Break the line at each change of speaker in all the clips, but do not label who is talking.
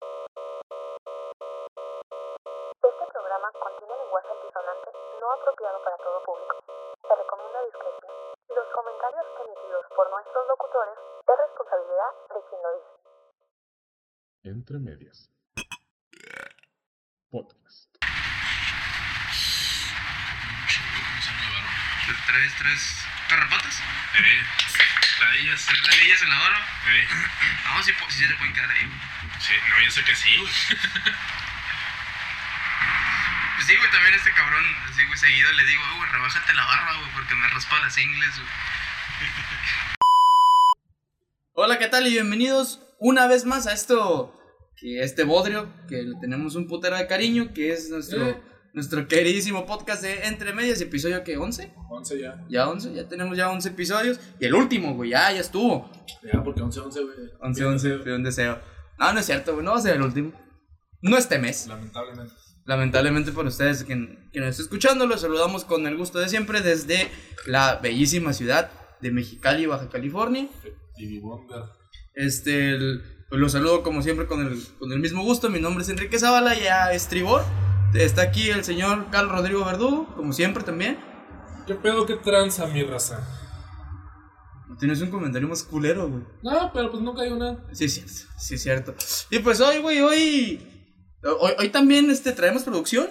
Este programa contiene lenguaje antisonante no apropiado para todo público. Se recomienda discreción. Los comentarios emitidos por nuestros locutores es responsabilidad de quien lo dice.
Entre medias. Podcast.
Tres, tres carrapatas. Eh. Ladillas. Tres ladillas en la mano. Eh. Vamos, si, po- si se te pueden quedar ahí. güey.
Sí, no, yo sé que sí, güey.
Pues sí, güey, también este cabrón, así, güey, seguido le digo, "Eh, güey, rebájate la barba, güey, porque me raspa las ingles, güey.
Hola, ¿qué tal? Y bienvenidos una vez más a esto, que este bodrio, que le tenemos un putero de cariño, que es nuestro, nuestro queridísimo podcast de Entre Medias, episodio que 11,
11 ya.
ya 11, ya tenemos ya 11 episodios, y el último, güey, ya, ya estuvo.
Ya, porque 11, 11, güey.
11, 11, fue un deseo. No, no es cierto, güey, no va a ser el último. No este mes,
Lamentablemente.
lamentablemente por ustedes que, que nos está escuchando, los saludamos con el gusto de siempre desde la bellísima ciudad de Mexicali, Baja California.
Divi Wonder.
Este, el- pues los saludo como siempre con el, con el mismo gusto. Mi nombre es Enrique Zavala, ya estribor. Está aquí el señor Carlos Rodrigo Verdugo, como siempre también.
¿Qué pedo que tranza mi raza?
Tienes un comentario más culero, güey.
No, pero pues nunca digo nada.
Sí, es cierto, sí, es cierto. Y pues hoy, güey, hoy, hoy, hoy también este, traemos producción,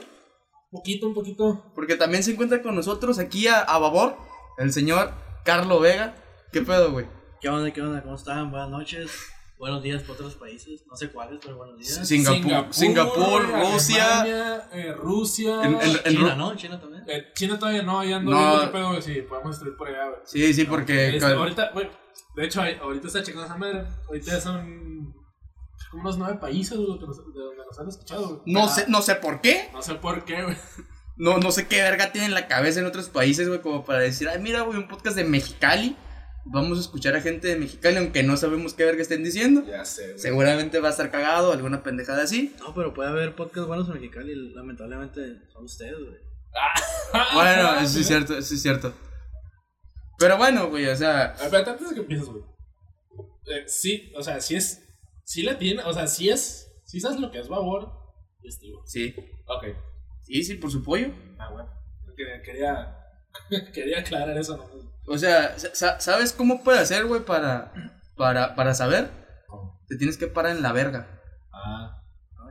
Poquito, un poquito.
porque también se encuentra con nosotros aquí a, a Babor, el señor Carlos Vega. ¿Qué pedo, güey?
¿Qué onda? ¿Qué onda? ¿Cómo están? Buenas noches. Buenos días para otros países. No sé cuáles, pero buenos días.
Singapur, Singapur, Rusia.
Alemania, eh, Rusia.
En- en- en
China,
Ru-
¿no? China también.
Eh, China todavía no, ya no.
No.
viendo ¿Qué pedo, güey? Sí, podemos destruir por allá, güey.
Sí, sí, porque...
Es- ahorita, güey. De hecho, ahí- ahorita está checando esa madre. Ahorita son. como unos nueve países, güey, que nos- de donde nos han escuchado, güey.
No
Ah,
sé, no sé por qué,
No sé por qué, güey.
No, no sé qué verga tienen en la cabeza en otros países, güey, como para decir, ay, mira, güey, un podcast de Mexicali. Vamos a escuchar a gente de Mexicali, aunque no sabemos qué verga estén diciendo.
Ya sé, güey.
Seguramente va a estar cagado, alguna pendejada así.
No, pero puede haber podcast buenos en Mexicali. Lamentablemente son ustedes, güey.
Ah,
Bueno, eso sí es cierto, eso sí es cierto. Pero bueno, güey, o sea,
A ver, antes de que empieces, güey. Eh, sí, o sea, sí es. Sí le tiene, o sea, sí es. Sí sabes lo que es babor y estribo.
sí,
Ok.
sí, sí, por su pollo.
Ah, bueno. Porque Quería, quería aclarar eso, ¿no?
O sea, sa- sa- ¿sabes cómo puede hacer, güey, para, para, para saber?
¿Cómo?
Te tienes que parar en la verga.
Ah,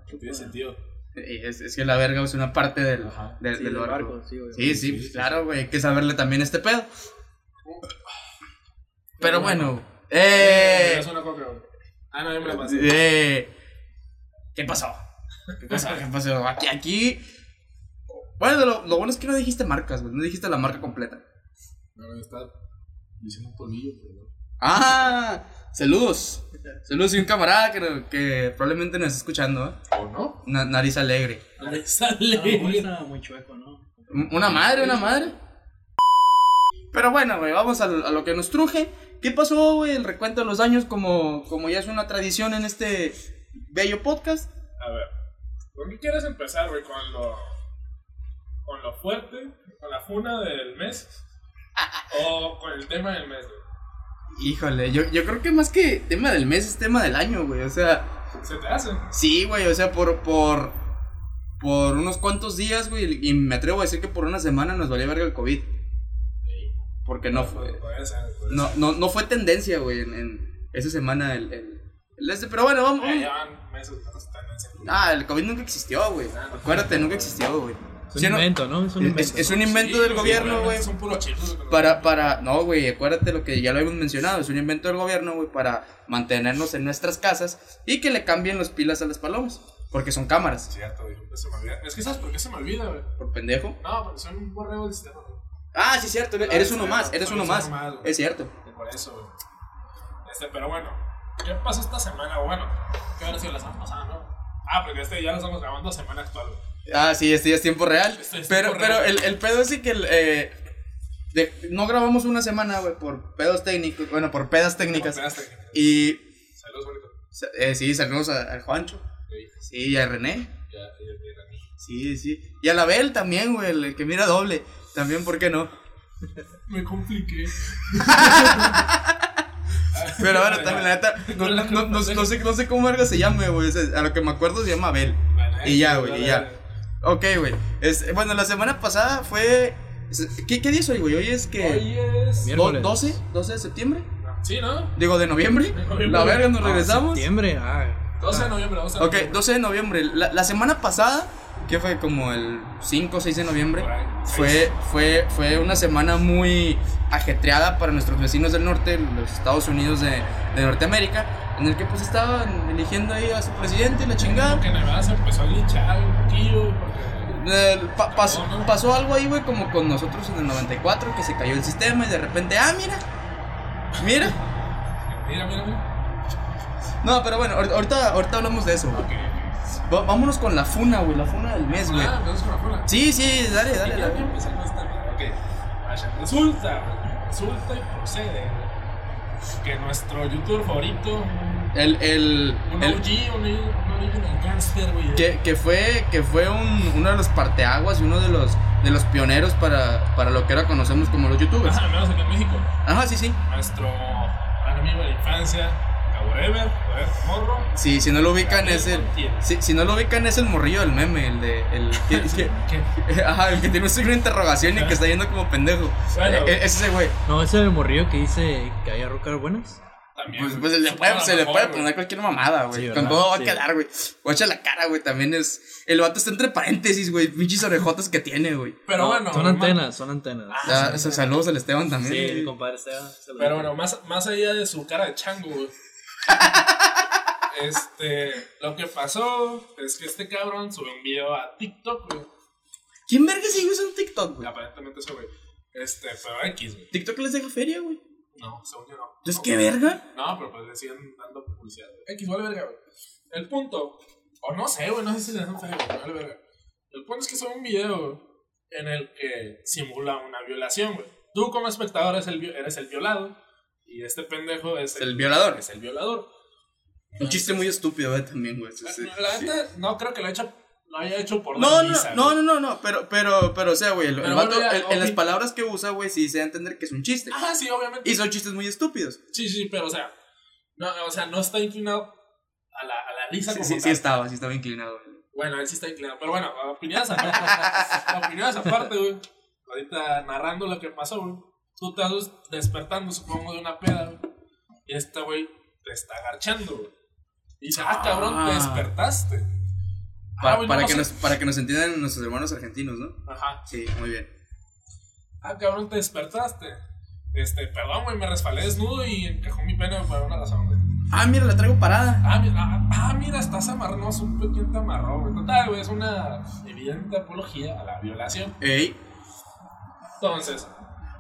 que tiene sentido.
Y Es, es que la verga es una parte del,
Ajá.
del,
Sí,
del
del
barco.
barco, sí, güey.
Sí, sí, pues, claro, güey, hay que saberle también este pedo. Pero bueno,
Me
eh,
das una coca, güey. Ah, no, yo me la pasé.
eh, ¿qué pasó? ¿Qué pasó? ¿Qué pasó? Aquí, aquí. Bueno, lo, lo bueno es que no dijiste marcas, güey, no dijiste la marca completa.
No, me está diciendo un polillo, pero. no.
Ah, saludos. Saludos y un camarada que, que probablemente nos está escuchando, ¿eh?
¿O no?
Na- nariz alegre.
Ahí
A
Ah,
lo mejor
sale.
está muy chueco, ¿no?
Una madre, una madre. Pero bueno, güey, vamos a, a lo que nos truje. ¿Qué pasó, güey? El recuento de los años, como, como ya es una tradición en este bello podcast.
A ver. ¿Con qué quieres empezar, güey? ¿Con lo. con lo fuerte? ¿Con la funa del mes? ¿O con el tema del mes, güey?
Híjole, yo, yo creo que más que tema del mes es tema del año, güey. O sea,
Se te hace.
sí, güey, o sea, por, por, por unos cuantos días, güey, y me atrevo a decir que por una semana nos valía verga el COVID. Porque no fue.
Puede ser, puede
No, no, no fue tendencia, güey, en, en esa semana el, el, el este. Pero bueno, vamos.
ser. Ya llevan meses no están en ese-
Ah, el COVID nunca existió, güey. Acuérdate, nunca existió, güey.
Es
Sí, no-
¿no?
Es, es- es un invento
Sí,
del
pues,
gobierno,
seguramente
güey.
Son puros chicos. güey,
Para, para, no, güey, acuérdate lo que ya lo habíamos mencionado. Es un invento del gobierno, güey, para mantenernos en nuestras casas y que le cambien las pilas a las palomas. Porque son cámaras,
Cierto, güey, siempre se me olvida. Es que sabes por qué se me olvida, güey.
por pendejo.
No, porque son un borrego del sistema, güey.
Ah, sí, cierto,
Claro,
eres
sí,
uno
no,
más, eres
soy
uno
uno
más.
más, güey.
Es cierto.
Y Por eso, güey. Este, pero bueno, ¿qué pasó esta semana? Bueno, ¿qué habrá sido la semana pasada, no? Ah, porque este ya lo estamos grabando semana actual, güey.
Ah, sí, este ya es tiempo real.
Este es
pero
tiempo
pero
real.
El, el pedo es de que el, eh, de- no grabamos una semana, güey, por pedos técnicos. Bueno, por pedas técnicas.
Como pedaste, güey.
Y
Saludos, bonito.
Sa- eh, sí, saludos a- al Juancho.
Sí.
Sí, y a René.
Ya, ya, ya, ya.
Sí, sí. Y a la Bel también, güey, el el que mira doble. También, ¿por qué no?
Me compliqué.
Pero bueno, también, la neta, no, no- no- no- no sé, no sé cómo verga se llama, güey. o sea, a lo que me acuerdo se llama Abel.
Bueno,
Y ya,
eh,
güey,
la-
y ya. Ok, güey. Este, bueno, la semana pasada fue. ¿Qué, qué día es hoy, güey? Hoy es que.
Hoy es.
do-
Miércoles.
12, 12 de septiembre.
Sí, ¿no?
Digo, de noviembre.
noviembre.
La verga, nos
Ah,
regresamos.
septiembre, ah.
12 de noviembre, 12 de
Ok,
noviembre.
12 de noviembre. La, la semana pasada, que fue como el 5 o 6 de noviembre,
Por ahí.
fue, fue, fue una semana muy ajetreada para nuestros vecinos del norte, los Estados Unidos de, de Norteamérica, en el que pues estaban eligiendo ahí a su presidente y la chingada.
Que Nevada se empezó a linchar un poquillo. Porque...
Eh, pa- pasó, pasó algo ahí, güey, como con nosotros en el 94, que se cayó el sistema y de repente, ah, mira, mira.
Mira, mira, mira.
No, pero bueno, ahor- ahorita, ahorita hablamos de eso. güey.
Ok, ok.
Va- vámonos con la funa, güey, la funa del mes, güey.
Ah, entonces con la fula.
Sí, sí, dale, dale.
Ya pues.
dale.
que empezamos esta mierda, ok. Vaya, Resulta, güey, resulta y procede güey, que nuestro youtuber favorito, un-
El, el,
un
el-
OG, un, un original gangster, güey.
que, que fue, que fue un- uno de los parteaguas y uno de los, de los pioneros para, para lo que ahora conocemos como los youtubers.
Ajá, Pues, al menos aquí en México.
Ajá, sí, sí.
Nuestro gran amigo de la infancia, a Whatever, Whatever Morro.
Sí, si no lo ubican
Gabriel
es el.
Montiel.
Si, si no lo ubican es el morrillo del meme, el de. El, que, que-
¿Qué?
ajá, el que tiene un signo de interrogación y que está yendo como pendejo.
Bueno,
E- e- ese güey.
No, ese el morrillo que dice que hay arrucar buenas.
También.
Pues,
güey.
pues se le puede,
Supongo
se
a
le
lo
puede
mejor,
poner cualquier mamada, güey.
Sí,
Con
¿verdad?
todo va a
Sí.
quedar, güey. Guacha la cara, güey. También es. El vato está entre paréntesis, güey. Pinches orejotas que tiene, güey.
güey. Pero bueno.
son
ma-
antenas, son antenas.
Ah, o sea, saludos al Esteban también.
sí, mi compadre Esteban. saludos.
Pero bueno, más, más allá de su cara de chango, güey. Este, lo que pasó es que este cabrón subió un video a TikTok, güey.
¿Quién verga sigue usando TikTok, güey?
Aparentemente ese güey. Este, pero X, güey.
TikTok les deja feria, güey.
No, según yo no.
Entonces,
No,
¿qué verga?
No, pero pues le siguen dando publicidad. güey. X, vale verga, güey. El punto, o no sé, güey, no sé si le dan feria, güey, vale verga. El punto es que son un video en el que simula una violación, güey. Tú como espectador eres el, vi- eres el violado y este pendejo es
El violador.
Es el violador.
Un chiste muy estúpido, güey, también, güey. Sí,
La-
sí.
no, La neta, no creo que lo, hecho, lo haya hecho por
No,
la
no,
risa,
no,
güey.
no, no, no, pero, pero, pero, o sea, güey, el, el
Pero
vato,
bueno, ya,
el- en las
ok.
palabras que usa, güey, sí se da a entender que es un chiste.
Ajá, Ah, sí, obviamente.
Y son chistes muy estúpidos.
Sí, sí, pero o sea, no, o sea, no está inclinado a la, a la risa
Sí,
como
sí, sí
tal.
estaba, sí estaba inclinado. güey.
Bueno, él sí está inclinado. Pero bueno, opiniones aparte. opiniones aparte, güey. Ahorita narrando lo que pasó, güey. Tú te vas despertando, supongo, de una peda, güey. Y este güey te está agarchando, güey. Y dice, ah, cabrón, te
Ah.
despertaste. Ah,
Para,
güey, no,
para
no
que
sé.
nos, para que nos entiendan nuestros hermanos argentinos, ¿no?
Ajá.
Sí, muy bien.
Ah, cabrón, te despertaste. Este, perdón, güey, me resbalé desnudo y encajó mi pene por una razón, güey.
Ah, mira, la traigo parada.
Ah, mira, ah, ah, mira, estás amarrado, no supe quién te amarró, güey. Total, güey, es una evidente apología a la violación.
Ey.
Entonces,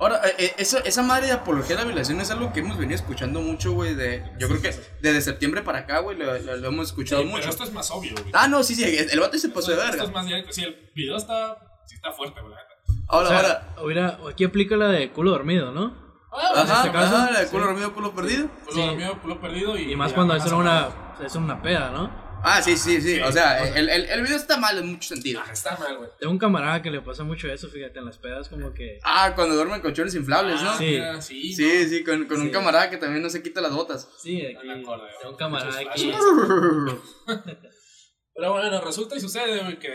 Ahora, eh, eh, esa, esa madre de apología a la violación es algo que hemos venido escuchando mucho, güey. De, yo creo que desde septiembre para acá, güey, lo, lo- lo hemos escuchado
sí,
mucho.
pero esto es más obvio, güey.
Ah, no, sí, sí, el vato se
Esto-
pasó de
Esto
verga.
es más directo. Sí, el video está, sí está fuerte, güey. la neta.
Ahora,
O sea,
ahora.
hubiera- aquí aplica la de culo dormido, ¿no?
Ah, pues,
Ajá,
este caso,
ajá, la de culo dormido, culo perdido.
Culo
Sí.
dormido, culo perdido y...
Y más cuando
ajá,
eso era una, es una peda, ¿no?
Ah, sí, sí, sí.
Sí,
o sea, el, el, el video está mal en muchos sentidos.
Ah, está mal, güey.
Tengo un camarada que le pasa mucho eso, fíjate, en las pedas como que...
Ah, cuando duermen con chores inflables, Pues ¿no?
Ah,
Sí.
mira, sí.
Sí, sí, con, con un
Sí.
camarada que también no se quita las botas.
Sí, aquí,
me acuerdo, güey.
tengo un camarada
Muchos
aquí...
Pero bueno, resulta y sucede, güey, que,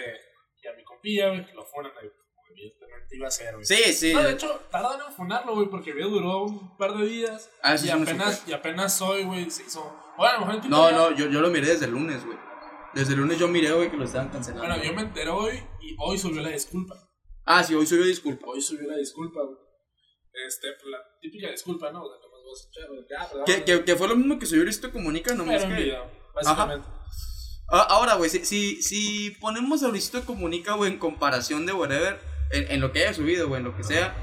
que a mi compilla, güey, que lo fueron, güey. como Evidentemente iba a ser, güey.
Sí, sí.
No, de hecho, tardaron en funarlo, güey, porque el video duró un par de días.
Ah, eso
y,
sí me
apenas,
supe.
y apenas hoy, güey, se hizo. Bueno, a lo mejor en Twitter
No,
ya-
no, yo, yo lo miré desde el lunes, güey. Desde el lunes yo miré, güey, que lo estaban cancelando.
Bueno, yo me enteré hoy y hoy subió la disculpa.
Ah, sí, hoy subió disculpa.
Hoy subió la disculpa, güey. Este, pues, la típica disculpa, ¿no? O sea, nomás vos, che, güey, ya, perdón,
Que, que, que fue lo mismo que subió Luisito Comunica,
pero
nomás
en
que...
video, básicamente.
Ah, Ahora, güey, si, si, si ponemos a Luisito Comunica, güey, en comparación de whatever, en, en lo que haya subido, güey, en lo que sea,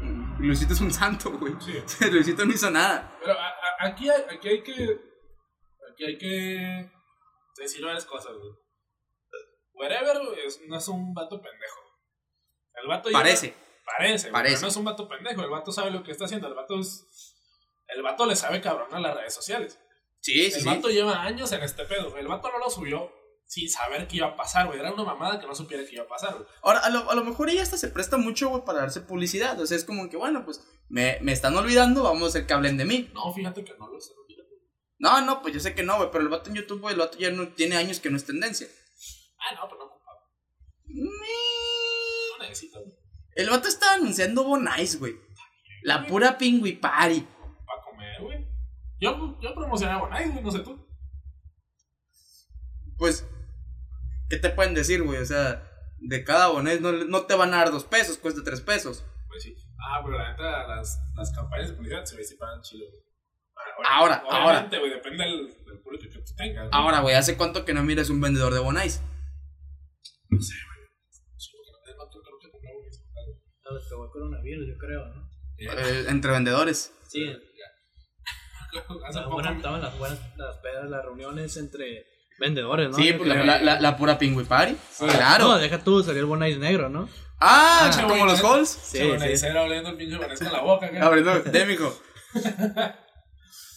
mm, Luisito es un santo, güey. Luisito no hizo nada.
Pero a- a- aquí, hay, aquí hay que. Aquí hay que. Decir varias cosas, güey. Wherever güey, es- no es un vato pendejo. El vato lleva-
Parece.
Parece, güey,
Parece.
pero no es un vato pendejo. El vato sabe lo que está haciendo. El vato es. El vato le sabe cabrón a las redes sociales.
Sí, sí,
el
sí.
vato lleva años en este pedo. El vato no lo subió sin saber qué iba a pasar, güey. Era una mamada que no supiera que iba a pasar, güey.
Ahora, a lo, a lo mejor ella hasta se presta mucho, güey, para darse publicidad. O sea, es como que, bueno, pues, me, me están olvidando, vamos a hacer que hablen de mí.
No, fíjate que no lo sé. mira.
No, no, pues yo sé que no, güey, pero el vato en YouTube, güey, el vato ya no tiene años que no es tendencia.
Ah, no, pero no. compadre. Un éxito, güey.
El vato estaba anunciando Bonais, güey. La pura pingüi party.
Para comer, güey. Yo, yo promocionaba Bonais, güey, no sé tú.
Pues, ¿qué te pueden decir, güey? O sea, de cada Bonais no, no te van a dar dos pesos, cuesta tres pesos.
Pues sí. Ah, pero la neta, las, las campañas de publicidad se disipaban chido, güey.
Ahora,
obviamente, güey, depende del, del público que tú tengas. güey.
Ahora, güey, ¿hace cuánto que no miras un vendedor de Bonais?
No sé, güey. Sí, porque no tengo- creo que tengo un éxito, güey.
A los que va coronavirus, yo creo, ¿no?
Eh,
Eh, entre vendedores.
Sí,
hace
Estaban
poco
buenas-
me-
estaban las buenas las pedas, las reuniones entre vendedores, ¿no?
sí,
Yo
pues la,
creo.
la- la- la pura pingüi party.
Sí.
Claro.
No, deja tú, salió el Bonais negro, ¿no?
ah,
Ah,
como
güey,
los
¿no?
halls.
Sí, bueno,
sí.
y se era oliendo el pinche Vanessa en la boca, güey.
Abriendo, démico.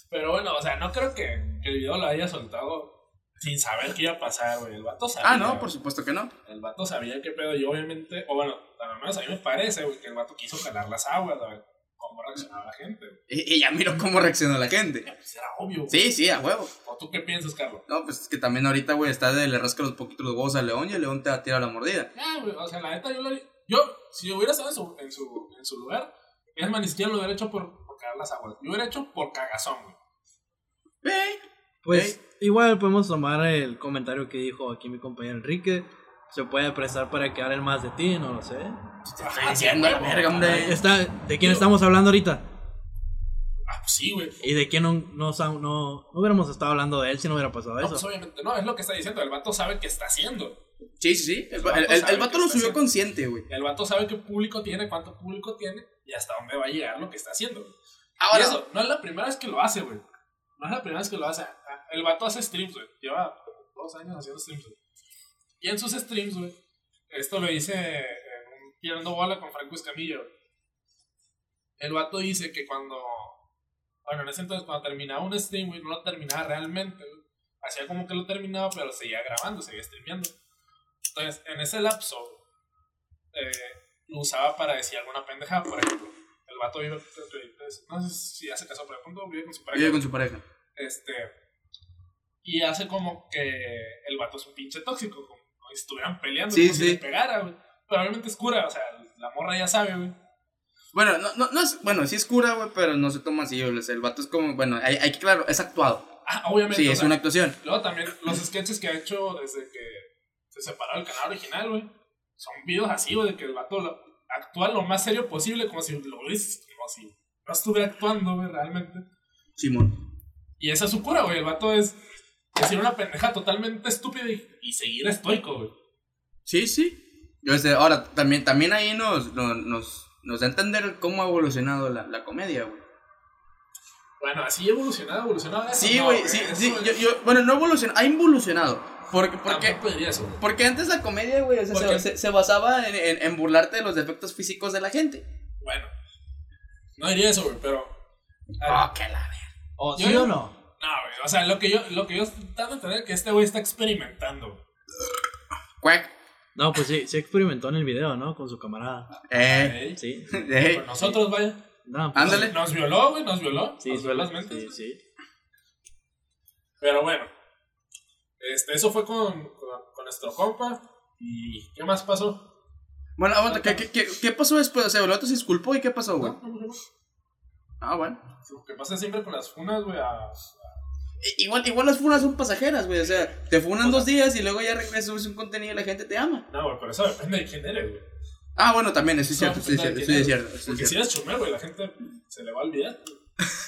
Pero bueno, o sea, no creo que que el video lo haya soltado sin saber qué iba a pasar, güey. El vato sabía.
Ah, no,
güey.
por supuesto que no.
El vato sabía qué pedo. Y obviamente, o bueno, al menos a mí me parece, güey, que el vato quiso calar las aguas, a ver cómo reaccionaba la gente. güey.
Y, y ya miro cómo reaccionó la gente.
Pues era obvio. güey.
Sí, sí, a huevo.
¿O tú qué piensas, Carlos?
No, pues es que también ahorita, güey, está de le rasca los poquitos los huevos al león y el león te va a tirar la mordida.
Ah, güey, o sea, la neta, yo lo haría- Yo, si yo hubiera estado en su, en su, en su lugar, es más, ni siquiera lo hubiera hecho por, por cagar las aguas. Yo hubiera hecho por cagazón, güey.
Ey,
Pues igual podemos tomar el comentario que dijo aquí mi compañero Enrique. Se puede prestar para que hablen más de ti, no lo sé.
te estoy diciendo la verga,
Ahí
hombre.
Está, ¿De quién estamos hablando ahorita?
Ah, pues sí, güey.
Y de quién no, no, sa- no- no hubiéramos estado hablando de él si no hubiera pasado
No, pues
eso.
obviamente no, es lo que está diciendo. El vato sabe qué está haciendo.
Sí, sí, sí. El, el- el- el vato lo subió consciente, güey.
El vato sabe qué público tiene, cuánto público tiene y hasta dónde va a llegar lo que está haciendo. güey. y
Ahora,
eso, no es la primera vez que lo hace, güey. No es la primera vez que lo hace. Ah, El vato hace streams, güey. Lleva dos años haciendo streams, güey. Y en sus streams, güey, esto lo dice en un tirando bola con Franco Escamillo. güey. El vato dice que cuando. Bueno, en ese entonces, cuando terminaba un stream, güey, no lo terminaba realmente, güey. Hacía como que lo terminaba, pero seguía grabando, seguía streameando. Entonces, en ese lapso, eh, lo usaba para decir alguna pendejada, por ejemplo. El vato vive, no sé si hace caso, pero de pronto vive con su pareja.
vive con su pareja.
Este. Y hace como que el vato es un pinche tóxico, como si estuvieran peleando,
Sí,
como
sí.
si le pegara, güey. Pero obviamente es cura, o sea, la morra ya sabe, güey.
Bueno, no, no, no es, bueno, sí es cura, güey, pero no se toma así, güey. O sea, El vato es como, bueno, hay, hay que, claro, es actuado.
Ah, obviamente.
Sí,
o
es
sea,
una actuación.
Luego también los sketches que ha hecho desde que se separó el canal original, güey. Son videos así, güey, de que el vato lo- actúa lo más serio posible, como si lo hubiese- como si no estuviera actuando, güey, realmente.
Simón.
Y esa es su cura, güey. El vato es decir una pendeja totalmente estúpida y, y seguir estoico, güey.
Sí, sí. Yo sé, ahora, también, también ahí nos, nos, nos, nos da a entender cómo ha evolucionado la, la comedia, güey.
Bueno, así evolucionado, evolucionado. eso
Sí,
no,
güey, sí,
eso
sí.
es-
Yo, yo, bueno, no evolucionado, ha involucionado. Porque, porque,
Tampoco diría eso, güey.
porque antes la comedia, güey, o sea,
Porque-
se, se- se basaba en, en- en burlarte de los defectos físicos de la gente.
Bueno, no diría eso, güey, pero.
Ah, qué la verga.
¿O
Yo-
sí o no?
No, güey, o sea, lo que yo, lo que yo estoy tratando de entender es que este güey está experimentando. güey.
Cuac.
No, pues sí, sí experimentó en el video, ¿no? Con su camarada.
Eh,
Ey,
Sí.
eh.
Con nosotros, vaya.
No, pues,
Ándale.
Nos violó, güey, nos violó.
Sí,
nos violó las
suele-
mentes.
sí, sí.
Pero bueno, este, eso fue con, con, con nuestro compa. ¿Y qué más pasó?
Bueno, aguanta, ¿qué, qué, qué, qué pasó después? O sea, el vato se disculpó y qué pasó, güey.
No, no, no, no.
Ah, bueno.
Lo que pasa siempre con las funas, güey, a-
I- E, Igual, igual las funas son pasajeras, güey. O sea, te funan dos días y luego ya regresas, subes un contenido y la gente te ama.
No, güey, pero eso depende de quién eres, güey.
Ah, bueno, también, eso es
No,
cierto,
pues,
sí, es
nada,
cierto,
tiene-
sí, es cierto. sí, es
Porque si
cierto.
eres chumel, güey, la gente se le va a olvidar. güey.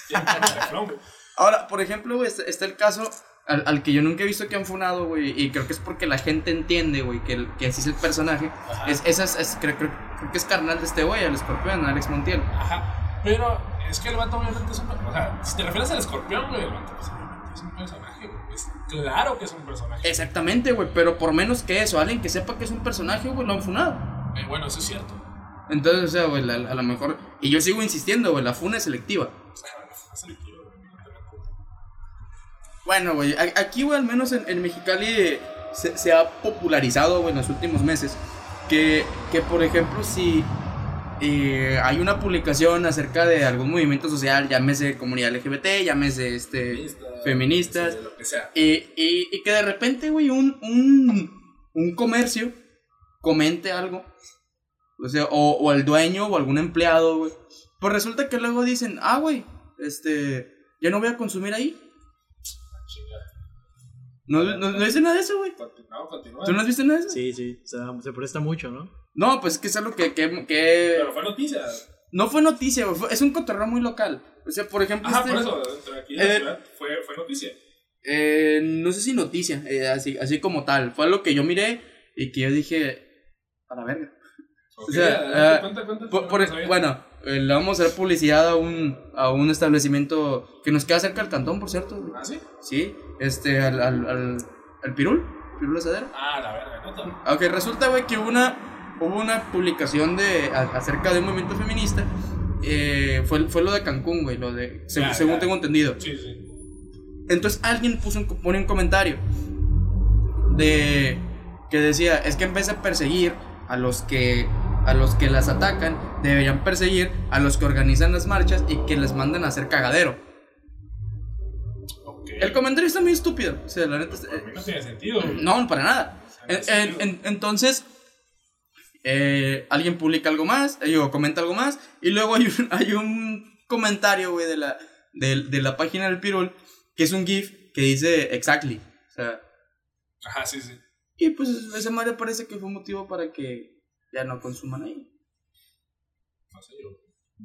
Tiene que ver reflón, güey.
Ahora, por ejemplo, güey, está, está el caso al, al que yo nunca he visto que han funado, güey. Y creo que es porque la gente entiende, güey, que, el- que así es el personaje.
Ajá.
Es, esas, es, creo, creo, creo que es carnal de este güey, al escorpión, Alex Montiel.
Ajá. Pero es que el vato obviamente es un... O sea, si te refieres al escorpión, güey, el vato pues, obviamente es un personaje, güey. Es claro que es un personaje.
Exactamente, güey, pero por menos que eso, alguien que sepa que es un personaje, güey, lo han funado.
Eh, bueno, eso es cierto.
Entonces, o sea, güey, la- a lo mejor. Y yo sigo insistiendo, güey, la funa es selectiva.
Es el tío, güey, evidentemente.
Bueno, güey, a- aquí, güey, al menos en, en Mexicali eh, se, se ha popularizado, güey, en los últimos meses, que, que por ejemplo, si eh, hay una publicación acerca de algún movimiento social, llámese comunidad LGBT, llámese este,
Feminista,
feministas.
sí, lo que sea.
y, y- y que de repente, güey, un, un, un comercio comente algo. O sea, o, o el dueño o algún empleado, güey. Pues resulta que luego dicen, ah, güey, este, ya no voy a consumir ahí. No, no, no dice nada de eso, güey.
Continúa, continúa.
¿Tú no has visto nada de eso?
Sí, sí, o sea, se presta mucho, ¿no?
No, pues que es algo que, que, que-
Pero fue noticia.
no fue noticia, güey. fue- Es un cotorreo muy local. O sea, por ejemplo,
Ajá,
este-
por eso, dentro de aquí de la
Eh.
ciudad fue, fue noticia.
Eh, no sé si noticia, eh, así, así como tal. Fue algo que yo miré y que yo dije, a la verga.
Ok,
sea,
adelante,
eh,
cuenta, cuenta,
Por-
no
por-
sabía.
bueno, eh, le vamos a hacer publicidad a un, a un establecimiento que nos queda cerca del cantón, por cierto. güey.
¿Ah, sí?
Sí, este, al, al, al, al Pirul, Pirul Asadero.
Ah, la verga, neta.
Ok, resulta, güey, que hubo una, hubo una publicación de, a- acerca de un movimiento feminista. eh, fue, fue lo de Cancún, güey, lo de, seg-
Ya,
según
ya.
tengo entendido.
Sí, sí.
Entonces alguien puso un, pone un comentario de que decía, es que en vez de perseguir a los que a los que las atacan, deberían perseguir a los que organizan las marchas y que les mandan a hacer cagadero.
Ok.
El comentario está muy estúpido, o sea, la neta es- eh,
Por mí no tiene sentido. güey.
no, para nada.
tiene
En-
sentido.
en- en- entonces, eh, alguien publica algo más, eh, digo, comenta algo más, y luego hay un, hay un comentario, güey, de la, de, de la página del Pirul, que es un GIF que dice exactly. O sea,
Ajá, sí, sí.
y pues ese madre parece que fue motivo para que ya no consuman ahí.
No sé, yo.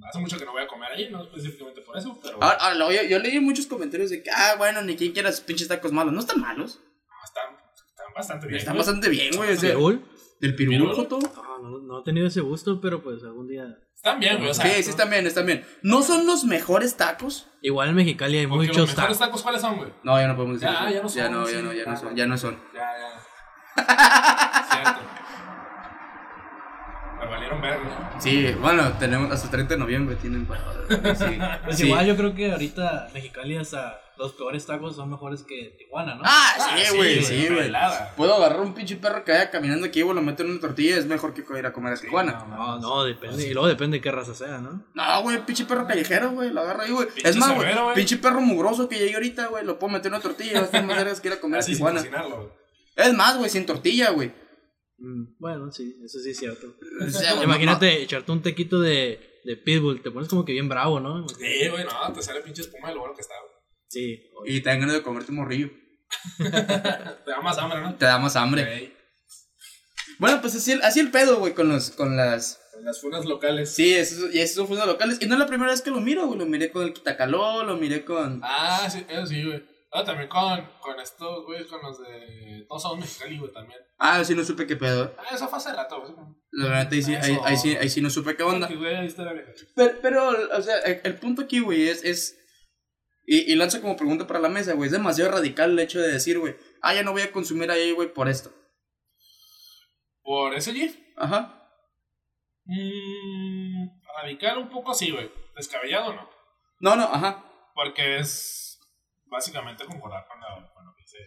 Hace mucho que no voy a comer ahí, no específicamente por eso, pero
Ahora, ahora, luego yo, yo leí muchos comentarios de que, ah, bueno, ni quien quiera sus pinches tacos malos. No están malos,
están, están bastante bien.
están
güey.
bastante bien, güey. o sea,
¿Pirul?
del Pirul,
Pirul.
Joto.
No, no, no he tenido ese gusto, pero pues algún día.
Están bien, güey. O sea,
Sí, sí, están bien, están bien. No son los mejores tacos.
Igual en Mexicali hay
porque los
muchos
mejores
tacos.
tacos, ¿cuáles son, güey?
No, ya no podemos decir.
Ya,
eso.
ya no son,
Ya no, ya
sí.
no, ya no son. Ya no son.
Ya, ya. Cierto. Me valieron verga.
Sí, bueno, tenemos hasta 30 de noviembre tienen para. Sí.
Pues
sí.
igual yo creo que ahorita Mexicali hasta los peores tacos son mejores que Tijuana, ¿no?
Ah, sí, güey,
güey,
sí, güey.
pelada.
Puedo agarrar un pinche perro que vaya caminando aquí y lo meto en una tortilla, es mejor que ir a comer a Tijuana.
No, Ah, no, depende. Y luego depende de qué raza sea, ¿no?
No, güey, pinche perro callejero, güey, lo agarro ahí, güey.
Pinche
Es más, güey,
severo, güey.
pinche perro mugroso que llegue ahorita, güey, lo puedo meter en una tortilla, va a estar más vergas que ir a comer a
Así sin
Tijuana.
cocinarlo, güey.
Es más, güey, sin tortilla, güey.
Mm, bueno, sí, eso sí es cierto.
O sea, güey,
Imagínate echarte un tequito de, de Pitbull, te pones como que bien bravo, ¿no?
Sí, güey, no, te sale pinche espuma de lo bueno que está, güey.
Sí.
no, Y te dan ganas de comerte un morrillo.
Te da más hambre, ¿no?
Te da más hambre.
Ey,
Bueno, pues así el, así el pedo, güey, con los, con las
en las funas locales.
Sí, esos, y esos son fondos locales. Y no es la primera vez que lo miro, güey. Lo miré con el Quitacaló, lo miré con.
Ah, sí, eso sí, güey. Ah, también con, con estos, güey, con los de Todos Somos Mexicali, güey, también.
Ah, sí, no supe qué pedo.
Ah, eso fue hace rato, güey.
La verdad, ahí sí, ahí, ahí sí, ahí sí no supe qué onda.
Que, güey, ahí está la verga.
Pero, pero, o sea, el, el punto aquí, güey, es. es y, y lanzo como pregunta para la mesa, güey. Es demasiado radical el hecho de decir, güey, ah, ya no voy a consumir ahí, güey, por esto.
Por ese GIF,
Ajá.
mmm, radical un poco sí, güey. Descabellado, ¿no?
No, no, ajá.
Porque es básicamente concordar con, la- con lo que dice.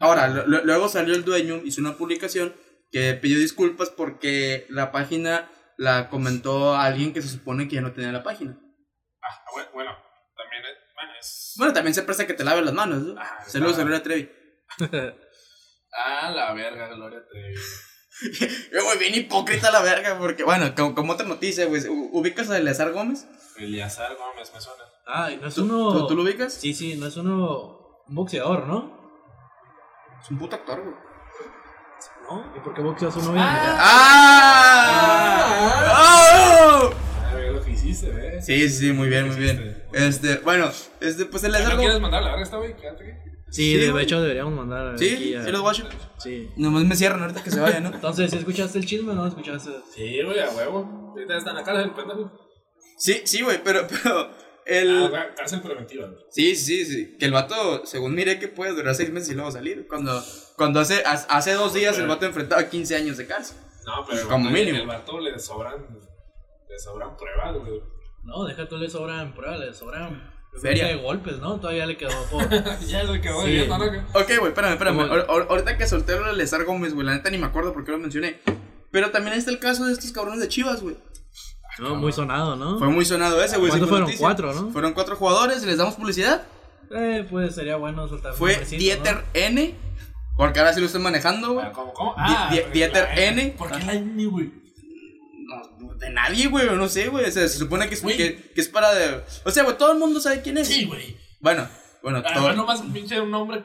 Ahora, lo- lo- luego salió el dueño, hizo una publicación que pidió disculpas porque la página la comentó a alguien que se supone que ya no tenía la página.
Ah, bueno, bueno también es, bueno, es...
Bueno, también se presta que te laves las manos, ¿no?
Ah,
Saludos
claro.
a Gloria Trevi.
Ah, la verga, Gloria Trevi.
Eh, güey, bien hipócrita la verga, porque, bueno, como, como otra noticia, güey, u- ¿ubicas a Eleazar Gómez?
Eliazar Gómez, me suena.
Ah, y no es
¿Tú,
uno.
tú- tú lo ubicas?
Sí, sí, no es uno. Un boxeador, ¿no?
Es un puto actor, güey.
¿No? ¿Y por qué boxeas uno bien? Ah,
¡Ah!
A ver lo que hiciste, ¿eh?
Sí, sí, sí, muy bien, muy bien.
Existe.
Este, bueno, este, pues
¿Ya
Eleazar
no quieres
Gómez.
mandar la verga esta, güey? Quédate aquí.
Sí,
Sí,
de
güey.
hecho deberíamos mandar. a-
Sí,
aquí a-
sí, los guacho.
Sí.
Nomás me cierran ahorita que se vaya, ¿no?
Entonces, ¿sí ¿escuchaste el chisme o no escuchaste?
Sí, güey, a huevo. Ahorita está en la cárcel, pendejo.
Sí, sí, güey, pero, pero,
Ah,
el...
güey, cárcel preventiva, güey.
Sí, sí, sí. Que el vato, según miré, que puede durar seis meses y luego salir. Cuando, cuando hace, hace hace dos días el vato enfrentaba 15 años de cárcel.
No, pero
Pues
el
Como
vato-
mínimo.
El vato le sobran, le sobran pruebas, güey.
No, deja tú, le sobran pruebas, le sobran.
Feria.
De golpes, ¿no? Todavía le quedó por.
Ya se quedó
Sí.
de dieta, ¿no? Que-
Ok, güey, espérame, espérame.
Como-
Ahor- ahor- ahorita que solté lo de Lezar Gómez, güey, la neta ni me acuerdo por qué lo mencioné. Pero también ahí está el caso de estos cabrones de Chivas, güey.
No, muy sonado, ¿no?
Fue muy sonado ese, güey. sí
¿Cuántos
fue
fueron?
noticia.
Cuatro, ¿no?
Fueron cuatro jugadores, les damos publicidad.
Eh, pues sería bueno soltar un
Fue
nombrecito, ¿no?
Dieter N, Porque ahora sí lo estoy manejando, güey.
Ah, ¿Cómo, cómo? Ah,
Die- Dieter
la
N.
¿Por qué la N, güey?
No, de nadie, güey, no sé, güey. O sea, se supone que es,
Güey.
que, que es para de. O sea, güey, todo el mundo sabe quién es.
Sí, güey.
Bueno, bueno, todo.
Ah, no más un pinche nombre.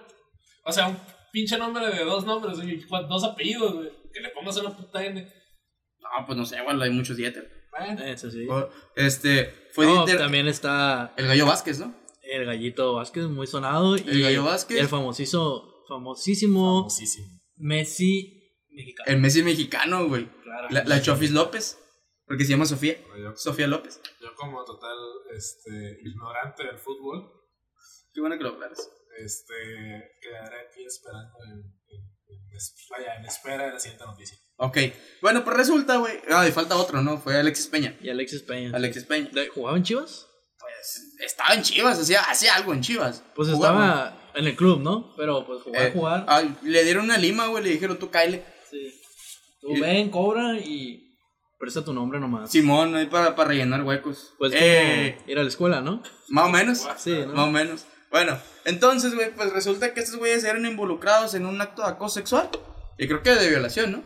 O sea, un pinche nombre de dos nombres, güey, cua- dos apellidos, güey. Que le pongas una puta N.
No, pues no sé, güey, hay muchos Dieter.
Bueno,
Eso sí.
O- Este, fue
No,
Dieter.
también está
El gallo Vázquez, ¿no?
el Gallito Vázquez, muy sonado. y
El Gallo Vázquez.
El famosísimo, famosísimo
famosísimo.
Messi mexicano.
El Messi mexicano, güey.
Claro.
La, la Chofis López. Porque se llama Sofía.
Yo,
Sofía López.
yo como total este, ignorante del fútbol,
Qué bueno que lo aclaras.
este, quedaré aquí esperando en, en- en es- vaya, en espera de la siguiente noticia.
Ok. Bueno, pues resulta, güey. Ah, y falta otro, ¿no? Fue Alexis Peña.
Y Alexis Peña.
Alexis Peña.
¿De- ¿Jugaba en Chivas?
Pues estaba en Chivas, hacía, hacía algo en Chivas.
Pues
Jugaba.
estaba en el club, ¿no? Pero pues jugar,
Eh,
jugar.
ah, le dieron una lima, güey. Le dijeron, tú cáele.
sí. Tú
y-
ven, cobra y presta tu nombre nomás.
Simón, ahí para, para rellenar huecos.
Pues como
eh,
ir a la escuela, ¿no?
más o menos.
Sí, ¿no?
Más o menos. Bueno, entonces, güey, pues resulta que estos güeyes eran involucrados en un acto de acoso sexual. Y creo que de violación, ¿no?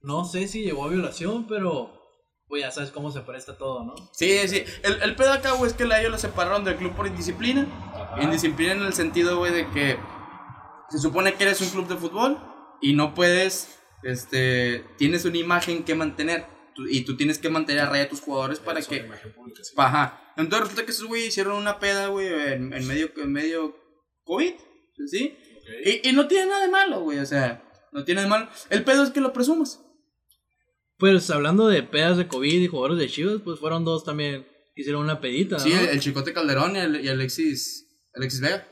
No sé si llegó a violación, pero pues ya sabes cómo se presta todo, ¿no?
Sí, sí. El, el pedo acá, güey, es que a ellos lo separaron del club por indisciplina. Indisciplina en el sentido, güey, de que se supone que eres un club de fútbol y no puedes, este, tienes una imagen que mantener. Tú- y tú tienes que mantener a raya a tus jugadores para
Eso,
que...
imagen pública, sí.
Ajá. Entonces resulta que esos güey hicieron una peda, güey, en, en medio, en medio COVID, ¿sí?
Ok.
Y, y no tiene nada de malo, güey, o sea, no tiene de malo. El pedo es que lo presumas.
Pues hablando de pedas de COVID y jugadores de Chivas, pues fueron dos también. que Hicieron una pedita,
Sí,
¿no?
el, el Chicote Calderón y, el- y Alexis, Alexis Vega.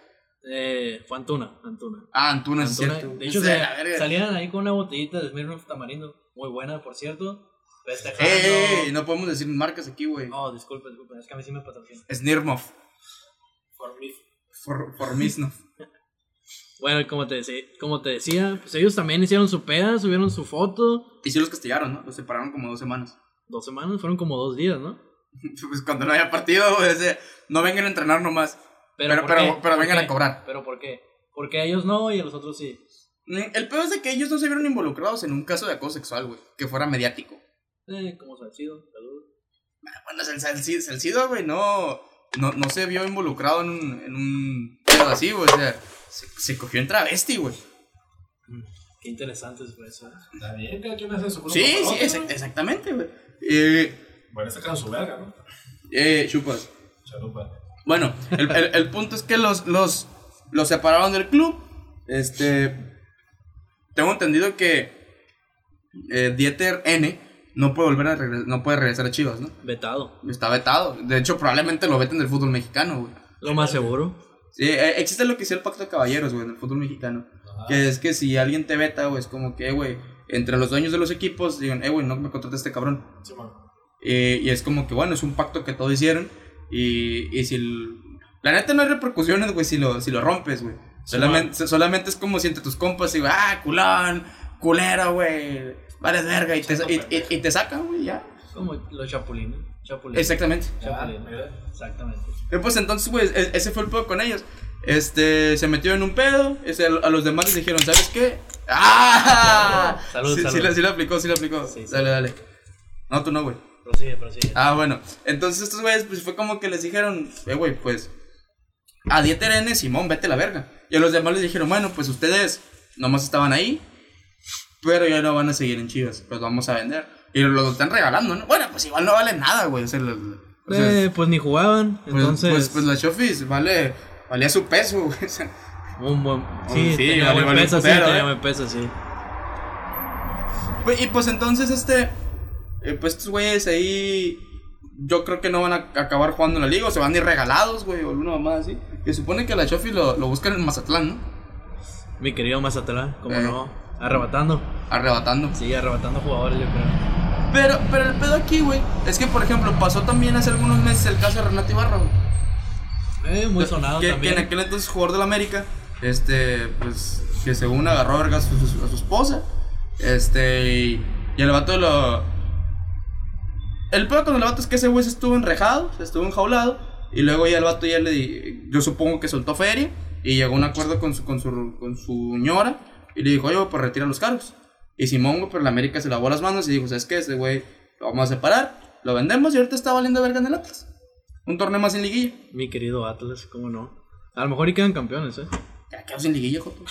Eh, fue Antuna, Antuna.
Ah, Antuna, sí,
Antuna,
cierto.
de hecho,
Sí,
se-
la verga.
salían ahí con una botellita de Smirnoff Tamarindo, muy buena, por cierto. Festejando.
Ey, ey, ey, no podemos decir marcas aquí, güey.
No, disculpe, disculpe, es que a mí sí me patrocina.
Smirnoff.
Por mí.
For, Formisnoff.
Bueno, como te, decí- como te decía, pues ellos también hicieron su peda, subieron su foto.
Y sí los castigaron, ¿no? Los separaron como dos semanas.
Dos semanas, fueron como dos días, ¿no?
Pues cuando no haya partido, güey, o sea, no vengan a entrenar nomás. Pero,
¿por
pero,
qué?
pero,
¿Por
vengan
qué?
a cobrar.
¿Pero por qué? Porque a ellos no y a los otros sí.
Mm, El peor es de que ellos no se vieron involucrados en un caso de acoso sexual, güey. Que fuera mediático.
Eh, como Salcido, saludos.
Ah, Bueno, Sal- Salci- Salcido, güey, no, no, no se vio involucrado en un, en un pedo así, güey. O sea, se, se cogió en travesti, güey.
Qué interesante es eso. ¿eh?
Está bien, cada quien hace su grupo
Sí, sí,
con otro,
exact-
¿no?
exactamente, güey. Eh,
Bueno, este caso su verga, ¿no?
eh, chupas.
Chalupa.
Bueno, el, el- el punto es que los, los, los separaron del club. Este. Tengo entendido que eh, Dieter N no puede volver a regre- no puede regresar a Chivas, ¿no?
Vetado.
Está vetado. De hecho, probablemente lo veten del fútbol mexicano, güey.
Lo más seguro.
Sí, eh, existe lo que hizo el pacto de caballeros, güey, en el fútbol mexicano. Que es que si alguien te veta, güey, es como que, eh, güey, entre los dueños de los equipos, digan, eh, güey, no me contrates a este cabrón.
Simón.
Eh, y es como que, bueno, es un pacto que todos hicieron. Y, y si. el- La neta no hay repercusiones, güey, si lo, si lo rompes, güey. Solamente, so- solamente es como si entre tus compas, y, güey, ah, culón, culero, güey, vales verga, y te, y, y- y te sacan, güey, ya.
Como los chapulines. Chapulines.
Exactamente. Ah,
Chapulines.
mira.
Exactamente.
Eh, pues entonces, güey, e- ese fue el pedo con ellos. Este, se metió en un pedo. este, a los demás les dijeron, ¿sabes qué? ¡Ah!
Salud,
sí, sí
salud.
la- sí la aplicó, sí la aplicó.
Sí, sí.
Dale, dale. No, tú no, güey.
Prosigue, prosigue.
Ah, bueno. Entonces estos güeyes, pues fue como que les dijeron, eh, güey, pues. A Dieter N, Simón, vete a la verga. Y a los demás les dijeron, bueno, pues ustedes nomás estaban ahí. Pero ya no van a seguir en Chivas. Pues vamos a vender. Y lo están regalando, ¿no? Bueno, pues igual no valen nada, güey. O sea, lo- o sea,
Eh, pues ni jugaban,
pues,
entonces.
Pues, pues la Chofis vale. Valía su peso, güey. O sea,
un buen.
sí,
Sí, tenía
vale,
buen
vale un
peso, sí,
putero, eh.
tenía buen peso, sí.
Güey, Y pues entonces este. eh, pues estos güeyes ahí. Yo creo que no van a acabar jugando en la liga. O se van a ir regalados, güey. O alguna mamada así. Que supone que la Chofi lo, lo buscan en Mazatlán, ¿no?
Mi querido Mazatlán, como
Eh.
no. Arrebatando.
Arrebatando.
Sí, arrebatando jugadores, yo creo.
Pero, pero el pedo aquí, güey. Es que, por ejemplo, pasó también hace algunos meses el caso de Renato Ibarra, güey.
Eh, muy sonado
que, que
también.
en aquel entonces jugador del América, este, pues, que según agarró a vergas a su, a su esposa, este, y, y el vato lo... El peor con el vato es que ese güey se estuvo enrejado, se estuvo enjaulado, y luego ya el vato ya le, di- yo supongo que soltó feria, y llegó a un acuerdo con su, con su, con su ñora, Y le dijo, oye, güey, pues retira los cargos. Y Simón, güey, pero la América se lavó las manos y dijo, ¿sabes qué? Este güey lo vamos a separar, lo vendemos y ahorita está valiendo verga en el Atlas. Un torneo más sin liguilla.
Mi querido Atlas, ¿cómo no? A lo mejor y quedan campeones, ¿eh?
Ya quedó sin liguilla, joto.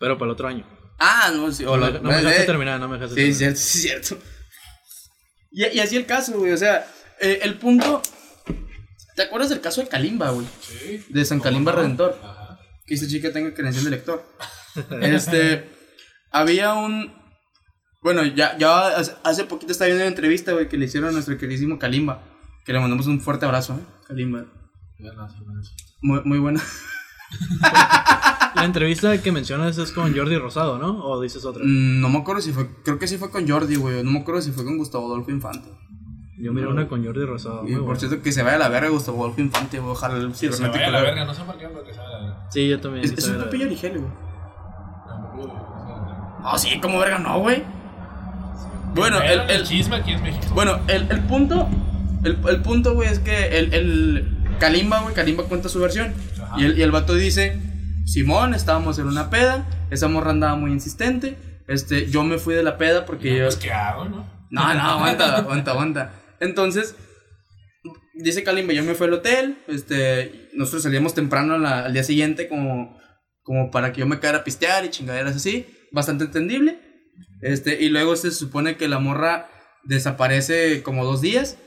Pero para el otro año.
Ah, no, sí, o
no,
lo-
me- no me dejaste
eh,
terminar, no me dejaste
Sí,
terminar.
es cierto, sí, es cierto. Y, y así el caso, güey. O sea, eh, el punto. ¿Te acuerdas del caso de Kalimba, güey?
Sí.
De San Kalimba Redentor.
Ajá.
Que esta chica tenga credencial de lector. Este. había un. Bueno, ya, ya hace- hace poquito estaba viendo una entrevista, güey, que le hicieron a nuestro queridísimo Kalimba. Que le mandamos un fuerte abrazo, ¿eh? Kalimba.
Ya no, sí, no, sí.
Muy, muy buena.
La entrevista que mencionas es con Jordi Rosado, ¿no? ¿O dices otra?
Mm, No me acuerdo si fue. Creo que sí fue con Jordi, güey. No me acuerdo si fue con Gustavo Adolfo Infante.
Yo miré una con Jordi Rosado.
Y
muy
por
buena.
cierto, que se vaya a la verga Gustavo Adolfo Infante, güey. Ojalá el
Que se vaya a
cibernético
la
le-
verga, no sé por qué, pero que se vaya a la verga.
Sí, yo también.
Es,
sí
es
sabía
un
la
Pepillo
verdad.
Origel, güey.
No, que se vaya a la verga.
Ah, sí, como verga no, güey. Bueno, el,
Pero
el-
chisme aquí en México.
bueno, el, el punto. El, el punto, güey, es que el, el Kalimba, güey, Kalimba cuenta su versión.
Ajá.
Y el, y el vato dice: Simón, estábamos en una peda. Esa morra andaba muy insistente. Este, yo me fui de la peda porque yo.
Pues, ¿qué hago, no?
No, no, aguanta, aguanta, aguanta. Entonces, dice Kalimba, yo me fui al hotel, este, nosotros salíamos temprano a la- al día siguiente como, como para que yo me quedara a pistear y chingaderas así, bastante entendible. Este, y luego se supone que la morra desaparece como dos días.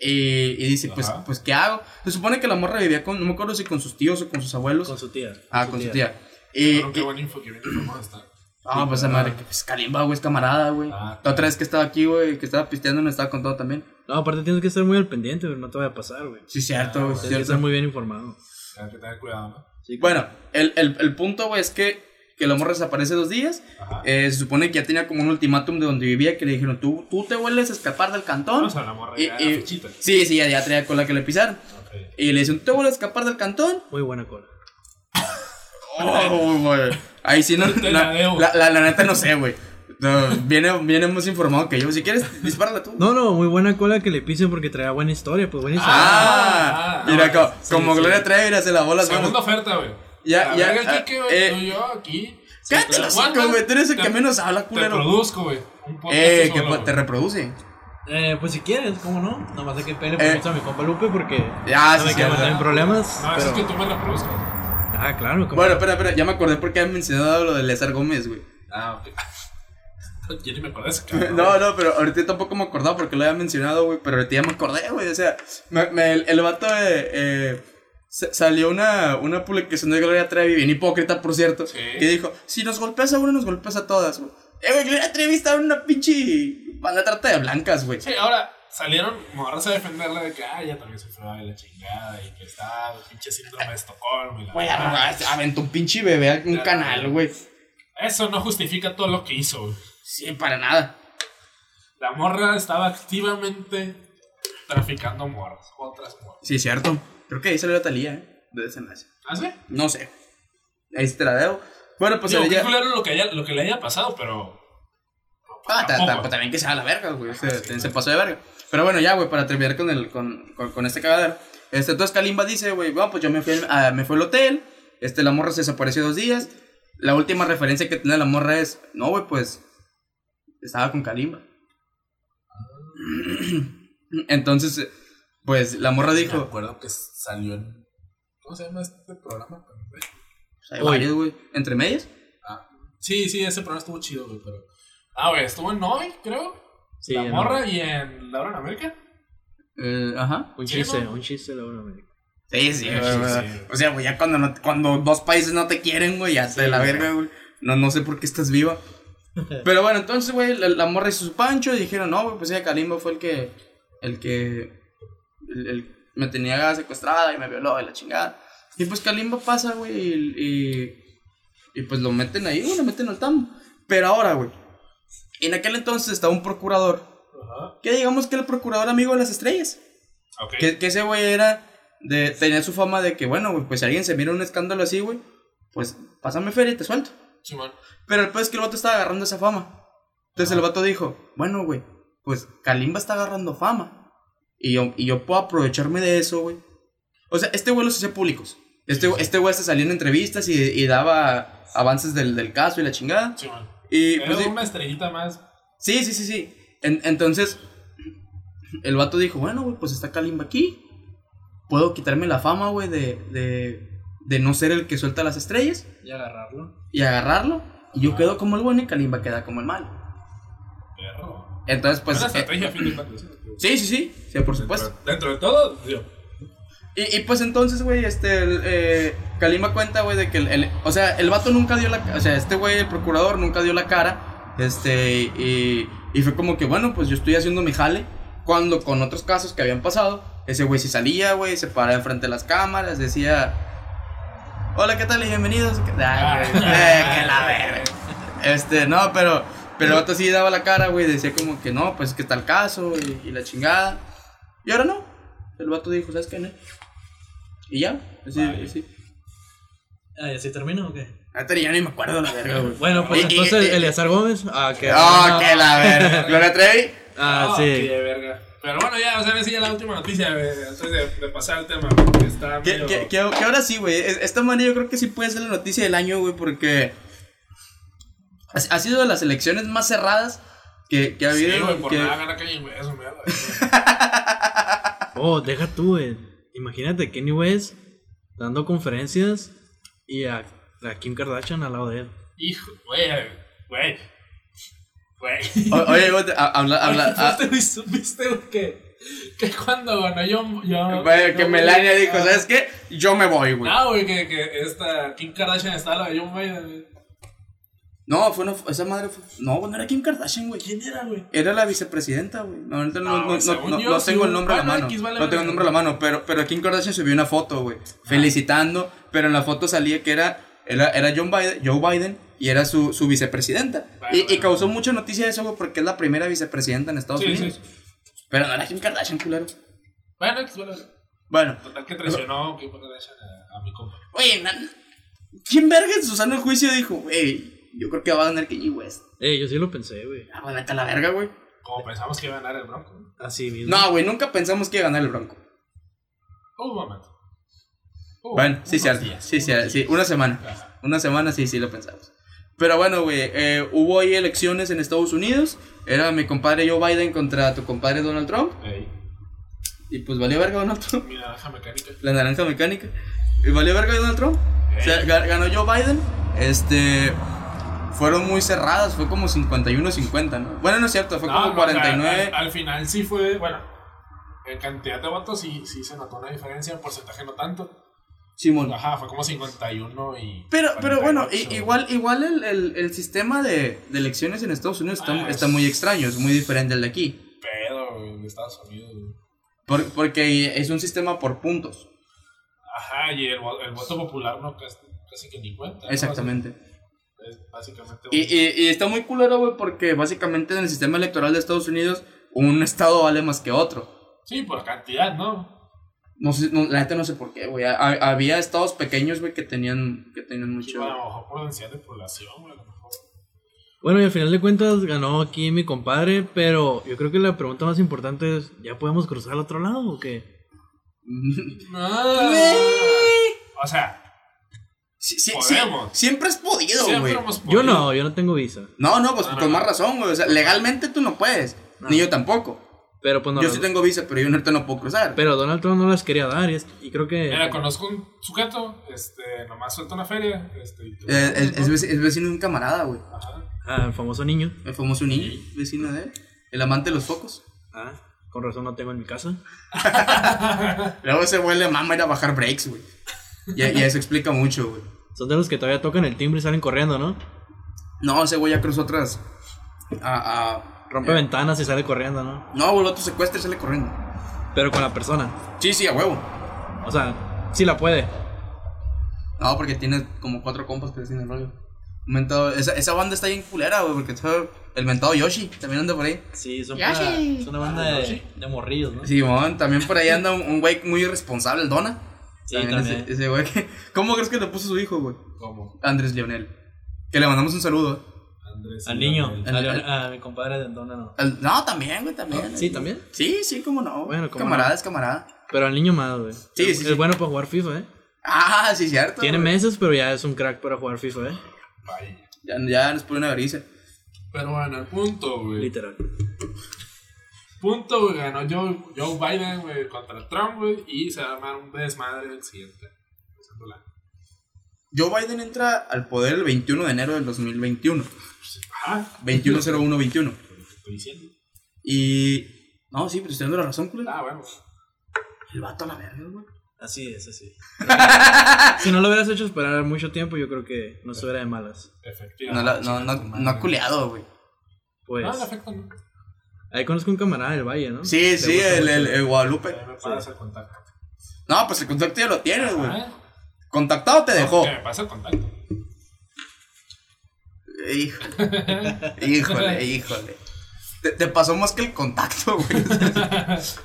Y, y dice, pues,
Ajá.
pues, ¿qué hago? Se supone que la morra vivía con, no me acuerdo si con sus tíos o con sus abuelos.
Con su tía.
ah, con su tía. Y,
Cabrón,
y-
qué buena info, que bien informada está.
Ah, pues esa madre, que pues, Kalimba, güey, es camarada, güey.
Ah,
la otra vez que estaba aquí, güey, que estaba pisteando, me estaba contando también.
No, aparte tienes que estar muy al pendiente, güey, no te vaya a pasar, güey.
Ah, Sí, cierto, güey,
Tienes que
cierto.
estar muy bien informado.
Hay que tener cuidado, ¿no?
Sí,
Bueno, el, el, el punto, güey, es que, que la morra desaparece dos días.
Ajá.
Eh, se supone que ya tenía como un ultimátum de donde vivía que le dijeron, tú, tú te vuelves a escapar del cantón.
Vamos a la morra
Y-
ya, la
y- Pues,
fechita.
Sí, sí, ya, ya traía cola que le pisaron.
Ok.
Y le dicen, tú te vuelves a escapar del cantón.
Muy buena cola.
Oh, güey. Ahí sí no.
Te
La,
la debo.
la, la- la neta no sé, güey. No, viene, viene más informado que yo. Si quieres, dispárala tú.
No, no, muy buena cola que le pisen porque traía buena historia, pues buena historia.
Ah,
Ah,
mira,
ah,
co-
sí,
como
sí.
Gloria Trevi, mira, se lavó las
Segunda
manos.
oferta, güey.
Ya,
La
ya,
verga,
ah,
el Kike,
eh,
güey, tú y yo aquí.
Cállate
Si te
los
aguantas,
cinco, güey. Tú eres el
te-
que menos habla,
Te
culero.
produzco, güey. Un podcast
Eh,
tú
que
solo,
pa- te
güey.
reproduce.
Eh, pues si quieres, ¿cómo no? Nomás hay que pele
Eh.
por mucho a mi compa Lupe porque
Ya,
no
Ah, sí,
me quiero
cierto.
meter en problemas.
Ah,
No, eso
pero...
es que tú me reproduzcas.
Ah, claro, ¿cómo
Bueno,
no?
espera, espera, ya me acordé porque han mencionado lo de Lázaro Gómez, güey.
Ah, ok. Yo ni me acuerdo de ese cabrón.
No, no, pero ahorita tampoco me acordaba porque lo había mencionado, güey, pero ahorita ya me acordé, güey. O sea, me- me- el, el vato eh, eh, sa- salió una, una publicación de Gloria Trevi, bien hipócrita, por cierto,
Sí.
que dijo, si nos golpeas a uno, nos golpeas a todas, güey. Eh, güey, Gloria Trevi estaba en una pinche banda de trata de blancas, güey.
Sí, ahora salieron morras a defenderla de que, ah, ya también soy fea de la chingada y que está el pinche síndrome de Estocolmo y la
Güey,
verdad.
ah, aventó un pinche bebé a un
Ya.
canal, güey.
Eso no justifica todo lo que hizo, güey.
Sí, para nada.
La morra estaba activamente traficando morras, otras morras.
Sí, cierto. Creo que ahí salió la talía, ¿eh? De desenlace.
¿Ah, sí?
No sé. Ahí sí te la debo. Bueno, pues
Digo,
se
qué
veía-
culero lo que, haya- lo que le haya pasado, pero...
Ah, ta-
tampoco.
ta- pues también que sea la verga, güey. O sea,
Ah, sí,
también se
güey.
pasó de verga. Pero bueno, ya, güey, para terminar con, el, con, con, con este cagadero. Este, entonces Kalimba dice, güey, bueno, pues yo me fui, al- a- me fui al hotel. Este, la morra se desapareció dos días. La última referencia que tiene la morra es, no, güey, pues estaba con Kalimba. Entonces, eh, pues la morra
Me
dijo,
acuerdo que salió en... ¿Cómo se llama este programa?
pues, hay varios, güey, entre medias.
Ah, sí, sí, ese programa estuvo chido, güey, pero... Ah, güey, estuvo en Noy, creo.
Sí,
la
en
morra y en Laura en América.
Eh, ajá.
Un
Sí,
chiste,
¿no?
un chiste, la verdad, güey.
Sí, sí,
Sí,
güey,
sí,
güey.
sí.
Eh, O sea, güey, ya cuando, no- cuando dos países no te quieren, güey, ya te la verga, güey. No, no sé por qué estás viva. Pero bueno, entonces, güey, la, la morra hizo su pancho y dijeron, no, güey, pues ya Kalimba fue el que. El que. el- el- me tenía secuestrada y me violó y la chingada. Y pues Kalimba pasa, güey, y. y- y, pues lo meten ahí, güey, lo meten al tambo. Pero ahora, güey. En aquel entonces estaba un procurador.
Ajá.
Que digamos que era el procurador amigo de las estrellas.
Ok.
Que, que ese güey era. De, tenía su fama de que, bueno, güey, pues si alguien se mira un escándalo así, güey, pues pásame feria y te suelto.
Simón.
Pero el peor es que el vato estaba agarrando esa fama. Entonces el vato dijo, bueno, güey, pues Kalimba está agarrando fama. Y yo, y yo puedo aprovecharme de eso, güey. O sea, este güey los hacía públicos. Este, este güey se salía en entrevistas y, y daba avances del, del caso y la chingada.
Sí, man.
Y,
Era
pues, sí,
una estrellita más.
sí, sí, sí, sí. En- entonces, el vato dijo, bueno, güey, pues está Kalimba aquí. Puedo quitarme la fama, güey, de, de, de no ser el que suelta las estrellas
Y agarrarlo.
y agarrarlo. Y yo
Ah.
quedo como el bueno y Kalimba queda como el malo.
Perro.
Entonces, pues...
una
eh,
estrategia, a fin de cuentas.
sí, pues. sí, sí, sí, por supuesto.
Dentro- Dentro de todo, digo,
Y, y pues entonces, güey, este, el, eh, Kalima cuenta, güey, de que el, el- o sea, el vato nunca dio la, o sea, este güey, el procurador, nunca dio la cara, este, y, y fue como que, bueno, pues yo estoy haciendo mi jale, cuando con otros casos que habían pasado, ese güey sí salía, güey, se paraba enfrente de las cámaras, decía, hola, ¿qué tal? Y bienvenidos, Ay, güey, eh,
Ah.
que la verga. este, no, pero, pero el vato sí daba la cara, güey, decía como que no, pues que tal caso, y, y la chingada, y ahora no, el vato dijo, ¿sabes qué, no? Y ya, así, así.
Ah, ¿y así termina o qué?
Ahorita ya ni me acuerdo la verga, güey.
Bueno, pues
Y- y-
entonces
y-
Eleazar Gómez. Ah, que.
Oh, que la verga. Gloria Trevi.
Ah,
Ah,
sí.
qué de verga. Pero bueno, ya, o sea, esa ya la última noticia, güey, antes de, de pasar al tema, porque está
Que,
medio...
que, que, que ahora sí, güey. Es- Esta manera yo creo que sí puede ser la noticia del año, güey, porque ha, ha sido de las elecciones más cerradas que, que ha habido.
Sí, güey, por
que-
nada gana Kanye West, me da la verga.
Oh, deja tú, güey. Imagínate Kenny West dando conferencias y a, a Kim Kardashian al lado de él.
Hijo, güey, güey, güey.
O- oye, güey, a- habla, habla, ah. a-
¿Viste, güey, supiste, güey, que, que cuando ganó yo... yo
güey, que
yo-
Melania dijo,
Ah,
¿sabes qué? Yo me voy, güey.
No, güey, que, que esta Kim Kardashian está la de John Biden, güey.
No, fue una, esa madre fue. No, no era Kim Kardashian, güey.
¿Quién era, güey?
Era la vicepresidenta, güey. No, ahorita no,
Ah,
no-
güey,
no-
según
no-
yo,
no
sí,
tengo el
un-
nombre a la
bueno,
mano.
X vale
no tengo el
verga. Ah.
nombre a la mano, pero, pero Kim Kardashian subió una foto, güey. Felicitando, pero en la foto salía que era, era, era John Biden, Joe Biden y era su, su vicepresidenta.
Vale,
y, y
vale,
causó mucha noticia eso, güey, porque es la primera vicepresidenta en Estados
Sí,
Unidos.
sí.
Pero no era Kim Kardashian, culero.
Bueno, X, bueno,
Bueno,
total que traicionó Kim Kardashian a, a mi compa.
güey, na- ¿quién verga en su sano juicio dijo, güey, yo creo que va a ganar Kanye West?
Eh, yo sí lo pensé, güey.
Ah, güey, vete a la verga, güey.
Como pensamos que iba a ganar el Bronco, güey.
Así mismo.
No, güey, nunca pensamos que iba a ganar el Bronco.
Hubo un momento. Hubo
Bueno, sí,
unos
cierto.
días,
Sí,
unos
cierto. Sí,
días.
una semana.
Ajá.
Una semana sí, sí lo pensamos. Pero bueno, güey, eh, hubo ahí elecciones en Estados Unidos. Era mi compadre Joe Biden contra tu compadre Donald Trump.
Ey,
Y pues valió verga Donald Trump.
mi naranja mecánica.
La naranja mecánica. Y valió verga Donald Trump. O sea,
Eh.
ga- ganó Joe Biden. Este. Fueron muy cerradas, fue como 51-50, ¿no? Bueno, no es cierto, fue
No,
como
o sea,
49.
al, al final sí fue, bueno, en cantidad de votos sí, sí se notó una diferencia, en porcentaje no tanto.
Simón.
Ajá, fue como 51 y.
Pero, pero bueno,
48.
i- igual, igual el, el- el sistema de, de elecciones en Estados Unidos está,
Ah,
está
es-
muy extraño, es muy diferente al de aquí.
Pedo, güey, de Estados Unidos. güey.
Por- porque es un sistema por puntos.
Ajá, y el, vo- el voto popular no casi, casi que ni cuenta. ¿no?
Exactamente.
O sea, es básicamente.
Y, y- y está muy culero, güey, porque básicamente en el sistema electoral de Estados Unidos un estado vale más que otro.
Sí, por cantidad, ¿no?
No sé, no, la neta no sé por qué, güey. Ha- ha- Había estados pequeños, güey, que tenían, que tenían
Sí,
mucho...
bueno, a lo mejor por densidad de población, güey, a lo mejor.
Bueno, y al final de cuentas ganó aquí mi compadre, pero yo creo que la pregunta más importante es, ¿ya podemos cruzar al otro lado o qué?
O sea,
Sí, sí, sí,
Podemos.
siempre has podido,
siempre
güey.
hemos
Yo
podido.
no, yo no tengo visa,
No, no, pues
No, no,
con
no.
más razón, güey. O sea, legalmente tú no puedes.
No.
Ni yo tampoco.
pero pues no.
yo sí tengo visa, pero yo ahorita no puedo cruzar.
Pero Donald Trump no las quería dar y, es- y creo que...
Mira, conozco un sujeto, este, nomás suelta una feria, este, y te-
Eh, es, es vec- es vecino de un camarada, güey.
Ajá.
Ah, el famoso niño.
El famoso niño, vecino de él. El amante de los focos.
Ah, con razón no tengo en mi casa.
Luego ese güey le mama ir a bajar breaks, güey. Y, y eso explica mucho, güey.
Son de los que todavía tocan el timbre y salen corriendo, ¿no?
No, ese güey ya cruzó otras. A, a- eh,
Rompe ventanas y sale corriendo, ¿no?
No, güey, el otro secuestra y sale corriendo.
Pero con la persona.
Sí, sí, a huevo.
O sea, sí la puede.
No, porque tiene como cuatro compas que deciden el rollo. Un mentado- esa, esa banda está bien culera, güey, porque todo- el mentado Yoshi también anda por ahí.
Sí, son
Ya
una,
sí.
es una banda de, de morrillos, ¿no?
Simón, también por ahí anda un un güey muy irresponsable, el Dona.
Sí, también.
Ese, ese güey que- ¿Cómo crees que le puso su hijo, güey?
Como
Andrés Leonel. Que le mandamos un saludo. eh.
Andrés.
Al
y
niño,
Daniel.
Al-
a, Leon-
al-
a mi compadre de Donald.
El- no, también, güey, también.
Ah, Sí, también.
Sí, sí, cómo no.
Bueno,
Bueno,
cómo
camarada
no.
es camarada.
Pero al niño más, güey.
Sí,
es,
sí,
es
sí.
bueno para jugar FIFA, ¿eh?
Ah, sí, cierto.
Tiene
güey.
meses, pero ya es un crack para jugar FIFA, ¿eh?
Vaya.
Ya, ya nos pone una brisa.
Pero bueno, el punto, güey.
Literal.
Punto, güey. Ganó Joe, Joe Biden, güey, contra Trump, güey. Y se va a armar un desmadre el siguiente. Empezando la-
Joe Biden entra al poder el 21 de enero del 2021.
Ah,
210121.
lo que estoy diciendo.
Y. No, sí, pero estoy dando la razón, culero.
Ah, bueno.
El vato a la verga, güey.
Así es, así.
Si no lo hubieras hecho esperar mucho tiempo, yo creo que no estuviera de malas.
No, la-
Efectivamente.
no, no, no ha culeado, güey.
Pues.
No, le afecta, no.
Ahí conozco un camarada del Valle, ¿no?
Sí,
¿Te
sí,
gusta
el,
mucho?
el- el Guadalupe.
Ahí me pasa el contacto.
No, pues el contacto ya lo tienes, güey.
Ah,
Contactado te dejó.
Que me pasa el contacto.
Hijo- Híjole, híjole. Te, te pasó más que el contacto, güey.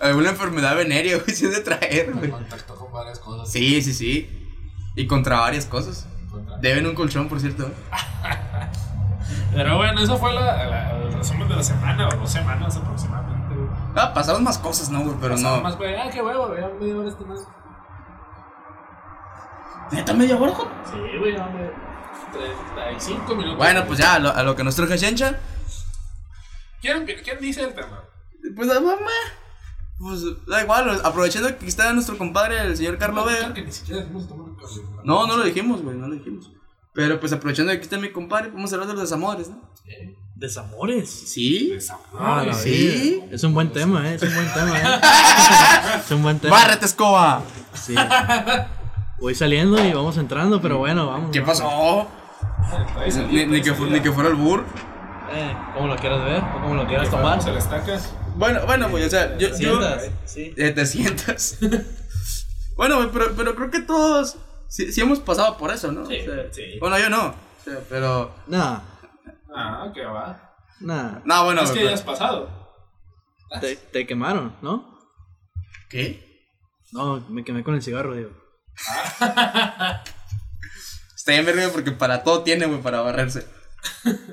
Alguna enfermedad venérea, güey, se de traer,
Me
güey.
contactó con varias cosas.
Sí, sí, sí. Y contra varias cosas.
Contra-
Deben un colchón, por cierto. güey.
Pero bueno, eso fue la, la- el resumen de la semana, o dos semanas aproximadamente. güey.
Ah, pasaron más cosas, ¿no, güey? Pero
Nada
no.
más, güey. Ah, qué huevo, ya media hora este más.
¿Neta media hora, Juan?
Sí, güey, ya me. 35 minutos.
Bueno, pues ya, a lo, a lo que nos trajo Shencha.
¿Quién, ¿Quién dice el tema?
Pues la mamá. Pues da igual, aprovechando que está nuestro compadre, el señor Carlo Vega.
Creo que ni siquiera decimos tomar un café.
No, no lo dijimos, güey, no lo dijimos. Pero pues aprovechando que aquí está mi compadre, vamos a hablar de los desamores, ¿no?
Eh,
Desamores.
Sí.
Ah, la
sí.
vida. Es un buen tema, ¿eh? Es un buen tema, ¿eh? Es un buen tema.
¡Bárrate, escoba!
Sí. Voy saliendo y vamos entrando, pero bueno, vamos.
¿Qué
vamos.
pasó? Ni, ni que, fu- ni que fuera el burro.
Eh, ¿Cómo lo quieras ver? ¿O cómo lo quieras tomar?
Tomar. Se las tacas.
Bueno, bueno, güey, o sea, yo. yo
Sientas,
Sí.
Eh, te sientas. bueno, güey, pero, pero creo que todos. Sí, sí hemos pasado por eso, ¿no?
Sí,
O sea,
sí.
Bueno, yo no. o sea, pero.
Nah,
Ah, qué va.
nah.
No, bueno,
Es
güey,
que ya
pero-
has pasado.
Te, te quemaron, ¿no?
¿Qué?
No, me quemé con el cigarro, digo.
Está bien verga porque para todo tiene, güey, para barrerse.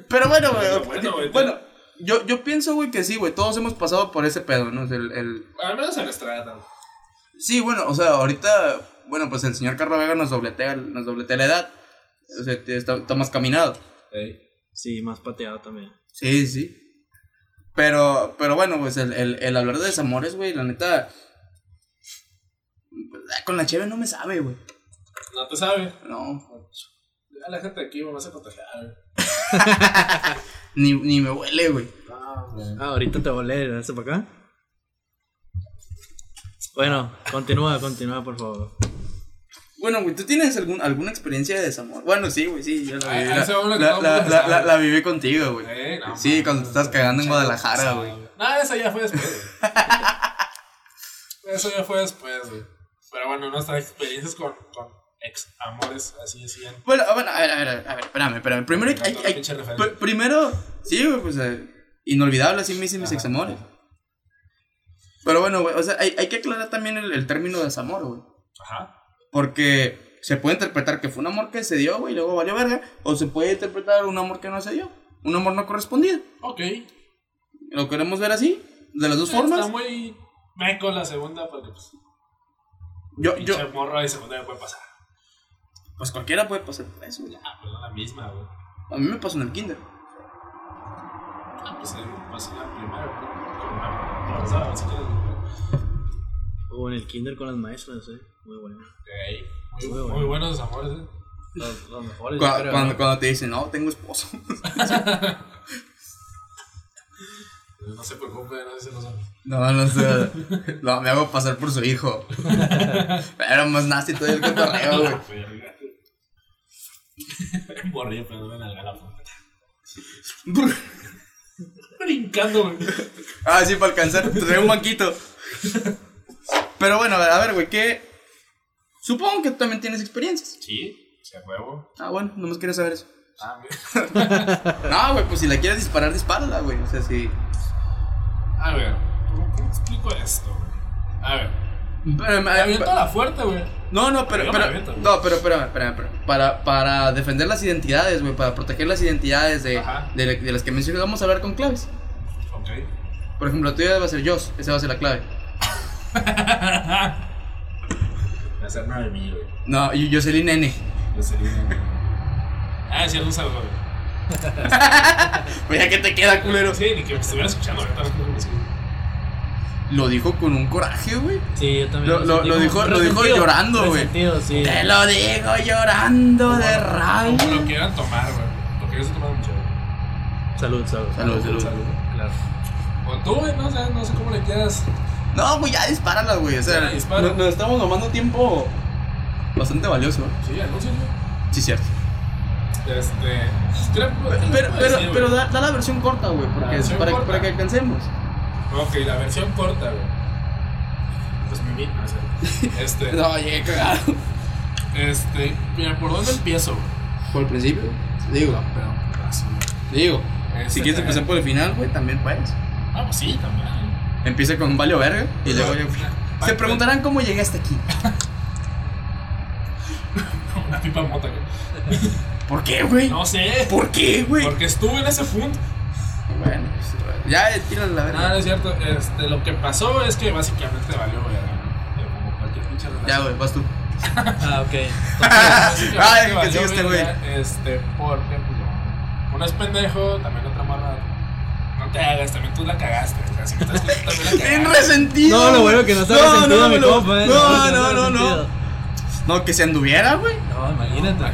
Pero bueno, güey.
Pero
ok,
bueno, güey,
bueno, yo, yo pienso, güey, que sí, güey. Todos hemos pasado por ese pedo, ¿no? O sea, el- el,
Al menos en nuestra edad. ¿no?
Sí, bueno, o sea, ahorita, bueno, pues el señor Carlos Vega nos dobletea, nos dobletea la edad. O sea, que está, está más caminado.
Ey.
Sí, más pateado también.
Sí, sí. Pero, pero bueno, pues el, el, el hablar de desamores, güey, la neta. ah, Con la cheve no me sabe, güey.
No te sabe.
No,
A la gente de aquí me vas a contagiar. güey.
ni, ni me huele, güey.
No, güey.
Ah, ahorita te volé, ¿hace para acá? Bueno, continúa, continúa, por favor.
Bueno, güey, ¿tú tienes algún, alguna experiencia de desamor? Bueno, sí, güey, sí, yo la
Ah,
viví.
esa es
La,
una que
la-
todo el mundo
la- la-
sabe.
la- la viví contigo, güey.
Eh, no,
Sí,
mames,
cuando te estás cagando en Guadalajara, güey.
No, eso ya fue después. güey. eso ya fue después, güey. Pero bueno, nuestras experiencias con, con ex amores, así decían.
Bueno, a ver, a ver, a ver, a ver, espérame, espérame. Primero, hay-
Otra
hay-
pinche referencia.
pr- primero sí, güey, pues, eh, inolvidable, así me hice mis
Ajá.
examores. Pero bueno, güey, o sea, hay, hay que aclarar también el, el término de desamor, güey.
Ajá.
Porque se puede interpretar que fue un amor que se dio, güey, y luego valió verga. O se puede interpretar un amor que no se dio. Un amor no correspondido.
Ok.
Lo queremos ver así, de las dos
Está
formas.
muy meco la segunda porque, pues,
Yo, yo,
pinche morra y segunda me puede pasar.
pues cualquiera puede pasar por eso, güey.
Ah, pero no la misma, güey.
A mí me pasó en el kinder.
Ah, pues, eh, pasé la primera, güey. Con una profesora, si quieres, güey.
O en el kinder con las maestras, ¿eh? Muy bueno.
Ey, muy-
Muy bueno.
Muy buenos amores, eh.
Los, los mejores.
Cua-
Pues, yo creo,
cuando,
¿no?
cuando te dicen, no, tengo esposo.
No se preocupe, no se lo sabe.
No, no sé. No, me hago pasar por su hijo. Pero más nasty todo el cotorreo, güey.
Verga. Morrillo, pero me nalga la puta. Brincando, güey.
Ah, sí, para alcanzar. Trae un banquito. Pero bueno, a ver, a ver, güey, ¿qué? Supongo que tú también tienes experiencias.
Sí, se huevo.
Ah, bueno, nomás quiero saber eso.
Ah, güey.
No, güey, pues si la quieres disparar, dispárala, güey. O sea, sí.
A ver, ¿cómo, cómo explico esto? güey? A ver,
Pero,
me
me-
aviento a la fuerte, güey.
no, no, pero,
Yo me aviento,
pero,
güey.
no, pero, espérame, espérame, espérame. Para, para defender las identidades, güey, para proteger las identidades de,
Ajá.
de, de las que mencioné, vamos a hablar con claves.
Ok.
Por ejemplo, la tuya va a ser Joss, esa va a ser la clave.
Ya hacer nada de mí, güey.
No, yo, yo soy el nene.
Yo sería un nene. Ah, sí, un saludo.
Pues ya que te queda, culero.
Sí, ni que me estuviera Ah, escuchando. ahorita no me escucho.
Lo dijo con un coraje, güey.
Sí, yo también.
Lo- lo-
sentí
lo
como
dijo- lo
resentido,
dijo llorando, güey.
resentido, sí.
Te lo digo llorando de rabia.
Como lo quieran tomar, güey. Lo que yo se tomar mucho. güey.
Salud, salud.
Salud, salud.
Claro.
O tú, güey, no, sé, no sé cómo le quieras.
No, güey, ya dispárala, güey. O sea,
Ya, dispara.
no- nos estamos tomando tiempo bastante valioso.
Sí, anúncialo.
Sí, cierto.
Este. ¿qué le puedo- qué
Pero,
le puedo
pero,
decir,
pero
güey?
da, da la versión corta, güey,
La
porque
versión
para,
corta.
para que alcancemos.
Ok, la versión corta, güey. Pues mi misma, o sea. Este.
No, llegué cagado.
Este. Mira, ¿por dónde empiezo, güey?
Por el principio, digo,
Pero, paso, güey.
digo.
Este,
Si quieres empezar por el final, güey, también puedes.
Ah, pues sí, también.
Empieza con Valio Verga
Pues
y luego yo- Se preguntarán cómo llegué hasta aquí.
Una pipa de mota, güey.
¿Por qué, güey?
No sé.
¿Por qué, güey?
Porque estuve en ese punto.
Bueno, pues, ya eh, tírala la
Nada,
verga.
no es cierto. Este, lo que pasó es que básicamente valió, güey. Como cualquier pinche relación.
Ya, güey, vas tú.
Ah, ok.
Ay, que
Básicamente
sigue este güey.
valió verga, Este, porque, pues, yo- uno es pendejo, también otra morra. No te hagas, también tú la cagaste. O sea, si me estás escuchando, también la
Bien
cagaste.
resentido.
No, lo
güey.
bueno que no está resentido mi
lo-
compa, eh.
No,
Está
no, no, no.
resentido.
No, que se anduviera, güey.
No, imagínate.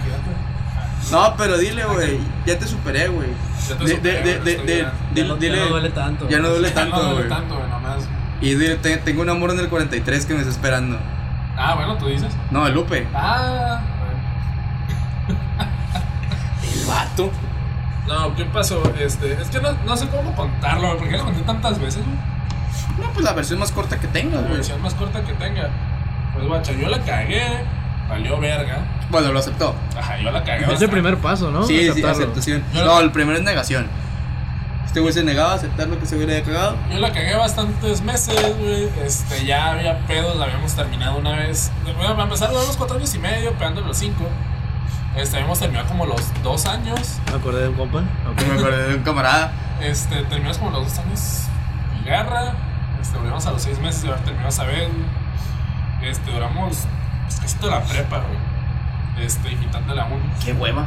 No, pero dile, güey. Ya te superé, güey.
Ya te
De- de-
superé,
de-
güey,
de-
estoy
de-
ya-
Ya
dile-
no, ya
dile-
no duele tanto.
Ya no duele
Ya no
tanto,
duele
güey.
tanto, güey, nomás.
Y dile, te- tengo un amor en el 43 que me está esperando.
Ah, bueno, tú dices.
No, el Lupe.
Ah, bueno.
El vato.
No, ¿qué pasó? Este, es que no, no sé cómo contarlo, güey, porque lo conté tantas veces, güey.
No, pues la versión más corta que tengas,
La
güey.
versión más corta que tenga. Pues guacha, yo la cagué, valió verga.
Bueno, lo aceptó.
Ajá, yo la cagué.
Es el
bastante.
primer paso, ¿no?
sí, sí,
Aceptarlo.
aceptación.
Yo-
No, el primero es negación. Este güey se negaba a aceptar lo que se hubiera cagado.
Yo la cagué bastantes meses, güey. Este, ya había pedos, la habíamos terminado una vez. Bueno, para empezar, duramos cuatro años y medio, pegando los cinco. Este, habíamos terminado como los dos años.
Me acordé de un compa. ok.
Me acordé de un camarada.
Este, terminamos como los dos años y garra. Este, volvimos a los seis meses de haber terminado esa vez. güey. Este, duramos pues, casi toda la prepa, güey. Este, invitando a la uni.
Qué hueva.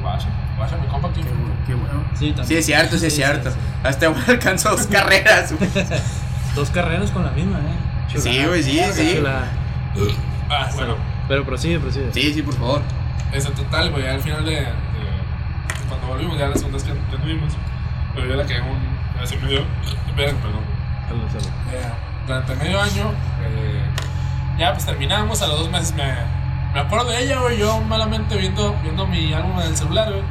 Guacha, guacha, mi compa aquí.
Qué hueva.
Sí, también.
Sí, es cierto, sí, es cierto.
sí,
Hasta güey alcanzó dos carreras, güey.
sí. Dos carreras con la misma, ¿eh? Chulada.
Sí, güey, sí, sí.
Chula.
Ah, bueno.
Pero prosigue, prosigue.
Sí, sí, por favor.
Este, total, güey, al final de, de- Cuando volvimos, ya las segundas que que tuvimos. Pero yo la cagué un. Hace medio. Verga, perdón.
Salud, salud.
Eh, durante medio año, eh, ya pues terminamos, a los dos meses me, me acuerdo de ella, güey, yo malamente viendo, viendo mi álbum en el celular, güey.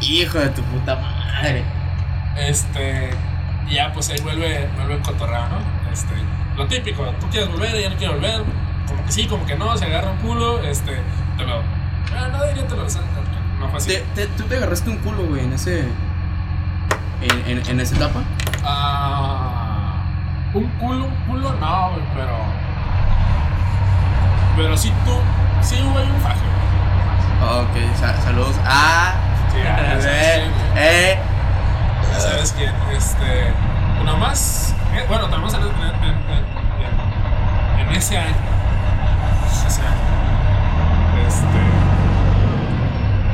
Hijo de tu puta madre.
Este, y ya pues ahí vuelve, vuelve el cotorreo, ¿no? Este, lo típico, tú quieres volver, ella no quiere volver, como que sí, como que no, se agarra un culo, este, te lo... Ah, no diría te lo o sea, no, no fue así.
Te- te- tú te agarraste un culo, güey, en ese. En, en, en esa etapa.
Ah, un culo, un culo no, güey, pero. Pero sí tú. Sí hubo ahí un faje, güey.
Ok, sa- saludos. Ah,
Sí, ya sabes
eh,
quién, güey.
eh.
Ya sabes quién. Este. Nomás. eh, bueno, estamos en, en, en- en- en ese año. Ese año. Este.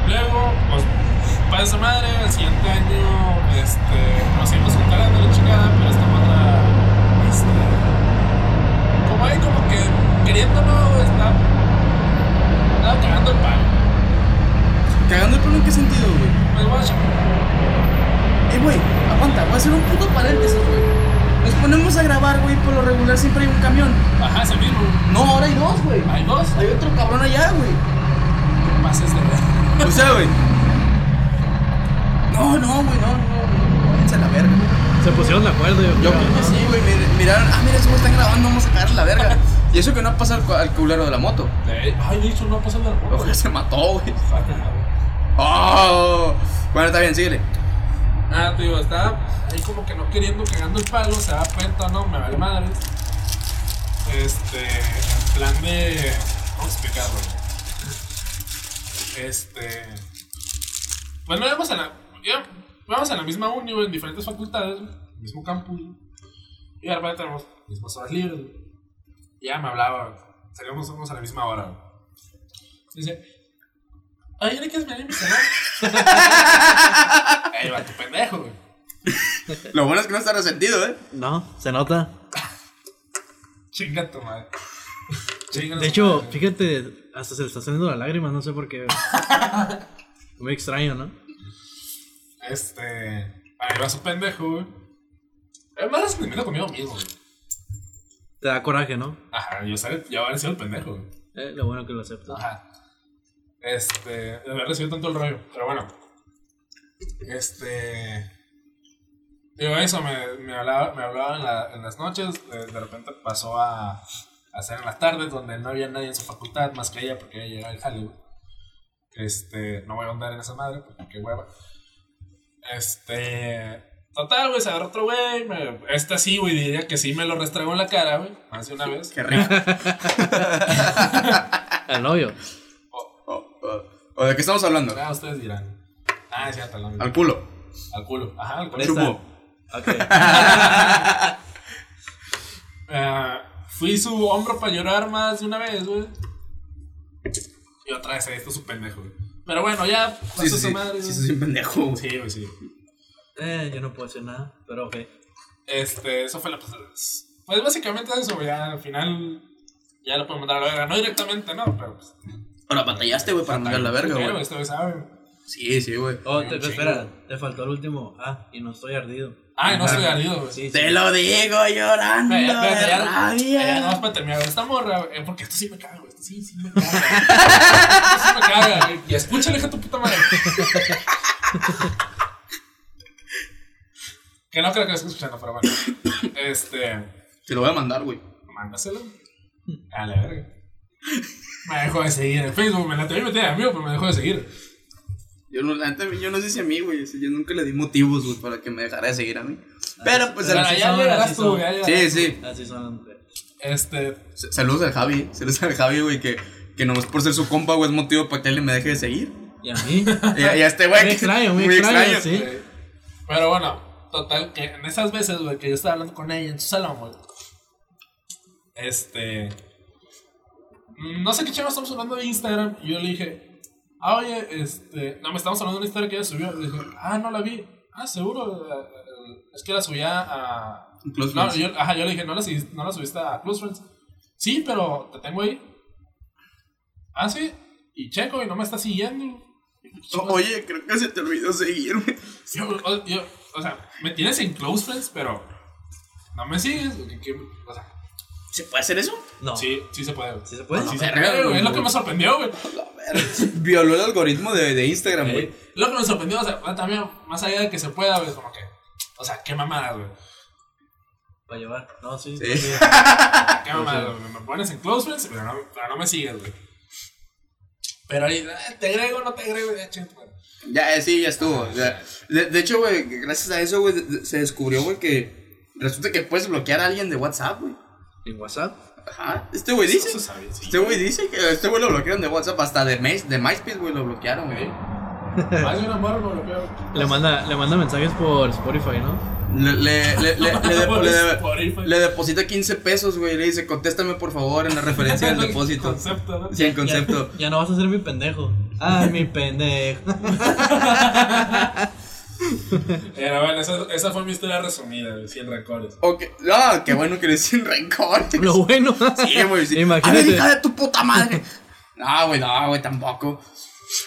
Luego, pues. Para esa madre, el siguiente año, este, nos seguimos juntando la chingada, pero esta otra, este, como ahí como que queriendo no está estaba cagando el palo
Cagando el palo en qué sentido, güey.
pues guacha
Eh, güey, aguanta, voy a hacer un puto paréntesis, güey. Nos ponemos a grabar, güey, por lo regular siempre hay un camión.
ajá ese mismo
No, ahora hay dos, güey.
hay dos
Hay otro cabrón allá, güey.
pases de
O sea, güey. No, no, güey, no, no, no. Váyanse a la verga.
Se pusieron de acuerdo, yo
Yo
creo,
creo que
¿no?
sí, güey. mir- Miraron, ah, mira, eso me están grabando, vamos a cagar la verga. Y eso que no pasa al, cu- al culero de la moto.
de Eh, ay de hecho no pasa el
Ojo,
árbol
ya se mató, güey.
Ah,
Oh, bueno, está bien, síguele.
ah te digo estaba ahí como que no queriendo cagando el palo se da cuenta no me vale madre este en plan de cómo explicarlo este pues no íbamos a la ya- íbamos a la misma uni güey, en diferentes facultades güey, mismo campus güey. y ahora tenemos mismas horas libres güey. Y ya me hablaba Salíamos somos a la misma hora. güey. Dice, ay, ¿le quieres venir a mi canal? Ahí va tu pendejo, güey.
Lo bueno es que no está resentido, ¿eh?
No, se nota.
Chinga tu madre. Chinga tu
De hecho,
madre.
fíjate, hasta se le está saliendo la lágrima, no sé por qué. Muy extraño, ¿no?
Este. Ahí va su pendejo, güey. Además, es primero conmigo mismo, güey.
Te da coraje, ¿no?
Ajá, yo sale, ya habré sido el pendejo, güey.
Eh, lo bueno que lo aceptas.
Ah.
Ajá. Este. De haber recibido tanto el rollo. Pero bueno. Este. Digo, eso, me, me hablaba, me hablaba en, la- en las noches. De, de repente pasó a, a hacer en las tardes, donde no había nadie en su facultad más que ella, porque ella llegaba al Hollywood. Este. No voy a ahondar en esa madre, porque qué hueva. Este. Total, güey, se agarró otro güey. me- Esta sí, güey, diría que sí me lo restragó en la cara, güey. Más de una vez.
Qué rico.
El novio.
O- o- Oh, ¿O de qué estamos hablando?
Ah, ustedes dirán. Ah, es cierto, la misma.
Al culo.
Al culo. Ajá, al culo.
Chupo.
Ok.
Ah, fui su hombro para llorar más de una vez, güey. Y otra vez, esto es un pendejo, güey. Pero bueno, ya pasó
Sí, sí,
su
sí.
madre, güey.
Sí, sí, sí, pendejo. güey.
Sí, güey, sí.
Eh, yo no puedo hacer nada, pero ok.
Este, eso fue la pasada vez. Pues básicamente eso, güey. Ya al final, ya lo puedo mandar a la verga. No directamente, no, pero pues.
Ahora batallaste, güey, para mandar la verga,
pero
güey.
esta vez, sabe.
Sí, sí, güey.
Oh, te,
Un chingo.
espera, te faltó el último. Ah, y no estoy ardido.
Ah,
Ay, no estoy ardido, güey.
Sí, sí.
Te lo digo llorando
Espérate,
de
espérate, ya, ya, nada más
rabia.
para terminar, esta morra, eh, porque esto sí me caga, güey. Esto sí, sí me caga. güey. Esto sí me caga, güey. Y escúchale, hija de tu puta madre. que no creo que lo esté escuchando, pero bueno. Este.
Te lo voy a mandar, güey.
Mándaselo. A la verga. Me dejó de seguir en Facebook, me la tenía metida de amigo, pero me dejó de seguir.
Yo no, la neta, yo no sé si a mí, güey. o sea, Yo nunca le di motivos, güey, para que me dejara de seguir a mí. Pero pues.
Pero
al-
Pero
así
ya
son,
llegarás
así
tú,
son.
ya llegarás.
Sí, sí.
Así son las mujeres.
Este.
S- Saludos al Javi. Saludos al Javi, güey, que, que nomás por ser su compa, güey, es motivo para que él me deje de seguir.
¿Y a mí?
Y a, y a este güey.
Muy
que-
extraño, muy
Ah,
extraño, sí.
Eh, Pero bueno, total, que en esas veces, güey, que yo estaba hablando con ella en su salón, güey. Este. mm, No sé qué chingados estamos hablando de Instagram. Y yo le dije, ah, oye, este. No, me estamos hablando de una historia que ella subió. Le dije, ah, no la vi. Ah, seguro. eh, eh, Es que la subía a.
Close
No,
friends.
yo, ajá, yo le dije, ¿no la, subis- no la subiste a Close Friends? Sí, pero te tengo ahí. Ah, sí. Y checo, y no me está siguiendo.
O- Oye, creo que se te olvidó seguirme.
Yo, o, yo- o sea, me tienes en close friends, pero no me sigues. o que- que- o sea,
¿Se puede hacer eso?
No.
sí, sí se puede. güey. Ah,
¿Sí se puede?
Sí
No,
se
verga,
puede, güey,
güey.
Es lo que me sorprendió, güey.
Violó el algoritmo de, de Instagram, güey.
Es Lo que me sorprendió, o sea, bueno, también, más allá de que se pueda, güey, como que. O sea, qué mamada, güey.
Para llevar. No, sí.
Sí.
sí.
Qué mamada, güey. Me pones en close friends, pero no, pero no me sigues, güey. Pero ahí, ah, te agrego, no te agrego, ya chinga tu madre.
Ya, eh, sí, ya estuvo. ya. De, de hecho, güey, gracias a eso, güey, de- de- se descubrió, güey, que resulta que puedes bloquear a alguien de WhatsApp, güey.
¿En WhatsApp?
Ajá. Este güey
Eso
dice.
se sabe, sí.
Este güey dice que este güey lo bloquearon de WhatsApp, hasta de, Mes- de MySpace, güey, lo bloquearon, güey.
Más de un amor, me lo creo.
Le manda, le manda mensajes por Spotify, ¿no?
Le, le, le, le, le de-
Por
le de-
Spotify.
le deposita 15 pesos, güey, y le dice, contéstame por favor en la referencia del depósito.
Concepto, ¿no?
Sí, en concepto.
Ya, ya no vas a ser mi pendejo. Ay, mi pendejo.
Pero bueno, esa, esa fue mi historia resumida, güey, sin rencores.
Ok, no, qué bueno que eres sin rencor.
Lo bueno.
Sí, güey, sí. Ah, A ver,
Imagínate.
hija de tu puta madre. No, güey, no, güey, tampoco.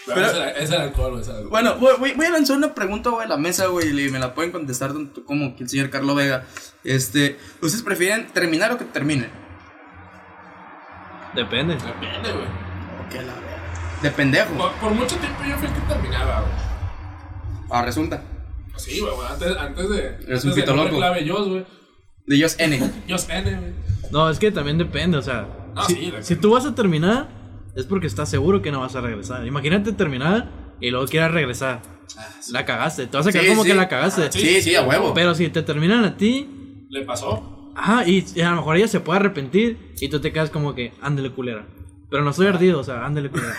Pero,
Pero-
ese, era, ese era el coro, esa.
Bueno, voy, voy- voy a lanzar una pregunta, güey, a la mesa, güey, y me la pueden contestar tanto como que el señor Carlo Vega. Este, ¿ustedes prefieren terminar o que termine?
Depende.
Depende, güey.
Que la verga. De pendejo.
Por, por mucho tiempo yo fui el que terminaba, güey. Pues
Ah, resulta.
Sí, güey, güey, antes, antes de.
Eres
antes
un
del
pito
nombre
loco.
clave, yo, güey.
De ellos N.
Yo sé, güey.
No, es que también depende, o sea.
Ah,
No,
si,
sí, depende.
si tú vas a terminar, es porque estás seguro que no vas a regresar. Imagínate terminar y luego quieras regresar. La cagaste. Te vas a quedar
Ah, Sí,
como
sí. Ah,
que la cagaste.
Sí, sí, a huevo.
Pero si te terminan a ti,
Le pasó.
ajá, y, y a lo mejor ella se puede arrepentir y tú te quedas como que, ándele culera. Pero no estoy ardido, o sea, ándele culera.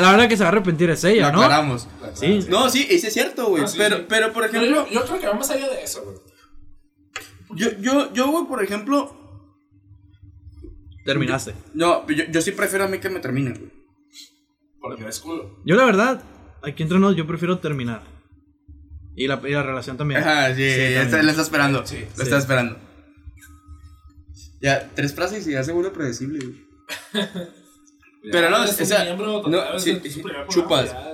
la verdad que se va a arrepentir es
Lo
ella, ¿no?
aclaramos.
Sí.
No, sí, ese es cierto, güey.
Ah, sí,
pero,
sí.
pero, por
Pero
ejemplo,
yo, yo creo que va más allá de eso, güey.
yo, yo, yo, güey, por ejemplo,
Terminaste.
No, yo, yo sí prefiero a mí que me terminen, güey.
Porque es culo.
Yo, la verdad, aquí entre nos, yo prefiero terminar. Y la, y la relación también.
Ajá, sí, ya está,
también.
la está esperando.
Sí,
la
sí.
está esperando. Ya, tres frases y ya seguro predecible, güey. Pero no,
es
o sea,
miembro,
no,
total,
sí,
es tu
sí,
primer programa,
chupas.
ya,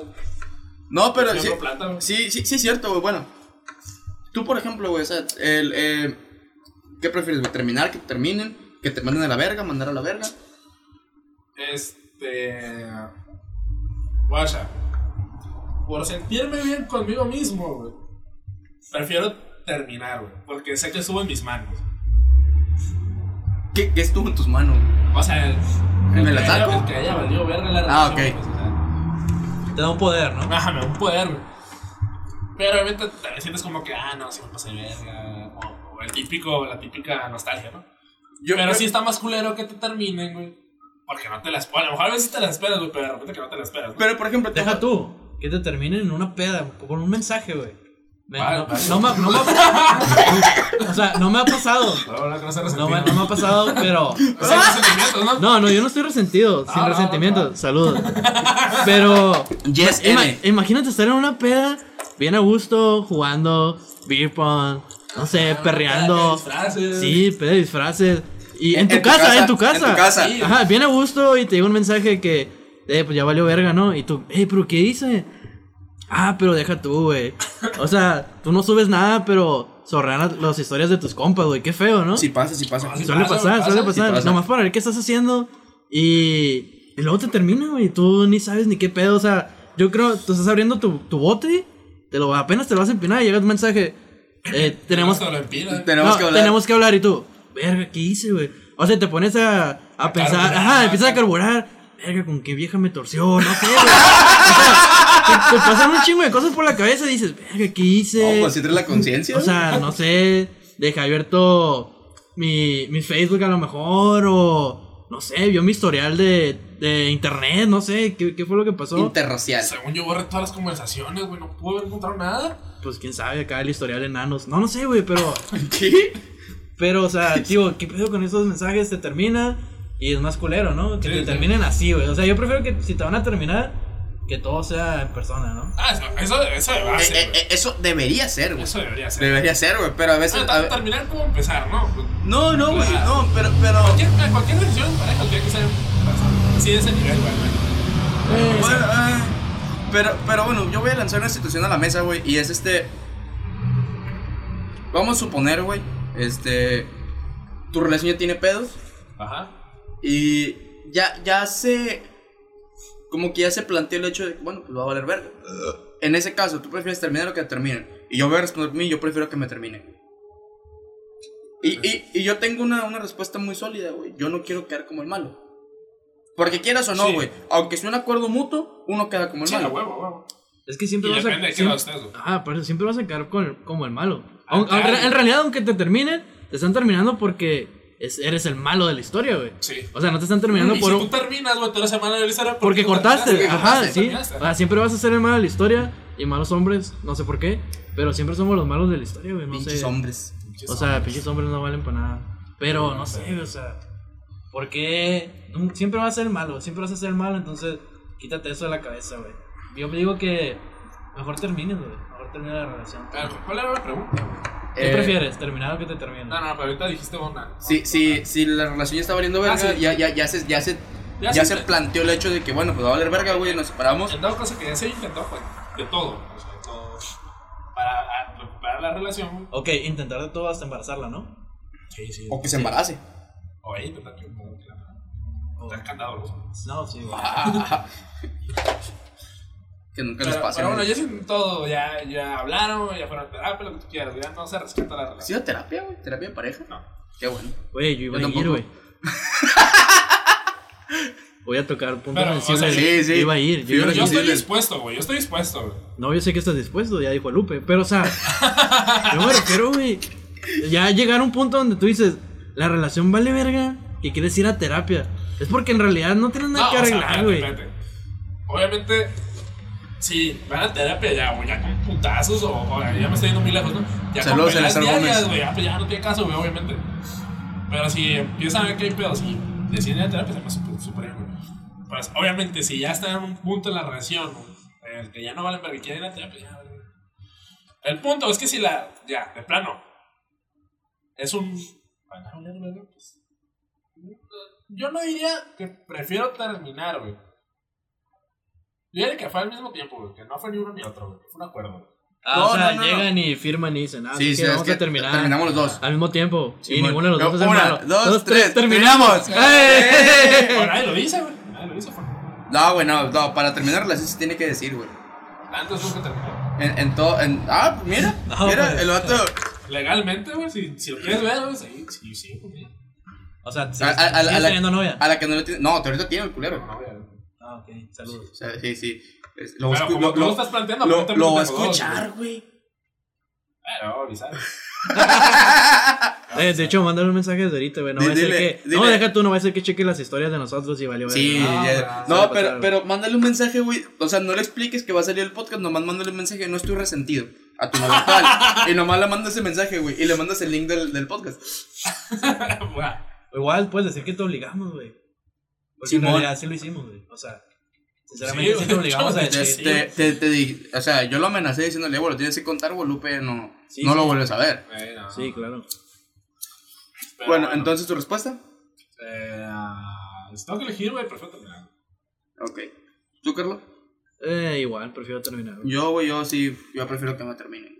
No, pero sí,
miembro plata, güey.
sí, sí, sí es cierto, güey. Bueno, tú, por ejemplo, güey, o sea, el, eh, ¿qué prefieres, güey? ¿Terminar? ¿Que te terminen? ¿Que te manden a la verga? ¿Mandar a la verga?
Este. Guaya. Por sentirme bien conmigo mismo, güey. Prefiero terminar, güey. Porque sé que estuvo en mis manos.
¿Qué, qué estuvo en tus manos? güey?
O sea, el,
¿Me la
que haya-
saco?
el que haya valido verga la
Ah,
relación,
ok.
pues, o sea,
Te da un poder, ¿no?
Bájame un poder, güey. Pero obviamente también sientes como que, ah, no, si me pasé de verga. O, o el típico, la típica nostalgia, ¿no?
Yo,
pero
yo-
sí está más culero que te terminen, güey. Porque no te la esperas. A lo mejor a veces te la esperas, güey, pero de repente que no te la esperas. ¿no?
Pero, por ejemplo, tú-
Deja tú, que te terminen en una peda, con un mensaje, güey. Me-
Vale,
no,
vale.
no me, no me ha- o sea, no me ha pasado.
No, no, que no se
No
resentido,
me, no me ha pasado, pero.
O sea, resentimientos, ¿no?
No, no, yo no estoy resentido, sin
Ah,
resentimiento.
ah.
Saludos. Pero.
Yes,
ima-
N.
imagínate estar en una peda, bien a gusto, jugando, beer pong, no sé, Eh, perreando.
Ah, Disfraces.
Sí, peda de disfraces. Y en, tu,
en tu
casa,
casa,
en tu casa.
en tu casa.
Sí. Ajá, bien a gusto y te llega un mensaje que, eh, pues ya valió verga, ¿no? Y tú, eh, pero ¿qué hice? Ah, pero deja tú, güey. O sea, tú no subes nada, pero zorran las historias de tus compas, güey. Qué feo, ¿no?
Si pasa, si pasa.
Sí,
suele
pasa,
pasar,
pasa,
suele
sí
pasar.
pasa.
Nomás para ver qué estás haciendo y, y luego te termina, güey. Tú ni sabes ni qué pedo. O sea, yo creo, tú estás abriendo tu, tu bote, te lo, apenas te lo vas a empinar y llega un mensaje. Eh, tenemos,
Hasta lo empina.
Tenemos
no,
que hablar.
Tenemos que hablar y tú, verga, ¿qué hice, güey? O sea, te pones a, a pensar,
carburar,
ajá,
ajá.
empiezas a carburar, verga, con qué vieja me torció, no sé, güey. O sea, te, te pasan un chingo de cosas por la cabeza y dices, verga, ¿qué hice?
No, pues sí traes la conciencia.
o sea, no sé, dejé abierto mi, mi Facebook a lo mejor, o no sé, vio mi historial de, de internet, no sé, ¿qué, qué fue lo que pasó?
interracial.
Según yo borré todas las conversaciones, güey, no pude haber encontrado nada.
pues quién sabe, acá el historial de enanos. No, no sé, güey, pero...
¿Qué?
Pero, o sea, tío, ¿qué pedo con esos mensajes? Te termina y es más culero, ¿no? Que
Sí,
te
sí.
terminen así, güey. O sea, yo prefiero que si te van a terminar, que todo sea en persona, ¿no?
Ah, eso, eso, eso de
Eh,
base,
eh,
güey.
eh, eso debería ser, güey.
Eso debería ser.
Debería ser, güey, pero a veces...
Ah,
a
tanto
ve-
terminar como empezar, ¿no?
No, no, güey,
Ah.
no, pero... pero...
Cualquier, eh, cualquier decisión en pareja tiene que ser así de ese nivel, güey. güey. Pues,
Bueno, ah, pero, pero bueno, yo voy a lanzar una situación a la mesa, güey, y es este... Vamos a suponer, güey, este... Tu relación ya tiene pedos
Ajá.
y ya, ya se... Como que ya se planteó el hecho de, bueno, pues va a valer verga. En ese caso, ¿tú prefieres terminar o que te terminen? Y yo voy a responder por mí, yo prefiero que me terminen. Y, y- y yo tengo una, una respuesta muy sólida, güey. Yo no quiero quedar como el malo. Porque quieras o no,
Sí.
güey. Aunque sea un acuerdo mutuo, uno queda como el
Sí, a
malo.
huevo, a huevo.
Es que
Y
siempre vas a...
depende de qué
siempre-
lado estés, güey.
Ajá, pero siempre vas a quedar con el- como el malo. Aun-
claro.
aun- en realidad, aunque te terminen, te están terminando porque es- eres el malo de la historia, güey.
Sí.
O sea, no te están terminando
y
por
si
un-
tú terminas, güey, te eres semana de Lizara
Porque cortaste, ajá, sí. Ah,
terminaste.
O sea, siempre vas a ser el malo de la historia y malos hombres, no sé por qué, pero siempre somos los malos de la historia, güey. No
Pinches
sé.
hombres.
O sea, pinches hombres no valen para nada. Pero no sé, o sea, ¿por qué? Nun- Siempre vas a ser malo, siempre vas a ser malo, entonces quítate eso de la cabeza, güey. Yo me digo que mejor termines, güey. Mejor termina la relación.
A ver, ¿Cuál era la pregunta? güey?
¿Qué
Eh,
prefieres? ¿Terminar o que te terminen?
No, no, pero ahorita dijiste una.
Si, si, si la relación ya está valiendo verga,
Ah, sí.
ya, ya, ya se, ya, se,
Ya
ya,
se-
se planteó el hecho de que, bueno, pues va a valer verga, güey, nos separamos.
En dado caso que ya se intentó, güey, de todo. O sea, de todo. Para a- recuperar la relación, güey.
Ok, intentar de todo hasta embarazarla, ¿no?
Sí, sí.
O que se embarace.
O ahí intentar que como que la. Está encantado, los hombres.
No, sí, güey.
Ah. Que nunca les
Pero,
pase.
pero bueno,
güey.
ya se intentó, ya, ya hablaron, güey, ya fueron a terapia, lo que tú quieras, ya no se rescata la
¿Sí
relación.
da terapia, güey? ¿Terapia de pareja?
No.
Qué bueno.
Güey, yo iba
Yo
a ir,
tampoco.
güey. Voy a tocar puntos
Pero, o sea,
sensibles.
sí, sí.
Iba a ir. Yo, iba
Fibras
Yo
a ir.
estoy
sensibles.
dispuesto, güey, yo estoy dispuesto, güey.
No, yo sé que estás dispuesto, ya dijo Lupe. Pero, o sea, yo me refiero, güey. Ya llegar a un punto donde tú dices, la relación vale verga y quieres ir a terapia. Es porque en realidad no tienes nada que
o sea,
arreglar,
espérate,
güey.
espérate. Obviamente, sí, van a terapia ya, güey, ya con putazos o, o ya me estoy yendo muy lejos, ¿no? Ya
Saludos,
con peleas
Eleazar Gómez.
diarias, güey, ya, pues ya no tiene caso, güey, obviamente. Pero si empiezan a ver que hay pedos, sí, decían en la terapia, se me hace súper- súper bien, güey. Pues, obviamente, si ya está en un punto en la relación, güey, en el que ya no valen verga, y quieren ir a terapia, ya, güey. El punto es que si la, ya, de plano, es un... "Ah, van a valer verga, pues, Yo no diría que prefiero terminar, güey. Yo diría que fue al mismo tiempo, güey, que no fue ni uno ni otro, güey, fue un acuerdo. güey.
Ah,
No,
o sea,
no, no, no.
llegan y firman y dicen, ah,
Sí,
sí,
sí, es
vamos
que
a terminar.
terminamos los dos.
Al mismo tiempo. y
Simón.
ninguno de los
No,
dos es
una,
malo.
dos, tres,
terminamos.
terminamos.
¡Eh!
Pero nadie lo dice, güey, nadie lo dice, fue.
No, güey, no, no, para terminar la relación se tiene que decir, güey.
Antes nunca terminó.
En, en todo, en, ah, mira,
No, pues,
mira,
güey.
el vato,
Legalmente, güey, si, si lo quieres ver, güey, sí, sí, sí, güey.
O sea, si
a, a- a- a
sigues
la,
teniendo novia.
a la que no le tiene, no, ahorita tiene el culero.
No, güey.
Ah, ok, saludos.
O sea, sí, sí, Es- lo,
Pero
escu-
como
lo,
tú lo
lo-
estás planteando,
lo-
aparentemente
lo va a
tengo dos,
escuchar, güey.
Claro, avisar.
Eh, de hecho, mándale un mensaje desde ahorita, güey. No va a ser
Dile-
que.
dile-
No, deja tú, no va a ser que cheque las historias de nosotros y valió.
Sí,
verga.
ya-
güey,
no,
Ah, se va a
pero,
pasar.
pero mándale un mensaje, güey. O sea, no le expliques que va a salir el podcast, nomás mándale un mensaje, no estoy resentido. A tu novia actual. y nomás le mandas ese mensaje, güey. Y le mandas el link del, del podcast.
Buah.
O Igual puedes decir que te obligamos, güey. Porque
Simón.
en realidad sí lo hicimos, güey. O sea,
Sí,
sinceramente sí,
güey,
te obligamos a
yo- yo-
decir.
sí.
Te, te, te di- o sea, yo lo amenacé diciéndole, güey, lo tienes que contar, güey, Lupe, no,
Sí,
no
sí.
lo vuelves a ver.
Güey, no.
Sí, claro.
Pero
bueno, entonces tu respuesta.
Eh, ah, si tengo que elegir, güey, prefiero terminar.
Ok. ¿Tú, Carlos?
Eh, igual, prefiero terminar. güey.
Yo, güey, yo sí, yo prefiero que me terminen.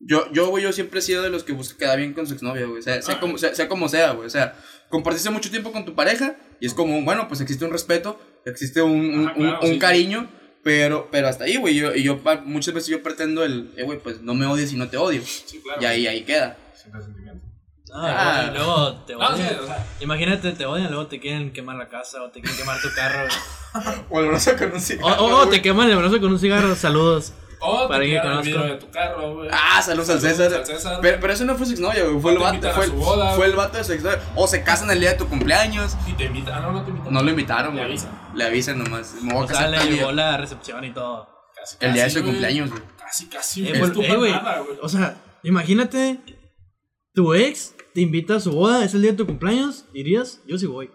Yo, yo, güey, yo siempre he sido de los que busca quedar bien con su exnovia, güey. O sea, sea,
Ah.
como, sea, sea como sea, güey. O sea, compartiste mucho tiempo con tu pareja y es como, bueno, pues existe un respeto, existe un, un-
Ajá,
un-
claro,
un
sí, sí.
cariño, pero, pero hasta ahí, güey. Yo, y yo pa- muchas veces yo pretendo el, eh, güey, pues no me odies y no te odio.
Sí, claro.
Y ahí, ahí queda.
Sin resentimiento.
Ah,
Ah.
y luego te
No, sí,
odian.
o sea,
Imagínate, te odian, luego te quieren quemar la casa o te quieren quemar tu carro. güey.
O el brazo con un
O,
Oh,
cigarro,
o- o
güey.
te queman el brazo con un cigarro. Saludos.
o
Para
te
que
quedaron el
conozco.
vidrio de tu carro, güey.
Ah, saludos al César.
Saludos al César.
Pero, pero eso no fue su exnovia, güey. Fue el
No te
vato.
invitan a
Fue,
su boda,
fue el vato de su exnovia. O se casan el día de tu cumpleaños.
Y te invitan. Ah, no, no te invitan.
No lo invitaron,
Le
güey.
avisan.
Le avisan nomás. Me voy a
O sea,
casar
le
tal
llegó
día.
la recepción y todo.
Casi,
El día de
casi,
su
güey.
cumpleaños, güey.
Casi, casi,
Eh,
güey.
pues,
Es tu
eh, güey,
nada, güey.
O sea, imagínate, tu ex te invita a su boda, es el día de tu cumpleaños, irías, yo sí voy.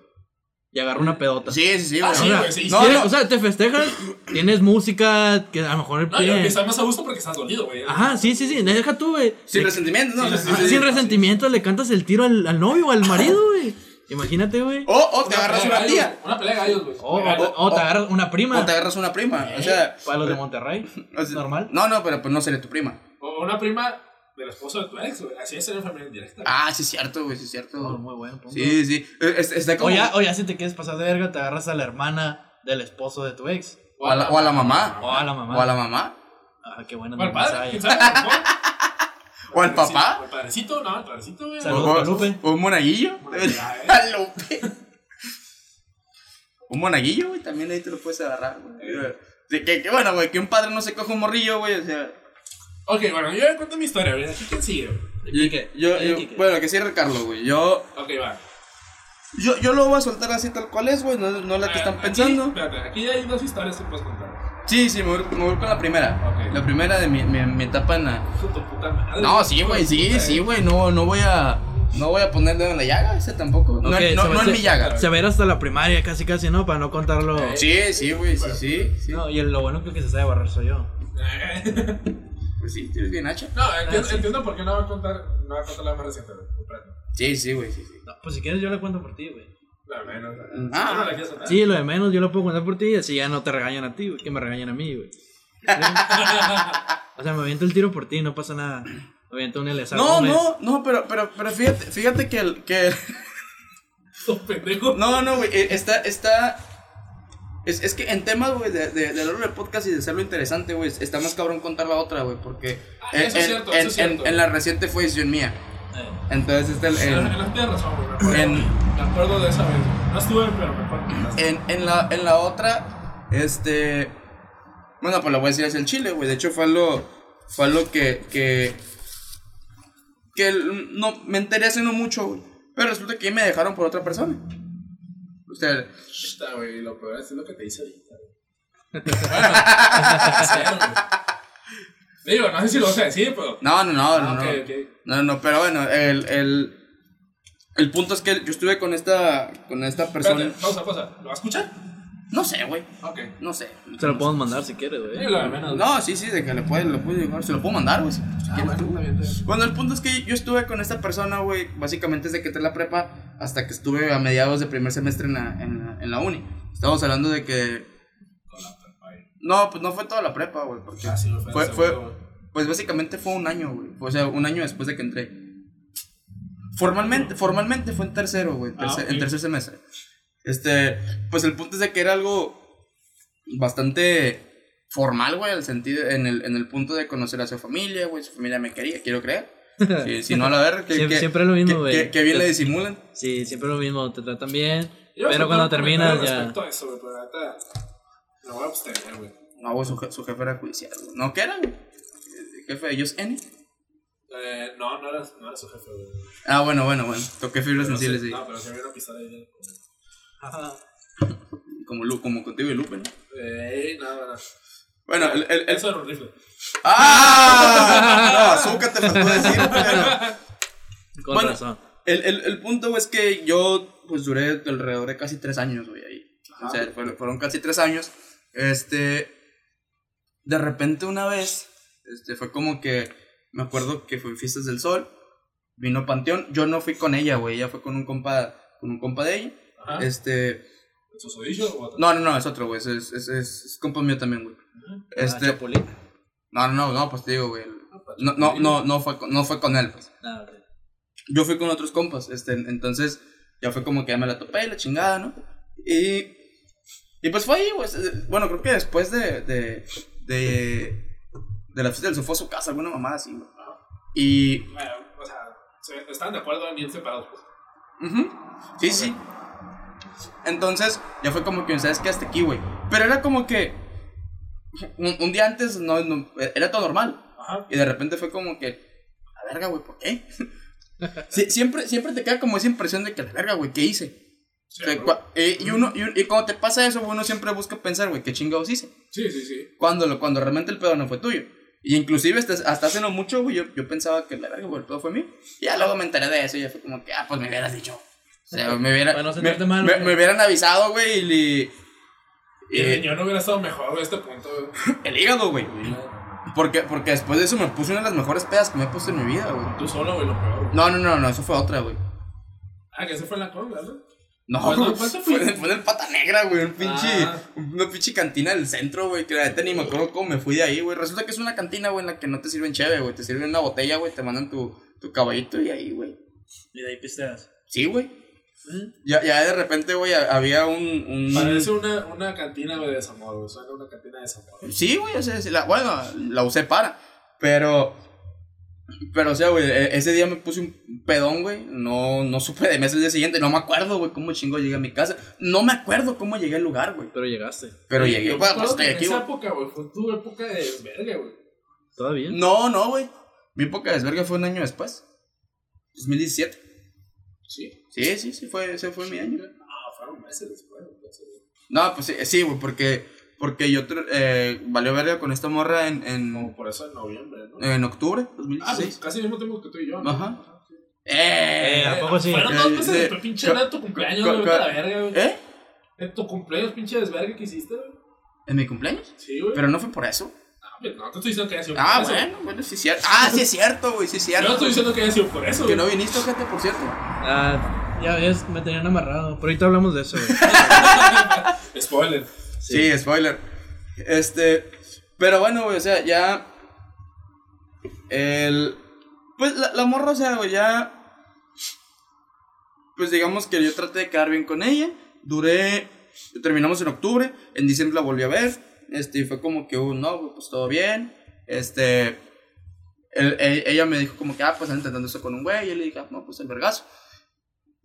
Y agarro una pedota.
Sí, sí, sí,
Ah,
güey.
sí,
O sea,
güey, sí,
no,
Tienes-
no.
O sea, te festejas, tienes música, que a lo mejor el
No, yo que estás más a gusto porque estás dolido, güey.
Ajá, sí, sí, sí, deja tú, güey.
Sin
Le-
resentimiento, ¿no?
Sí,
O sea,
sí,
sí, sí,
Sin
sí.
resentimiento le cantas el tiro al, al novio o al marido, güey. Imagínate, güey.
O, o te
Una
agarras
pelea
una
de
tía.
gallos, Una pelea de gallos, güey.
O,
Legal.
o- o te
o-
agarras una
oh, O
prima.
te agarras una prima. O sea.
Para los de Monterrey.
o sea,
normal.
No, no, pero pues no sería tu prima.
O una prima del esposo de tu ex, güey. Así es en una familia indirecta.
Ah, sí, es cierto, güey, sí, es cierto.
Oh, muy bueno. punto.
Sí, sí. Eh, es- Está
O
como.
ya, o ya si te quieres pasar de verga, te agarras a la hermana del esposo de tu ex.
O a la, o a la mamá.
O a la mamá.
O a la mamá.
Ah, qué bueno.
O al
no pensaba
padre,
yo.
quién sabe, a lo mejor.
O al
Padrecito,
papá.
O al padrecito, no, al padrecito, güey.
Salud. Saludos,
O- o-
Guadalupe.
o un monaguillo.
Monaguillo,
A Lupe. Un monaguillo, güey, también ahí te lo puedes agarrar, güey. De Que, que bueno, güey, que un padre no se coja un morrillo, güey, o sea.
Ok, bueno, yo ya cuento mi historia, güey. ¿Quién sigue? güey?
Yo, yo-
eh,
yo-
Quique.
bueno, que cierre Carlos, güey. Yo,
Ok, va.
yo, yo lo voy a soltar así tal cual es, güey, no, no
Ah,
la que están
Ah, Aquí-
pensando.
Espérate, aquí hay dos historias que puedes contar.
Sí, sí, me voy, me voy con la primera.
Ok.
La primera de mi, mi, mi etapa en la.
Hijo de tu puta madre.
No, sí, güey, sí,
eh.
sí, güey, no, no voy a. No voy a poner dedo en la llaga, ese tampoco. No,
Ok,
no,
se me
no es
hace-
mi llaga.
Se va a ir hasta la primaria, casi, casi, ¿no? Para no contarlo.
Sí, sí, güey, sí, sí, sí.
No, y lo bueno que el que se sabe barrer soy yo.
Pues sí, tienes bien hacha.
No, entiendo,
Ah, sí.
entiendo por qué no va a contar, no va a contar la más reciente, güey. Comprendo.
Sí, sí, güey, sí, sí.
No, pues si quieres, yo le cuento por ti, güey.
No, menos.
Ah.
no la quieres contar.
Sí, lo de menos, yo lo puedo contar por ti y así ya no te regañan a ti, güey. Que me regañan a mí, güey. o sea, me aviento el tiro por ti, no pasa nada. Me aviento un LSA.
No,
Gómez.
no, no, pero, pero, pero fíjate, fíjate que el, que el-
Tú, pendejo.
no, no, güey, eh, está, está, es, es que en temas, güey, de, de, de hablar de podcast y de hacerlo interesante, güey, está más cabrón contar la otra, güey, porque
Ah,
en,
eso es
en-
cierto,
en-
eso es cierto.
en- en la reciente fue decisión mía,
Eh,
entonces está el,
No,
el-
no tienes razón, güey. me acuerdo.
En-
Me acuerdo de esa vez. güey. No estuve, pero me acuerdo.
en, en la, en la otra, este, bueno, pues la voy a decir es el Chile, güey, de hecho fue lo, fue lo que, que, que el- no, me enteré hace no mucho, güey, pero resulta que me dejaron por otra persona, o sea,
Está, güey, lo peor es lo que te hice ahorita. Te Digo, no sé si lo vas a decir, pero.
No, no, no, no,
Ah,
no.
ok, ok.
No, no, pero bueno, el, el, El punto es que yo estuve con esta, con esta persona.
Espérate, pausa, pausa. ¿Lo va a escuchar?
No sé, güey.
Ok.
No sé.
Te lo podemos mandar si quieres, güey.
Dígalo de menos.
No, sí, sí, de que le puede, lo puede llevar. Se lo puedo mandar, güey. si- si quieres
Ah, bueno,
tú.
está bien, está bien.
Bueno, el punto es que yo estuve con esta persona, güey, básicamente desde que entré a la prepa hasta que estuve a mediados de primer semestre en la, en la, en la uni. Estábamos hablando de que... No, pues no fue toda la prepa, güey, porque...
Ah, sí, güey,
fue,
el
fue-
segundo, güey.
pues básicamente fue un año, güey. O sea, un año después de que entré. Formalmente, formalmente fue en tercero, güey.
Ah,
tercer-
ok.
En tercer semestre. Este, pues el punto es de que era algo bastante formal, güey, al sentido, en el, en el punto de conocer a su familia, güey. Su familia me quería, quiero creer. Si, si no, a la verga, que,
Siem-
que-
siempre lo mismo,
que-
güey.
que- que bien le disimulan.
Sí, siempre lo mismo, te tratan bien.
Yo voy a
Pero
hacer
cuando
un
terminas
comentario
ya.
Respecto a eso, güey, pero la neta, me voy a abstener, güey.
No, güey, su, je- su jefe era judicial, güey. No, ¿qué era, güey? El Jefe de ellos, N.
Eh, no, no era, no era su jefe, güey.
Ah, bueno, bueno, bueno. Toqué fibras
Pero sí,
sensibles, sí.
No, pero sí había una pistola ahí. pues. de-
Como, Lu- como contigo y Lupe, ¿no?
Eh, no, no.
Bueno, el, el- el-
Eso era un rifle.
¡Ah! No, azúcar te faltó decir, pero.
Con
Bueno.
razón.
El, el, el punto güey, es que yo, pues duré alrededor de casi tres años, güey, ahí. O sea, fueron, fueron casi tres años. Este. De repente una vez, este, fue como que. Me acuerdo que fue en Fiestas del Sol. Vino Panteón. Yo no fui con ella, güey. Ella fue con un compa, con un compa de ella.
Ajá.
Este.
¿Su sodillo o otro?
No, no, no, es otro, güey. Es, es, es, es compa mío también, güey.
Ah,
Este.
Chapulín.
No, no, no, no, pues te digo, güey. el-
Ah,
No, no, no, no fue, con- no fue con él, pues.
Ah, ok.
Yo fui con otros compas, este, entonces ya fue como que ya me la topé, la chingada, ¿no? Y, y pues fue ahí, pues, eh, bueno, creo que después de, de, de, de la fiesta del sofá a su casa, alguna mamada así, güey. Y,
Bueno, o sea, se- están de acuerdo en ir separados, pues.
ujú, sí, sí. Entonces ya fue como que, ¿sabes qué? Hasta aquí, güey. Pero era como que un, un día antes no, no, era todo normal.
Ajá.
Y de repente fue como que, a la verga, güey, ¿por qué? Sie- siempre, siempre te queda como esa impresión de que, a la verga, güey, ¿qué hice?
Sí,
O sea,
güey.
cua- eh, y, uno, y, un- y cuando te pasa eso, güey, uno siempre busca pensar, güey, ¿qué chingados hice?
sí, sí, sí.
Cuando, lo- cuando realmente el pedo no fue tuyo. Y inclusive hasta, hasta hace no mucho, güey, yo, yo pensaba que, la verga, güey, el pedo fue mío. Y ya luego me enteré de eso y ya fue como que, ah, pues me hubieras dicho. O sea, me, hubiera-
Para no sentirte
me,
mal,
me-
güey.
me hubieran avisado, güey, y, li-
Y
eh,
yo no hubiera estado mejor, güey, a este punto, güey.
el hígado, güey. Porque, porque después de eso me puse una de las mejores pedas que me he puesto en mi vida, güey.
Tú solo, güey, lo peor, güey.
No, no, no, no, eso fue otra, güey.
Ah, que se fue en la conga, ¿no?
No,
Pues no,
güey,
¿cuál se
fue,
fue?
fue en el Pata Negra, güey, un pinche,
Ah.
una pinche cantina del centro, güey, que la neta ni me acuerdo cómo me fui de ahí, güey. Resulta que es una cantina, güey, en la que no te sirven chévere, güey, te sirven una botella, güey, te mandan tu, tu caballito y ahí, güey.
Y de ahí pisteas.
Sí, güey. Ya, ya de repente, güey, ha- había un... un-
Parece una, una cantina, güey, de desamor, güey. Suena una cantina de desamor. güey.
Sí, güey, o sea, sí, la- bueno, la usé para, pero... Pero, o sea, güey, e- ese día me puse un pedón, güey. No, no supe de mes el día siguiente. No me acuerdo, güey, cómo chingo llegué a mi casa. No me acuerdo cómo llegué al lugar, güey.
Pero llegaste.
Pero
Y
llegué,
yo me
güey, pues
acuerdo
estoy
que
aquí,
En
güey.
esa época, güey, fue tu época de desvergue, güey.
¿Todo bien?
No, no, güey. Mi época de desverga fue un año después. 2017.
Sí.
Sí, sí, sí, fue, ese fue mi año.
Ah, fueron meses después, güey. entonces, güey.
No, pues sí, sí, güey, porque, porque yo tr- eh, valió verga con esta morra en,
Como
en,
por eso en noviembre, ¿no?
en octubre
Ah, pues
2016.
casi el mismo tiempo que tú y yo. ¿no?
Eh, Ajá. ¡Eh!
Eh, ¿a poco sí?
Fueron
Eh,
dos meses
eh,
de tu pinche
cu-
edad de tu cumpleaños,
cu-
güey.
cu-
vete a la verga, güey.
¿Eh?
En tu cumpleaños, pinche desvergue que hiciste, güey.
¿En mi cumpleaños?
Sí, güey.
Pero no fue por eso.
Ah, pero no te estoy diciendo que haya sido por
Ah,
eso.
bueno, bueno, sí es cierto. Ah, sí es cierto, güey, sí es
Yo no
cierto.
estoy diciendo que haya sido por eso,
Que
güey.
no viniste, gente, por cierto.
Ah, ya ves, me tenían amarrado. Pero ahorita hablamos de eso, güey.
Spoiler.
Sí, spoiler. Este. Pero bueno, güey, o sea, ya. El. Pues la, la morra, o sea, güey, ya. Pues digamos que yo traté de quedar bien con ella. Duré. Terminamos en octubre. En diciembre la volví a ver. Este, y fue como que, uh, no, güey, pues todo bien. Este. el- e- ella me dijo como que, ah, pues están intentando eso con un güey. Y yo le dije, ah, no, pues el vergazo.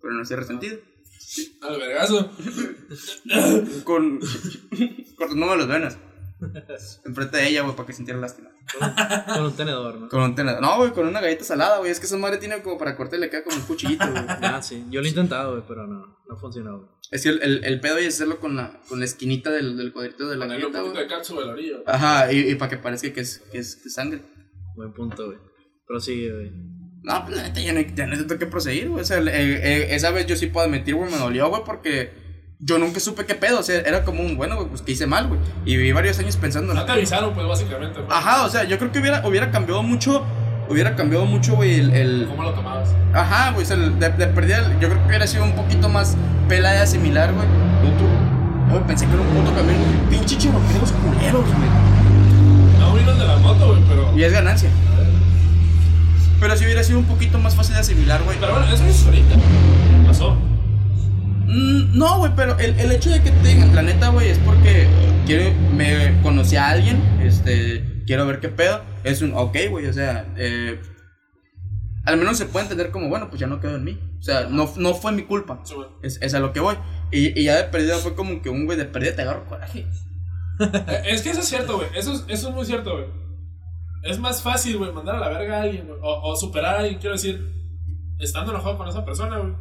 Pero no estoy resentido.
Al vergazo.
Con. cortándome las venas. Enfrente de ella, güey, para que sintiera lástima.
Con un tenedor, ¿no?
Con un tenedor. No, güey, con una galleta salada, güey. Es que esa madre tiene como para cortar y le queda como un cuchillito, güey.
Ah, sí. Yo lo he intentado, güey, pero no. No ha funcionado. güey.
Es que el, el, el pedo es hacerlo con la, con la esquinita del, del cuadrito de la
Ponerle un
galleta,
poquito
güey.
de cápsula al orillo.
Ajá, y, y para que parezca que es, que es que es sangre.
Buen punto, güey. Pero sí, güey.
No, pues la neta ya no, ya no tengo que proseguir, güey. O sea, el- el- el- esa vez yo sí puedo admitir, güey, me dolió, güey, porque yo nunca supe qué pedo. O sea, era como un, bueno, güey, pues que hice mal, güey. Y viví varios años pensando,
No te
¿no?
avisaron, pues, básicamente. güey.
Ajá, o sea, yo creo que hubiera, hubiera cambiado mucho. Hubiera cambiado mucho, güey, el. el-
¿Cómo lo tomabas?
ajá, güey, o sea, el- de, de perdida, el- yo creo que hubiera sido un poquito más pelada de asimilar, güey. Otro. Güey, pensé que era un puto camión. Pinche chiroperos culeros, güey.
No vimos de la moto, güey, pero.
Y es ganancia. Pero si hubiera sido un poquito más fácil de asimilar, güey.
Pero bueno, eso es ahorita. Pasó.
Mm, No, güey, pero el, el hecho de que te digan, la neta, güey, es porque eh, quiero, me conocí a alguien, este, quiero ver qué pedo. Es un, ok, güey, o sea, eh, al menos se puede entender como, bueno, pues ya no quedó en mí. O sea, no, no fue mi culpa.
Sí, güey.
Es, es a lo que voy. Y, y ya de perdida fue como que un güey de perdida te agarro coraje.
Eh, Es que eso es cierto, güey. Eso es, eso es muy cierto, güey. Es más fácil, güey, mandar a la verga a alguien, güey. O, o superar a alguien, quiero decir, estando enojado con esa persona, güey.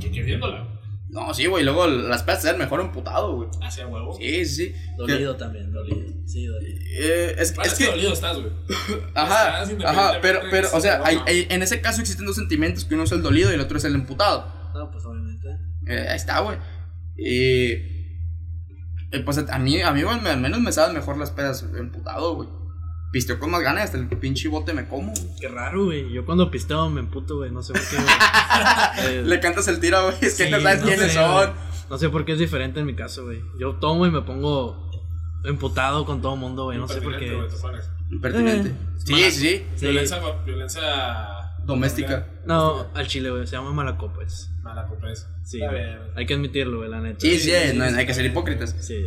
Que queriéndola.
No, sí, güey, luego las pedas te dan mejor emputado, güey.
Hacia huevo.
Sí, sí.
Dolido también, dolido. Sí, dolido.
Eh, es,
Bueno,
es que,
dolido estás, güey.
Ajá,
Estás
ajá, pero,
independientemente
pero, o sea,
de
hay,
si te
hay- en ese caso existen dos sentimientos, que uno es el dolido y el otro es el emputado.
No, pues obviamente.
Eh, ahí está, güey. Y, eh, pues a mí, a mí güey, me- al menos me saben mejor las pedas emputado, güey. Pisteo con más ganas, hasta el pinche bote me como. güey.
Qué raro, güey. Yo cuando pisteo me emputo, güey. No sé por qué, güey. Eh,
Le cantas el tiro, güey, es que
Sí,
no sabes
no
quiénes
sé,
son.
güey. No sé por qué es diferente en mi caso, güey. Yo tomo y me pongo emputado con todo mundo, güey. No sé por
pertinente,
qué.
güey, te pones.
Impertinente.
Eh,
sí,
mala-
sí, sí,
Sí.
Violencia, con- violencia
Doméstica.
No, al chile, güey. Se llama malacopes.
Mala pues, compresa.
Sí,
Está
güey.
bien.
Hay que admitirlo, güey, la neta.
Sí, sí,
Sí, sí,
no,
sí,
hay que ser
sí.
hipócritas.
Sí.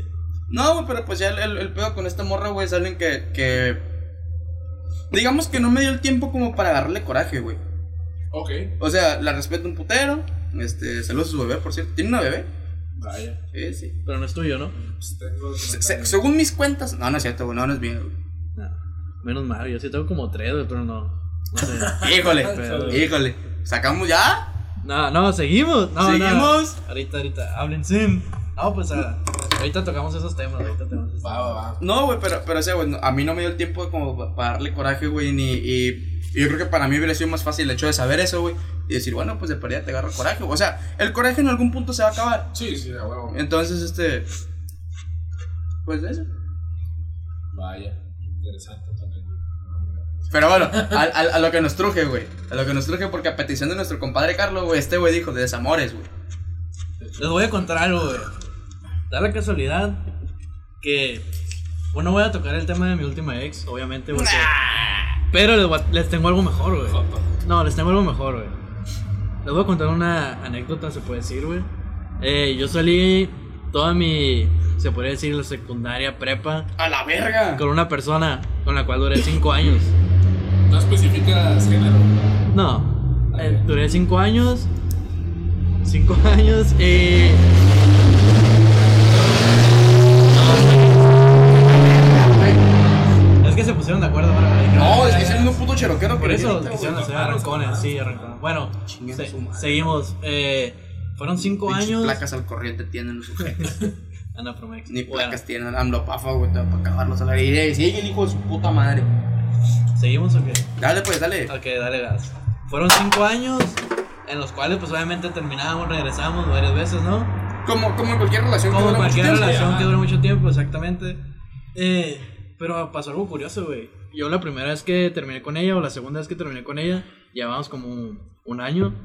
No, güey, pero pues ya el, el- el pedo con esta morra, güey, es alguien que, que... Digamos que no me dio el tiempo como para agarrarle coraje, güey.
Ok.
O sea, la respeto un putero. Este, saludos a su bebé, por cierto. ¿Tiene una bebé?
Vaya.
Sí, sí.
Pero no es tuyo, ¿no?
Pues tengo.
Se- se- según mis cuentas. No, no es cierto, güey. No, no es bien, güey.
No. Menos mal, yo sí tengo como tres, güey, pero no. No sé.
Híjole,
Pero-
híjole. ¿Sacamos ya?
No, no, seguimos. No, no.
¿Seguimos?
Ahorita, ahorita. Háblense. No, pues ah, ahorita tocamos esos temas. Ahorita tenemos esos
Va, va, va.
No, güey, pero, pero o sea, güey, no- a mí no me dio el tiempo como pa- para darle coraje, güey, ni... Y, y yo creo que para mí hubiera sido más fácil el hecho de saber eso, güey. Y decir, bueno, pues de perdida te agarro coraje. güey. O sea, el coraje en algún punto se va a acabar.
Sí, sí, a huevo.
Entonces, este... Pues eso.
Vaya. Interesante también.
Pero bueno, a, a- a lo que nos truje, güey. A lo que nos truje, porque a petición de nuestro compadre Carlos, güey, este güey dijo de desamores, güey.
Les voy a contar algo, güey. Da la casualidad que. Bueno, voy a tocar el tema de mi última ex, obviamente, porque. Pero les, voy a- les tengo algo mejor, güey. No, les tengo algo mejor, güey. Les voy a contar una anécdota, se puede decir, güey. Eh, yo salí toda mi. Se podría decir la secundaria, prepa,
¡A la verga!
con una persona con la cual duré 5 años.
No especificas género.
No, eh, duré cinco años. Cinco años. Eh... Es que se pusieron de acuerdo para
No, es que es el mismo puto cheroquero que
Por eso
ahorita, güey.
quisieron hacer arrancones, sí, arrancones. Bueno,
Chingue
se-
su madre.
seguimos. Eh, fueron cinco
Pinches
años. Ah,
placas al corriente tienen los sujetos.
Anapromex.
Ni
Bueno,
placas tienen AMLOPAFA, güey, para acabarlos a la vida. Y sigue el hijo de su puta madre.
¿Seguimos o qué?
Dale, pues, dale.
Ok, dale gas. Fueron cinco años en los cuales, pues obviamente terminábamos, regresamos varias veces, ¿no?
Como, como en cualquier relación
Como
dura mucho
cualquier
tiempo.
relación
ajá.
que dura mucho tiempo, exactamente. Eh, pero pasó algo curioso, güey. Yo la primera vez que terminé con ella, o la segunda vez que terminé con ella, llevábamos como un, un año.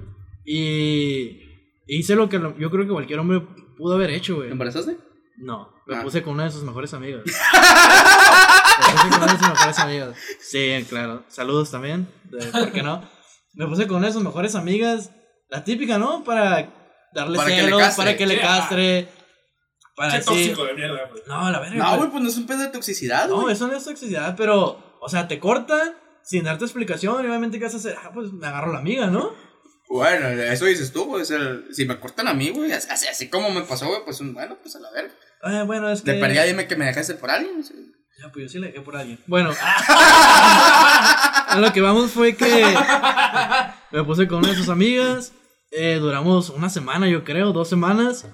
Y hice lo que lo- yo creo que cualquier hombre pudo haber hecho, güey.
¿Te embarazaste?
No, me
Ah.
puse con una de sus mejores amigas. me puse con una de sus mejores amigas. Sí, claro. Saludos también. de- ¿Por qué no? Me puse con una de sus mejores amigas. La típica, ¿no? Para darle
Para que le
celos,
castre.
para que le
Sí,
castre. Para
Qué
así-
tóxico de mierda, güey.
No, la verga.
No,
güey.
güey, pues no es un pedo de toxicidad,
No,
güey.
eso no es toxicidad, pero, o sea, te cortan sin darte explicación. Y obviamente, ¿qué vas a hacer? Ah, pues me agarro la amiga, ¿no?
Bueno, eso dices tú, güey. es el- Si me cortan a mí, güey, así, así como me pasó, güey, pues un- bueno, pues a la verga.
Eh, bueno, es que.
De perdida dime que me dejaste por alguien. sí.
Ah, pues yo sí la dejé por alguien. Bueno. a lo que vamos fue que me puse con una de sus amigas. eh, duramos una semana, yo creo, dos semanas.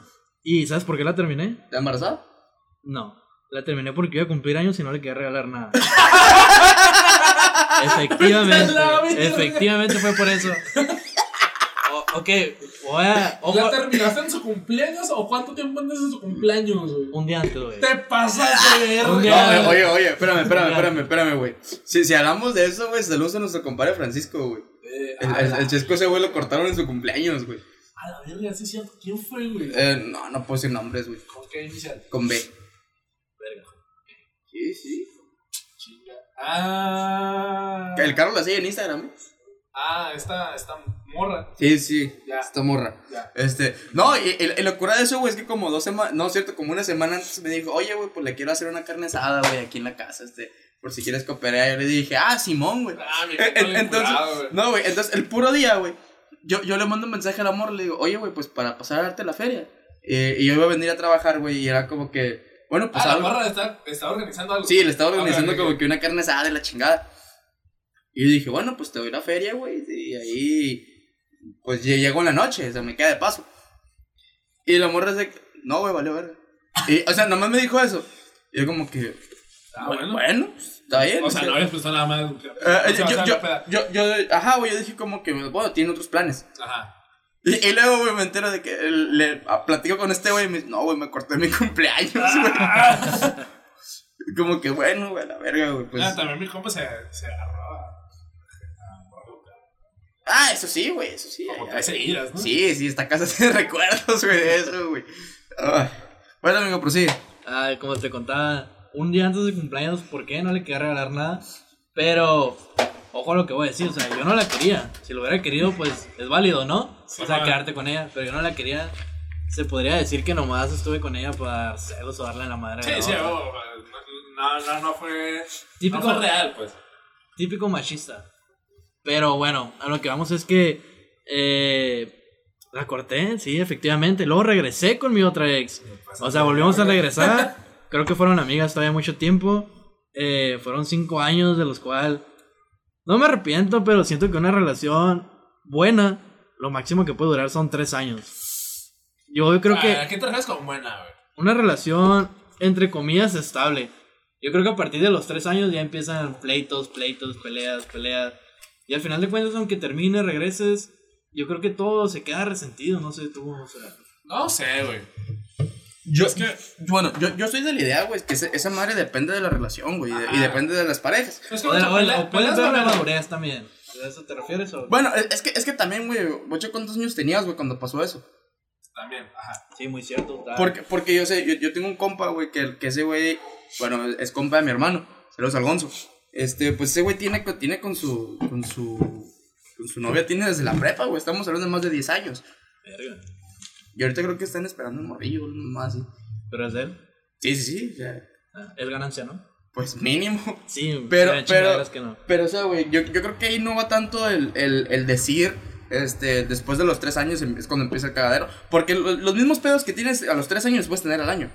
¿Y sabes por qué la terminé?
¿Te embarazada?
No. La terminé porque iba a cumplir años y no le quería regalar nada. Efectivamente.
La verga.
efectivamente fue por eso. O- ok, voy a.
¿La
ojo-
terminaste en su cumpleaños o cuánto tiempo antes de su cumpleaños, güey?
un día antes, güey.
Te pasaste de verga.
Un día-
No, oye, oye, espérame, espérame, espérame, espérame, güey. Si, si hablamos de eso, güey, saludos a nuestro compadre Francisco, güey.
Eh,
El,
a
el,
la-
el chesco ese güey lo cortaron en su cumpleaños, güey.
A la verga, sí es cierto. ¿Quién fue, güey?
Eh, no, no puedo decir nombres, güey.
¿Con qué inicial?
Con B.
Verga.
Sí, sí.
Chinga. Ah.
El Carlos la sigue en Instagram, ¿eh?
Ah, esta, esta morra.
Sí, sí.
Ya.
Está morra.
Ya.
Este, no, y, y- y lo cura de eso, güey, es que como dos semanas, no, cierto, como una semana antes me dijo, oye, güey, pues le quiero hacer una carne asada, güey, aquí en la casa, este, por si quieres cooperar. Yo le dije, ah, Simón, güey.
Ah, mi
Eh, en-
entonces,
entonces, no, güey, entonces el puro día, güey, yo, yo le mando un mensaje al amor, le digo, oye, güey, pues para pasar a darte la feria. Eh, y yo iba a venir a trabajar, güey, y era como que, bueno, pues
Ah, la
algo-
morra está, está organizando algo.
Sí, le estaba organizando
Ah, ok, ok.
como que una carne asada de la chingada. Y yo dije, bueno, pues te doy la feria, güey. Y ahí, pues lle- llego en la noche, o sea, me queda de paso. Y la morra se... No, güey, valió verga. Y, o sea, nomás me dijo eso. Y yo como que,
Ah,
bueno,
bueno.
bueno, pues, está bien.
O sea,
que-
no habías pensado nada más. güey.
Eh,
O sea,
yo,
o sea,
yo-
la peda.
yo- yo- ajá, güey, yo dije como que, bueno, tiene otros planes.
Ajá.
Y, y luego, güey, me entero de que el- le a- platico con este güey y me dice, no, güey, me corté mi cumpleaños, güey.
Ah.
como que, bueno, güey, la verga, güey, pues...
Ah, también mi compa se, se agarró a- a morra,
Ah, eso sí, güey, eso sí.
Como
Ay,
tres
ay,
seguidas, ¿no?
Sí, sí, esta casa tiene recuerdos, güey, de eso, güey. Ay. Bueno, amigo, prosigue.
Ah, como te contaba, un día antes de cumpleaños, ¿por qué? No le quería regalar nada. Pero, ojo a lo que voy a decir, o sea, yo no la quería. Si lo hubiera querido, pues es válido, ¿no?
Sí,
o sea,
man.
quedarte con ella, pero yo no la quería. Se podría decir que nomás estuve con ella para dar celos o darle en la madre. a
Sí,
la
sí,
otra.
oh, no, no, no fue.
Típico.
No fue real, pues.
Típico machista. Pero bueno, a lo que vamos es que eh, la corté, sí, efectivamente. Luego regresé con mi otra ex. O sea, volvimos a regresar. Creo que fueron amigas todavía mucho tiempo. Eh, fueron cinco años de los cuales... No me arrepiento, pero siento que una relación buena, lo máximo que puede durar son tres años. Yo creo que
Ah, ¿Qué te refieres con buena, güey?
una relación entre comillas estable. Yo creo que a partir de los tres años ya empiezan pleitos, pleitos, peleas, peleas. Y al final de cuentas, aunque termine, regreses, yo creo que todo se queda resentido, no sé tú, o sea.
No sé, güey.
Yo,
Es que-
bueno, yo, yo soy de la idea, güey, que ese- esa madre depende de la relación, güey, y de- y
Ajá.
depende de las parejas.
Es que
O, de-
mucha
o de-
pelea-
o puedes
peleas
ver
no
la
ganan.
madurez también. ¿A eso te refieres? O?
Bueno, es es que, es que también, güey, ocho, ¿cuántos años tenías, güey, cuando pasó eso?
También, ajá.
Sí, muy cierto. está.
Porque, porque yo sé, yo, yo tengo un compa, güey, que, que ese güey, bueno, es compa de mi hermano, saludos al Gonzo. Este, pues ese güey tiene, co- tiene con su, con su, con su novia, tiene desde la prepa, güey, estamos hablando de más de 10 años.
Verga.
Y ahorita creo que están esperando un morrillo, uno más, sí.
Pero es de él.
Sí, sí, sí, o sea,
Ah, Es ganancia, ¿no?
pues mínimo.
Sí,
Pero-
eran
pero-
chingaderas que no.
Pero, o sea, güey, yo, yo creo que ahí no va tanto el, el, el decir, este, después de los tres años em- es cuando empieza el cagadero. Porque lo- los mismos pedos que tienes a los tres años puedes tener al año.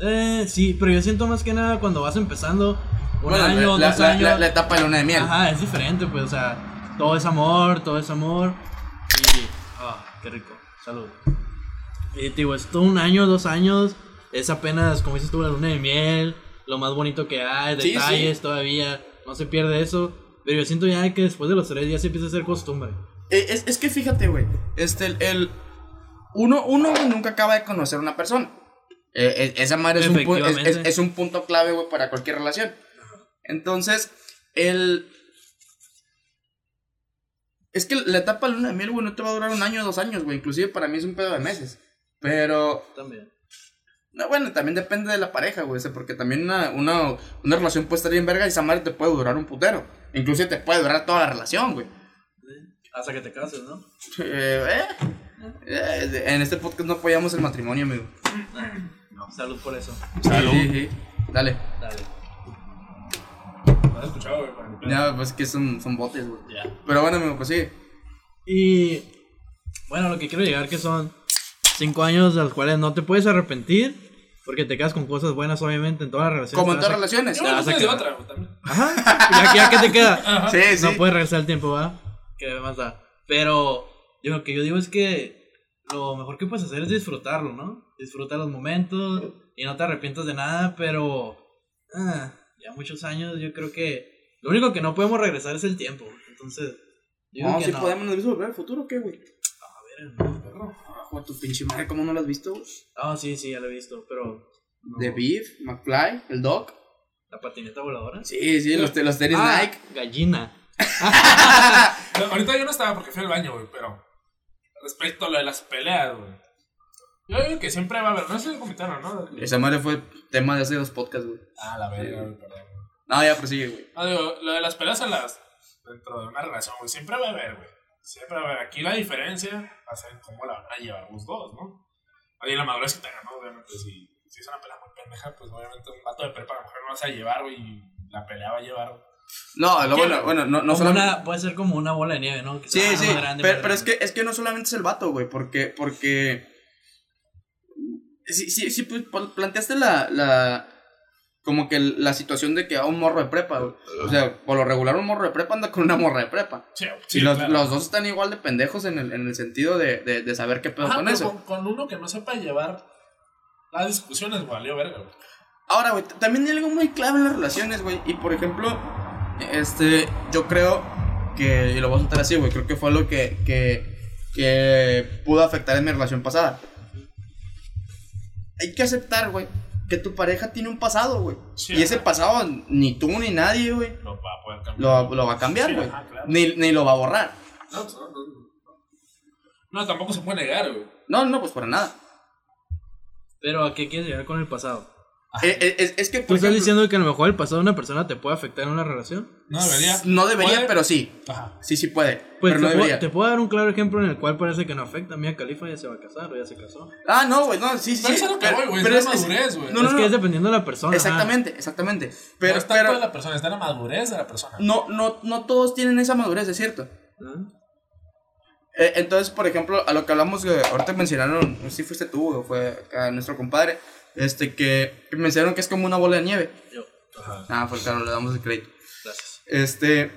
Eh, sí, pero yo siento más que nada cuando vas empezando un
Bueno,
año,
la,
dos
la-
años.
la- la etapa de luna de miel.
Ajá, es diferente, pues, o sea, todo es amor, todo es amor. Y. Ah, qué rico, salud. Y te digo, es todo un año, dos años, es apenas, como dices tú, la luna de miel, lo más bonito que hay,
Sí,
detalles todavía, no se pierde eso. Pero yo siento ya que después de los tres días se empieza a hacer costumbre.
Eh, Es, es que fíjate, güey. Este, el, el- uno, uno güey, nunca acaba de conocer a una persona. Eh, e- esa madre es un, pu- es,
Efectivamente.
es- es un punto clave, güey, para cualquier relación. Entonces, el. Es que la etapa de luna de miel, güey, no te va a durar un año o dos años, güey. Inclusive para mí es un pedo de meses. Pero,
También.
no, bueno, también depende de la pareja, güey. o sea, porque también una, una, una relación puede estar bien verga y esa madre te puede durar un putero. Inclusive te puede durar toda la relación, güey.
Hasta que te cases, ¿no?
Eh, eh. Eh, en este podcast no apoyamos el matrimonio, amigo.
Salud por eso.
Salud. Dale.
Dale.
No has escuchado, güey. por ejemplo.
Ya, pues que son, son botes, güey. Pero bueno, amigo, pues sí.
Y bueno, lo que quiero llegar que son cinco años de los cuales no te puedes arrepentir porque te quedas con cosas buenas, obviamente, en todas las relaciones.
Como en
te
todas
vas
relaciones.
Y bueno,
vas a
tú tienes
quedar.
otra, güey, también.
a- Ajá, ya, que- ya que te queda.
Ajá.
Sí, sí.
No puedes regresar el tiempo, ¿va? Que más da. Pero yo, lo que yo digo es que lo mejor que puedes hacer es disfrutarlo, ¿no? Disfruta los momentos y no te arrepientas de nada, pero ah, ya muchos años yo creo que Lo único que no podemos regresar es el tiempo, güey. Entonces, yo digo
No,
que
si
no.
podemos, nos vimos volver al futuro, o ¿qué, güey?
A ver, no, perro.
Abajo a tu pinche madre, ¿cómo no lo has visto? güey?
Ah, sí, sí, ya lo he visto, pero. no.
The Beef, McFly, el Doc.
La patineta voladora.
Sí, sí, los, te- los tenis
Ah,
Nike.
Gallina.
No, Ahorita yo no estaba porque fui al baño, güey, pero respecto a lo de las peleas, güey. Yo digo que siempre va a haber, no sé si comentaron, ¿no?
Esa madre fue tema de hace dos podcasts, güey.
Ah, la verga, güey, perdón.
No, ya prosigue, güey.
No, Ah, digo, lo de las peleas en las, dentro de una relación, güey, siempre va a haber, güey. Siempre va a haber. Aquí la diferencia va a ser en cómo la van a llevar los dos, ¿no? Ahí la madurez que tengan, ¿no? Obviamente, si, si es una pelea muy pendeja, pues obviamente un vato de prepa a lo mejor no vas a llevar, güey, y la pelea va a llevar.
No, lo
¿Qué?
bueno, bueno, no, no
Como
solamente.
una- puede ser como una bola de nieve, ¿no? Que
Sí,
sea
sí,
más Ah, grande,
pero,
más
pero es,
grande.
que, es que no solamente es el vato, güey, porque, porque... Sí, sí, sí, pues, pon- planteaste la, la... Como que la situación de que a un morro de prepa, güey. O sea, por lo regular un morro de prepa anda con una morra de prepa.
Sí,
y los,
claro.
los dos están igual de pendejos en el, en el sentido de, de, de saber qué pedo
Ajá,
con
pero
eso.
con, con uno que no sepa llevar las discusiones, güey, valió verga, güey.
Ahora, güey, t- también hay algo muy clave en las relaciones, güey. Y por ejemplo, este, yo creo que, y lo voy a soltar así, güey, creo que fue lo que, que, que pudo afectar en mi relación pasada. Hay que aceptar, güey, que tu pareja tiene un pasado, güey.
Sí,
y ese
ajá.
pasado, ni tú ni nadie, güey,
No va a poder cambiar.
lo, lo va a cambiar,
Sí,
güey.
ajá, claro.
ni, ni lo va a borrar.
No, pues, no, no, no. No, tampoco se puede negar, güey.
No, no, pues para nada.
Pero ¿a qué quieres llegar con el pasado?
Eh, eh, Es, es que,
¿Tú
por
estás
ejemplo,
diciendo que a lo mejor el pasado de una persona te puede afectar en una relación?
No debería.
No debería,
Puede.
pero sí.
Ajá.
Sí, sí puede.
Pues
pero
te,
no
puedo,
debería.
te puedo dar un claro ejemplo en el cual parece que no afecta. Mía Califa ya se va a casar o ya se casó.
Ah, no, güey, no, sí, sí.
Pero eso es lo que voy, güey, es la madurez, güey.
No, no,
es
no.
que es dependiendo de la persona.
Exactamente, exactamente.
no
Pero,
es tanto
pero
de la persona, está la madurez de la persona.
no, no, no todos tienen esa madurez, es cierto.
¿Ah?
Eh, entonces, por ejemplo, a lo que hablamos, eh, ahorita mencionaron, no sé si fuiste tú o fue acá nuestro compadre, este, que, que mencionaron que es como una bola de nieve.
Yo. Ajá.
Ah, pues claro, le damos el crédito.
Gracias.
Este.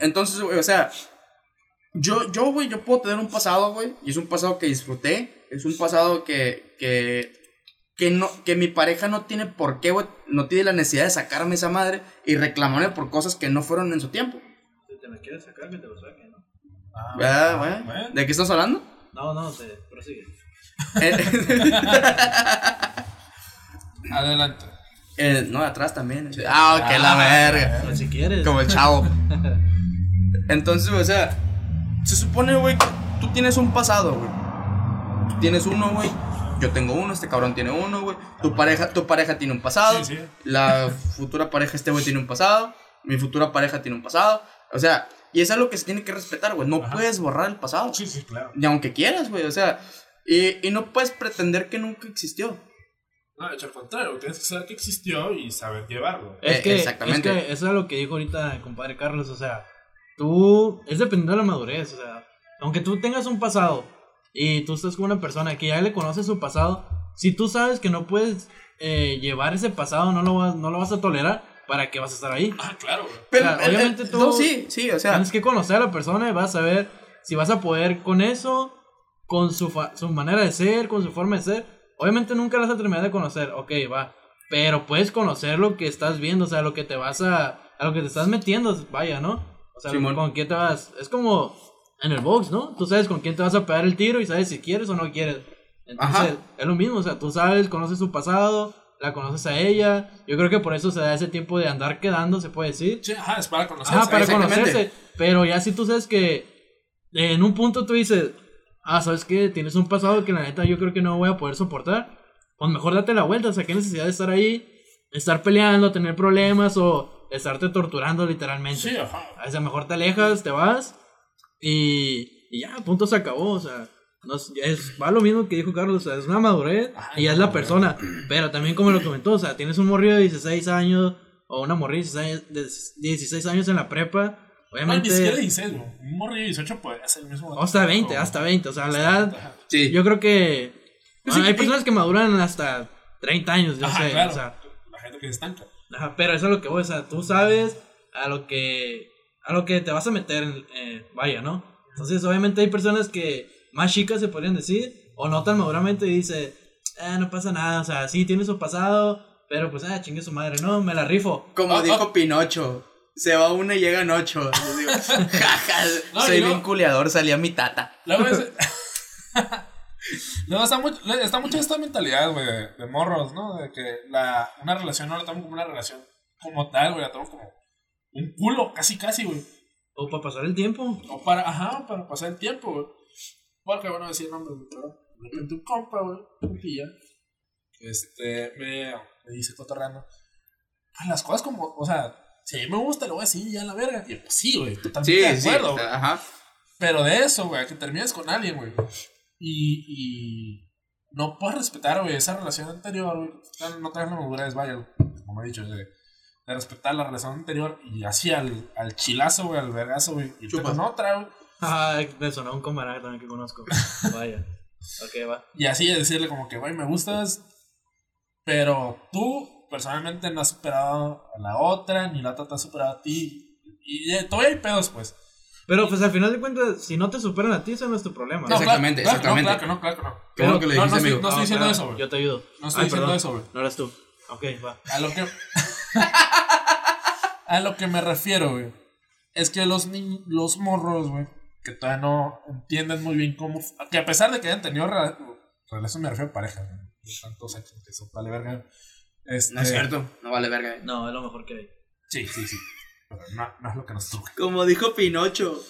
Entonces, güey, o sea. Yo, yo, güey, yo puedo tener un pasado, güey. Y es un pasado que disfruté. Es un pasado que. que. que no. que mi pareja no tiene por qué, güey. No tiene la necesidad de sacarme esa madre y reclamarme por cosas que no fueron en su tiempo.
Si te la quieres sacar, que te lo saquen, ¿no?
Ah,
¿Verdad, güey?
bueno.
¿De qué estamos hablando?
No, no, te prosigue.
Eh,
Adelante.
eh, no, atrás también. Ah, que la verga.
Pues si quieres.
Como el chavo. Entonces, o sea, se supone, güey, que tú tienes un pasado, güey. Tú tienes uno, güey. Yo tengo uno, este cabrón tiene uno, güey. Tu pareja, tu pareja tiene un pasado.
Sí, sí.
La futura pareja, este güey, tiene un pasado. Mi futura pareja tiene un pasado. O sea, y eso es algo que se tiene que respetar, güey. No puedes borrar el pasado.
Sí, sí, claro.
Ni aunque quieras, güey. O sea, y, y no puedes pretender que nunca existió.
No, de hecho, al contrario, tienes que saber que existió y saber llevarlo.
Es
Eh,
que,
exactamente.
es que eso es lo que dijo ahorita el compadre Carlos, o sea, tú, es dependiendo de la madurez, o sea, aunque tú tengas un pasado y tú estás con una persona que ya le conoce su pasado, si tú sabes que no puedes eh, llevar ese pasado, no lo, vas, no lo vas a tolerar, ¿para qué vas a estar ahí?
Ah, claro, güey.
Pero,
Claro,
eh, eh,
obviamente tú-
no, sí, sí, o sea.
Tienes que conocer a la persona y vas a ver si vas a poder con eso, con su, fa- su manera de ser, con su forma de ser. Obviamente nunca las vas a terminar de conocer, ok, va. Pero puedes conocer lo que estás viendo, o sea, lo que te vas a... A lo que te estás metiendo, vaya, ¿no? O sea,
Simón.
con quién te vas... Es como en el box, ¿no? Tú sabes con quién te vas a pegar el tiro y sabes si quieres o no quieres. Entonces,
Ajá.
es lo mismo, o sea, tú sabes, conoces su pasado, la conoces a ella. Yo creo que por eso se da ese tiempo de andar quedando, se puede decir.
Sí, ajá, es para conocerse.
Ajá, Ah, para
exactamente.
conocerse. Pero ya si tú sabes que en un punto tú dices, ah, sabes que tienes un pasado que la neta yo creo que no voy a poder soportar, pues mejor date la vuelta. O sea, qué necesidad de estar ahí, estar peleando, tener problemas o estarte torturando literalmente.
Sí, ajá.
O sea, mejor te alejas, te vas y, y ya, punto se acabó. O sea, no es, es- va lo mismo que dijo Carlos, o sea, es una madurez
Ah,
y ya es la persona. Pero también, como lo comentó, o sea, tienes un morrillo de 16 años o una morrilla de 16 años- de 16 años en la prepa,
No, ni siquiera
obviamente.
dices, güey. Un morrillo de 18 puede hacer el mismo.
o Hasta 20,
Como-
hasta 20, o sea, la edad.
Ajá.
Sí.
Yo creo que.
Pues
bueno,
sí,
hay
y-
personas que maduran hasta 30 años, yo
Ajá,
sé,
claro.
o sea.
La gente que se estanca.
Ajá, pero eso es lo que voy, o sea, tú sabes a lo que a lo que te vas a meter, eh, vaya, ¿no? Entonces, obviamente hay personas que más chicas se podrían decir, o no tan maduramente, y dice, "Ah, no pasa nada, o sea, sí, tiene su pasado, pero pues, ah, chingue su madre, no, me la rifo.
Como
Ah,
dijo Pinocho, Se va una y llegan ocho. Yo digo, jaja,
No,
soy
y luego-
bien culeador, salía mi tata.
Luego es- No, está mucho, está mucho esta mentalidad, güey, de, de morros, ¿no? De que la, una relación no la tomamos como una relación como tal, güey, la tomamos como un culo, casi, casi, güey.
O para pasar el tiempo.
O para, ajá, para pasar el tiempo, güey. Porque, bueno, decir nombres, güey, pero de repente un compa, güey, un tía, este, me, me dice cotorreando, pues las cosas como, o sea, si me gusta, lo voy a decir ya a la verga. Y yo, pues sí, güey, totalmente
Sí,
de
sí,
acuerdo, güey.
está- ajá.
Pero de eso, güey, a que termines con alguien, güey. Y, y no puedes respetar, güey, esa relación anterior, güey. No, no traes la madurez, vaya, güey, como he dicho, de, de respetar la relación anterior y así al, al chilazo, güey, al vergazo, güey. Y te
Chupas.
con otra, güey.
Ah, me sonó un camarada también que conozco. Vaya. Ok, va.
Y así decirle como que, güey, me gustas, pero tú personalmente no has superado a la otra, ni la otra te ha superado a ti. Y eh, todavía hay pedos, pues.
Pero pues al final de cuentas, si no te superan a ti, eso no es tu problema.
No, claro-
Exactamente,
claro,
exactamente.
No, claro que no, claro que no.
Qué bueno que lo
no,
dijiste,
no estoy-
amigo.
No estoy
Ah,
diciendo
claro,
eso, güey.
Yo te ayudo.
No estoy
Ay,
diciendo
perdón,
eso, güey.
No eres tú. Ok, va.
A lo que. a lo que me refiero, güey. Es que los ni- los morros, güey, que todavía no entienden muy bien cómo. Que a pesar de que hayan tenido rela- relación, me refiero a pareja, güey. No Tanto sexo, que eso vale verga. Este,
No es cierto, no vale verga. eh.
No, es lo mejor que hay.
Sí, sí, sí. Pero no, no es lo que nos toca.
Como dijo Pinocho.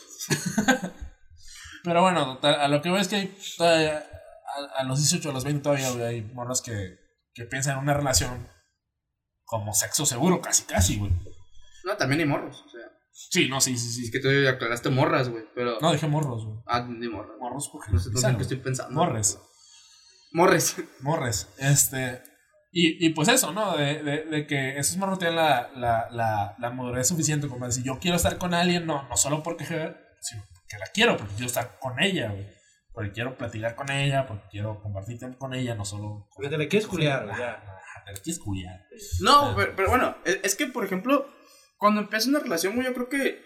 Pero bueno, total, a lo que veo es que hay todavía- a, a los 18, a los 20 todavía güey, hay morras que, que piensan en una relación como sexo seguro, casi, casi, güey.
No, también hay morros. O sea,
Sí, no, sí, sí, sí.
es que tú aclaraste morras, güey. Pero.
No, dije morros, güey.
Ah, ni morras.
Morros porque
No sé
o sea,
en qué estoy pensando.
Morres,
Morres.
morres. Este. Y, y pues eso, ¿no? De, de, de que esos morros tienen la, la, la, la madurez suficiente como para decir, yo quiero estar con alguien, no, no solo porque, sino porque la quiero, porque quiero estar con ella, güey. Porque quiero platicar con ella, porque quiero compartir tiempo con ella, no solo.
Porque te la quieres culiar, güey, ya.
Ajá, Te la quieres culiar.
No, pero, pero bueno, e, es, es que, por ejemplo, cuando empieza una relación, güey, yo creo que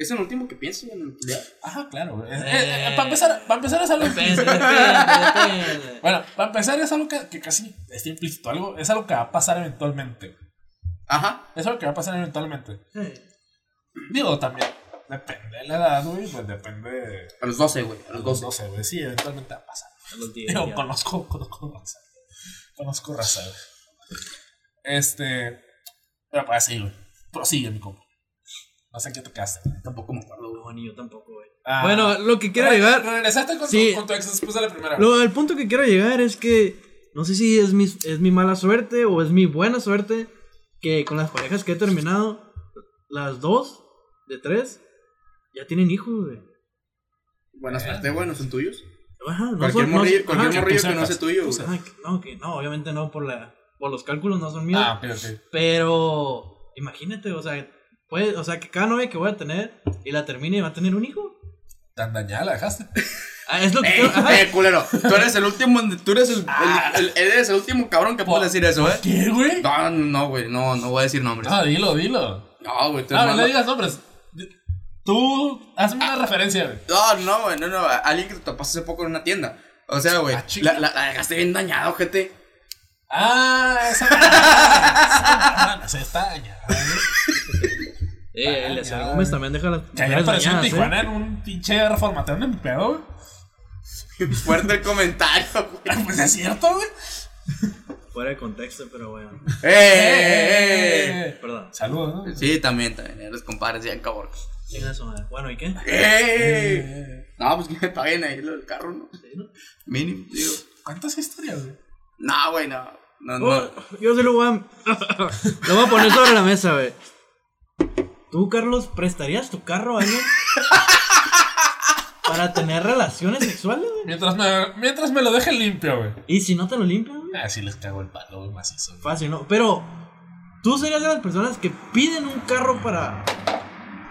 es el último que pienso güey, en el culiar.
Ajá, claro, güey. Es-
Eh.
eh, eh, para empezar, para empezar es algo.
Depende, depende, depende.
Bueno, para empezar es algo que, que casi está implícito, algo, es algo que va a pasar eventualmente.
Ajá.
Es algo que va a pasar eventualmente.
Sí.
Digo, también depende de la edad, güey, pues depende de
A los 12, güey. A los
los
12.
12, güey. Sí, eventualmente va a pasar.
A los diez,
Digo,
ya.
conozco, conozco raza. Conozco raza, güey. Este. Pero pues sí, güey. Prosigue, mi compa. No sé en qué te quedaste.
Tampoco me acuerdo, güey.
No, ni yo tampoco, güey.
Ah.
Bueno, lo que quiero
Re-
llegar.
Regresaste con,
Sí.
tu, con tu ex después de la primera. güey.
Lo, el punto que quiero llegar es que no sé si es mi, es mi mala suerte o es mi buena suerte que con las parejas que he terminado, las dos de tres ya tienen hijos, güey.
Buena suerte, güey, no son tuyos.
Ajá, no
Cualquier
son- no
morrillo,
son-
cualquier
ajá,
morrillo
tú
que no
sacas,
sea tuyo,
tú
güey.
sacas.
ajá, que- no, que no, obviamente no por la por los cálculos no son míos,
Ah, ok, ok.
pero imagínate, o sea, puede, o sea, que cada novia que voy a tener y la termine y va a tener un hijo.
Tan dañada la dejaste.
Ah, es lo que
Ey,
quiero- ajá.
eh, culero, tú eres el último, tú eres el, el- el- eres el último cabrón que puede decir eso, eh.
¿Qué, güey?
No, no, güey, no, no voy a decir nombres.
No, dilo, dilo.
No, güey, tú
Ah,
eres
no le
malo.
digas nombres. Tú, hazme una referencia, güey.
No, no, güey, no, no, a- alguien que te topaste hace poco en una tienda. O sea, güey,
Ah, chica.
la, la, la dejaste bien dañada, gente.
Ah, esa mamada. Esa mamada, se está dañada. güey.
Eh, el Eliezer Gómez también deja las
Que allá
mujeres
apareció en
dañadas, ¿eh?
Tijuana en un pinche reformateo en mi pedo, güey.
Fuerte el comentario, güey.
Ah, Pues es cierto, güey.
Fuera de contexto, pero bueno.
¡Eh, eh, eh, eh!
Perdón.
Saludos, ¿no?
Sí, también, también, eres compadres ya, cabrón.
Chinga su madre. Bueno, ¿y qué?
¡Eh!
Eh,
No, pues que me paguen ahí lo del carro, ¿no? Mínimo, digo.
¿Cuántas historias, güey?
No, güey, no. No,
Oh,
no.
yo se lo voy a. lo voy a poner sobre la mesa, güey. ¿Tú, Carlos, prestarías tu carro a alguien? Para tener relaciones sexuales, güey.
Mientras me, mientras me lo dejen limpio, güey.
Y si no te lo limpian, güey.
Ah, sí les cago el palo, güey, macizo. güey.
Fácil, ¿no? Pero, ¿tú serías de las personas que piden un carro para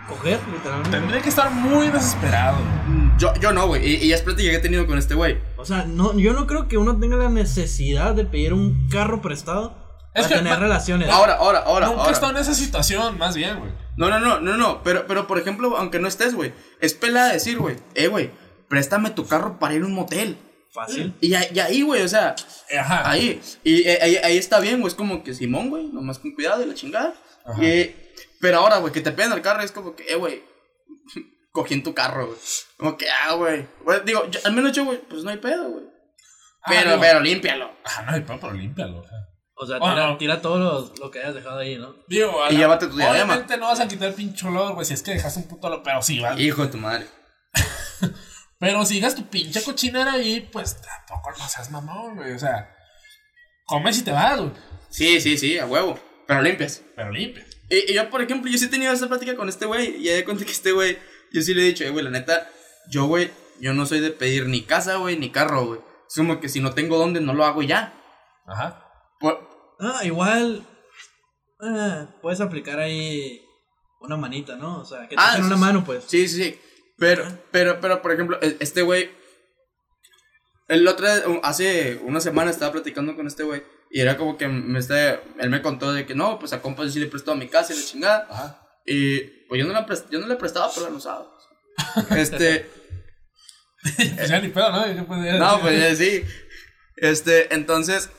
coger, literalmente?
Tendría que estar muy desesperado, güey.
Mm, Yo, yo no, güey. Y, y es plática que he tenido con este güey.
O sea, no, yo no creo que uno tenga la necesidad de pedir un carro prestado
Es
para
que-
tener relaciones.
Ahora, ahora, ahora.
Nunca he
ahora.
estado en esa situación, más bien, güey.
No, no, no, no, no. Pero, pero por ejemplo, aunque no estés, güey, es pelada decir, güey, eh, güey, préstame tu carro para ir a un motel.
Fácil.
Y, a- y ahí, güey, o sea, eh,
Ajá.
ahí. Y eh, ahí, ahí está bien, güey, es como que Simón, güey, nomás con cuidado y la chingada.
Ajá.
Eh, Pero ahora, güey, que te peguen el carro es como que, eh, güey, cogí en tu carro, güey. Como que, ah, güey. Güey, Digo, yo- al menos yo, güey, pues no hay pedo, güey. Pero,
digo-
pero, límpialo.
Ah, no, el papá, límpialo.
O sea,
Ah,
tira,
no.
tira todo lo, lo que hayas dejado ahí, ¿no?
Digo, a
Y
la-
llévate tu diadema.
Obviamente no vas a quitar el pinche olor, güey, si es que dejas un puto olor, pero sí, vas.
Hijo de tu madre.
Pero si dejas tu pinche cochinera ahí, pues tampoco no seas mamón, güey. O sea, comes y te vas, güey.
Sí, sí, sí, a huevo. Pero limpias.
Pero limpia.
Y, y yo, por ejemplo, yo sí he tenido esa plática con este güey. Y ya de cuenta que este güey, yo sí le he dicho, eh, güey, la neta, yo, güey, yo no soy de pedir ni casa, güey, ni carro, güey. Es como que si no tengo dónde, no lo hago y ya.
Ajá.
Por-
Ah, igual. ah, puedes aplicar ahí una manita, ¿no? O sea, que te
Ah,
echen
sí,
una
sí.
mano, pues.
sí, sí, sí. Pero, pero, pero, por ejemplo, e- este güey, el otro, hace una semana estaba platicando con este güey. Y era como que me está, él me contó de que no, pues a compa yo sí le prestó a mi casa y la chingada.
Ajá.
Y pues yo no la, pres- yo no la prestaba, pero la usaba. Este,
Pues ya ni pedo, ¿no? Yo, pues, ya-
no, pues eh, sí. Este, entonces,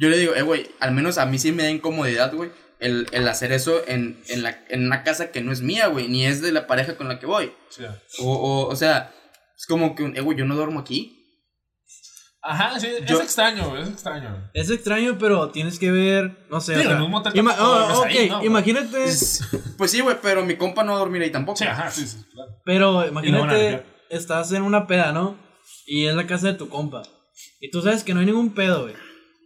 yo le digo, eh, güey, al menos a mí sí me da incomodidad, güey, el, el hacer eso en, en, la, en una casa que no es mía, güey, ni es de la pareja con la que voy.
Sí.
O, o, o sea, es como que, un, eh, güey, yo no duermo aquí.
Ajá, sí,
Yo-
es extraño, güey, es extraño.
Es extraño, pero tienes que ver. No sé.
Digo,
o sea,
en un motel
ima-
tampoco
oh,
duermes
ok,
ahí, ¿no?
imagínate.
Pues sí, güey, pero mi compa no va a dormir ahí tampoco.
Sí, ajá, sí, sí. claro.
Pero
van a
imagínate,
limpiar.
estás en una peda, ¿no? Y es la casa de tu compa. Y tú sabes que no hay ningún pedo, güey.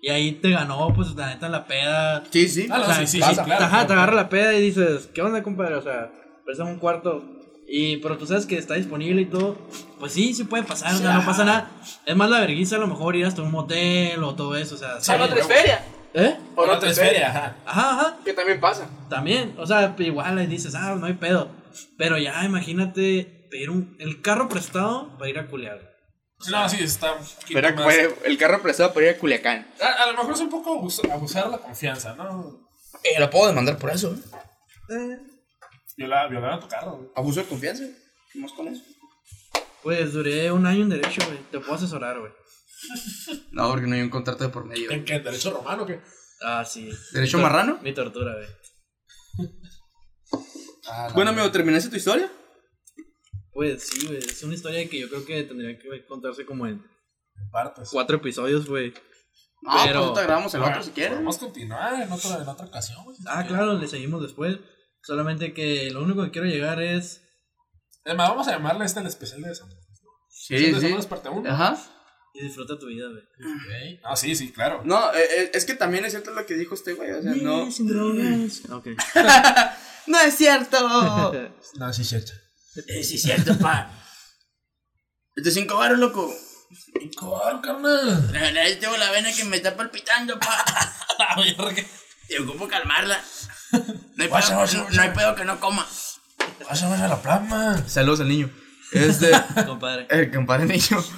Y ahí te ganó, pues la neta, la peda.
Sí, sí.
Ah, no,
O sea,
sí, sí, sí,
pasa.
claro.
Ajá, te
claro.
agarra la peda y dices, ¿qué onda, compadre? O sea, préstame un cuarto. Y, pero tú sabes que está disponible y todo. Pues sí, sí puede pasar, o sea, no pasa nada. Es más la vergüenza a lo mejor ir hasta un motel o todo eso, o sea.
Sí,
sí.
no, tres
feria.
¿Eh?
Por otra feria, ajá.
Ajá, ajá.
Que también pasa.
También, o sea, igual ahí dices, ah, no hay pedo. Pero ya, imagínate pedir un, el carro prestado para ir a culear.
No, sí, está. un poquito
Pero
más-
güey, el carro prestado para ir a Culiacán.
A, a lo mejor es un poco abus- abusar la confianza, ¿no?
Eh, lo puedo demandar por eso, ¿eh?
Violar, violar a tu carro, güey.
Abuso de confianza. ¿Qué más con eso?
Pues duré un año en derecho, güey. Te puedo asesorar, güey.
No, porque no hay un contrato de por medio.
¿En qué? ¿En derecho romano o qué?
Ah, sí.
¿Derecho
Mi tor-
marrano?
Mi tortura, güey.
Bueno, amigo, ¿terminaste tu historia?
Pues sí, güey. Es una historia que yo creo que tendría que contarse como en
Partes.
cuatro episodios, güey.
No,
Pero-
pues ahorita grabamos el otro si quieres.
Podemos continuar en, otro, en otra ocasión, güey. si
Ah,
quieres.
claro, le seguimos después. Solamente que lo único que quiero llegar es.
Además, vamos a llamarle este el especial de San
Sí, Ah.
de
sí.
San parte 1.
Ajá.
y Disfruta tu vida, güey.
Ah, sí, sí, claro.
No, eh, eh, es que también es cierto lo que dijo este güey, o sea, no.
Sin drogas. Ok.
¡No es cierto!
No, sí, cierto.
sí, es cierto, pa. Estos Este cinco baros, loco.
Y con, carnal.
La verdad, yo tengo la vena que me está palpitando, pa.
Oye, Roque.
Yo ocupo calmarla. No hay,
Guacha,
pedo,
guacha,
no-
guacha.
no hay pedo que no coma.
Pásame a la plasma.
Saludos al niño. Este.
Compadre.
El compadre niño.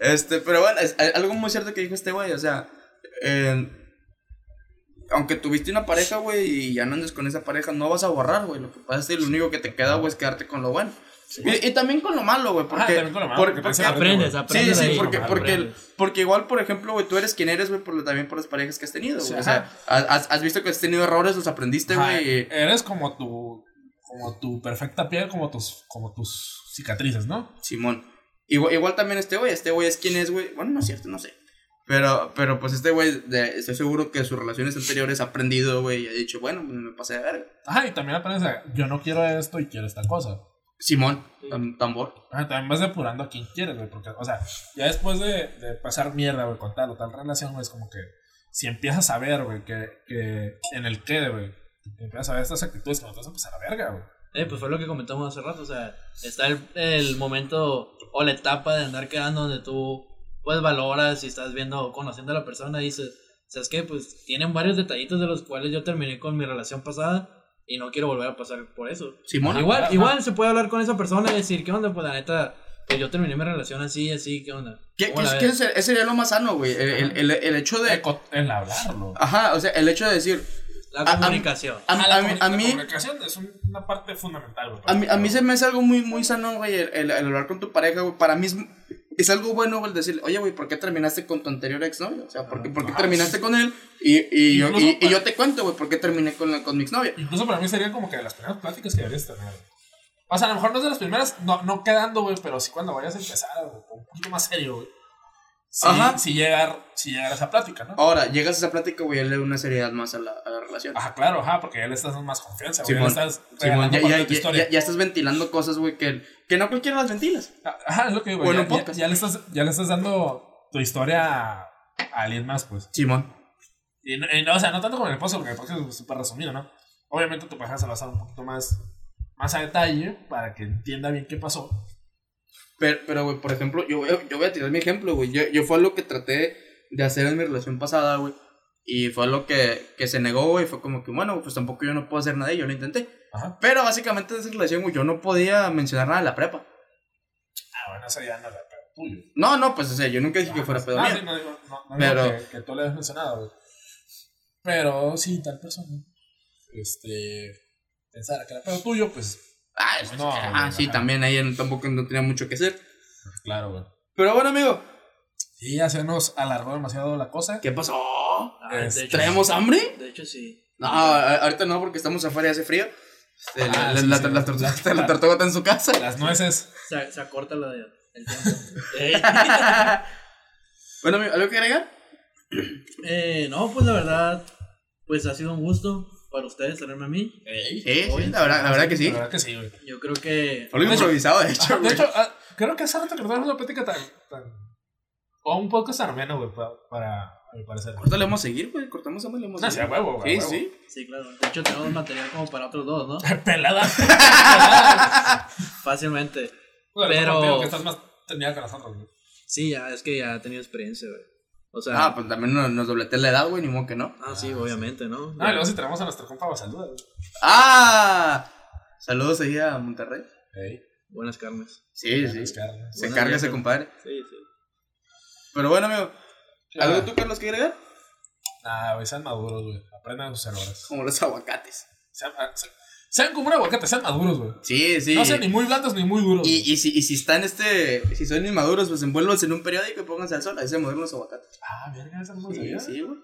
Este, pero bueno, es a- algo muy cierto que dijo este güey, o sea, eh, aunque tuviste una pareja, güey, y ya no andes con esa pareja, no vas a borrar, güey. Lo que pasa es que lo único que te queda, güey, es quedarte con lo bueno. Y, y también con lo malo, güey, porque...
Ah, también con lo malo,
por-
porque
porque-
te hace-
Aprendes,
Sí,
aprendes.
sí,
ahí,
porque,
compadre,
porque,
aprendes.
porque igual, por ejemplo, güey, tú eres quien eres, güey, por, lo- también por las parejas que has tenido, güey.
Sí,
o sea, has, has visto que has tenido errores, los aprendiste,
Ajá,
Este güey. y-
Eres como tu, como tu perfecta piel, como tus, como tus cicatrices, ¿no?
Simón. Igual, igual también este güey, este güey es quien es, güey. Bueno, no es cierto, no sé. Pero, pero pues este güey, de- estoy seguro que sus relaciones anteriores ha aprendido, güey, y ha dicho, bueno, pues me pasé de verga.
Ajá, y también aprendes a, yo no quiero esto y quiero esta cosa.
Simón, tam- tambor.
Ajá, también vas depurando a quien quieres, güey, porque, o sea, ya después de, de pasar mierda, güey, con tal o tal relación, güey, es como que si empiezas a ver, güey, que, que en el qué, güey, empiezas a ver estas actitudes que no te vas a pasar a verga, güey.
Eh, pues fue lo que comentamos hace rato, o sea, está el, el momento o la etapa de andar quedando donde tú pues valoras y estás viendo o conociendo a la persona y dices, ¿sabes qué? Pues tienen varios detallitos de los cuales yo terminé con mi relación pasada y no quiero volver a pasar por eso.
Simón.
igual,
ajá.
igual se puede hablar con esa persona y decir, ¿qué onda? Pues la neta, pues yo terminé mi relación así, así, ¿qué onda?
¿Qué,
¿Cómo la
qué-
ves?
qué ser- ese sería lo más sano, güey? El, el- el- el hecho
El
de...
co- El hablarlo.
Ajá, o sea, el hecho de decir...
La
a- a-
comunicación.
A,
la
a mí,
comuni-
a,
la
mí,
comunicación es un- una parte fundamental, güey.
a, mí, a mí se me hace algo muy, muy sano, güey, el, el- el hablar con tu pareja, güey. Para mí es... es algo bueno, güey, el decirle, oye, güey, ¿por qué terminaste con tu anterior exnovio? O sea, ¿por qué, por qué
Ah,
terminaste con él? Y, y, yo,
Incluso
y, y
para-
yo te cuento, güey, ¿por qué terminé con, la- con mi exnovia?
Incluso para mí sería como que de las primeras pláticas que deberías tener. güey. O sea, a lo mejor no es de las primeras, no, no quedando, güey, pero sí cuando vayas a empezar, güey, un poquito más serio, güey. Sí,
Ajá.
sí llegar, sí llegar a esa plática, ¿no?
Ahora, llegas a esa plática, güey, le da una seriedad más a la, a la relación.
Ajá, claro, ajá, porque ya le estás dando más confianza, güey. Ya le
Simón,
estás
Simón,
regalando
ya,
parte
ya-
de tu
ya-
historia.
ya- ya estás ventilando cosas, güey, que, que no cualquiera las ventilas.
Ah, Ajá, es lo que digo.
O en
ya,
un
ya-
podcast.
ya le estás, ya le estás dando tu historia a alguien más, pues.
Simón.
Y, no- y no, o sea, no tanto como en el podcast, porque el podcast es súper resumido, ¿no? Obviamente tu pareja se lo va a dar un poquito más, más a detalle para que entienda bien qué pasó.
Pero, pero, güey, por ejemplo, yo, voy a- yo voy a tirar mi ejemplo, güey. Yo, yo fue lo que traté de hacer en mi relación pasada, güey. Y fue lo que, que se negó, güey. Fue como que, bueno, pues tampoco yo no puedo hacer nada y yo lo intenté.
Ajá.
Pero básicamente en esa relación, güey, yo no podía mencionar nada de la prepa.
Ah, bueno, eso ya no era pedo tuyo.
No, no, pues, o sea, yo nunca dije que fuera
Ah,
pedo
sí,
mío.
no, digo- no, no
Pero-
digo que, que tú le has mencionado, güey. Pero sí, tal persona. Este. Pensar que era pedo tuyo, pues.
Ah,
Pues
pues,
no,
ah,
güey,
sí,
ajá.
también ahí no- tampoco no tenía mucho que hacer.
Claro, güey.
Pero bueno, amigo,
Sí, ya se nos alargó demasiado la cosa.
¿qué pasó?
Ah, de
Este,
hecho,
¿Traemos hambre?
sí. De hecho, sí.
No, a- ahorita no, porque estamos afuera y hace frío. Este,
Ah,
la,
sí,
la-
sí.
la- la tortuga, la tortuga está en su casa.
Las nueces.
Se, se acorta la de, el tiempo. Ey.
bueno, amigo, ¿algo que agregar?
Eh, no, pues la verdad, pues ha sido un gusto para ustedes tenerme a mí.
Sí, sí, la verdad, la verdad que ¿Eh? sí.
La verdad que sí, güey.
Yo creo que
Fue algo improvisado, de hecho.
Ajá, De
güey.
hecho, ah, creo que hace rato que no tenemos una plática tan. tan o un podcast armeno, güey, pa- para. A mi parecer.
Ahorita le vamos a seguir, güey. Cortamos hambre y le vamos
No,
a
Ah, sí, a
seguir.
huevo, güey.
Sí,
a huevo.
sí.
Sí, claro. De hecho, tenemos material como para otros dos, ¿no?
Pelada.
Fácilmente.
Bueno,
Pero-
contigo que estás más tenida que nosotros, güey.
Sí, ya, es que ya he tenido experiencia, güey. O sea,
Ah,
ah,
pues también nos, nos dobletea la edad, güey, ni modo que no.
sí, obviamente, ¿no?
No, y luego si tenemos a nuestro compa, va saluda, güey.
¡Ah! Saludos ahí a Monterrey.
Ey,
Buenas carnes.
Sí,
sí.
sí.
Carlos.
Se carga ese compadre.
Sí, sí.
Pero bueno, amigo. ¿Algo
Ah.
tú, Carlos, que agregar?
Nah, güey, sean maduros, güey. Aprendan sus errores.
Como los aguacates.
Sean, ah, se- sean como un aguacate, sean maduros, güey.
Sí, sí.
No sean ni muy blandos ni muy duros. güey.
Y, y, si, y si están este, si son inmaduros, pues envuélvanse en un periódico y pónganse al sol. Ahí se modernos aguacates.
Ah, verga, esa no
Sí,
sabía.
sí, güey.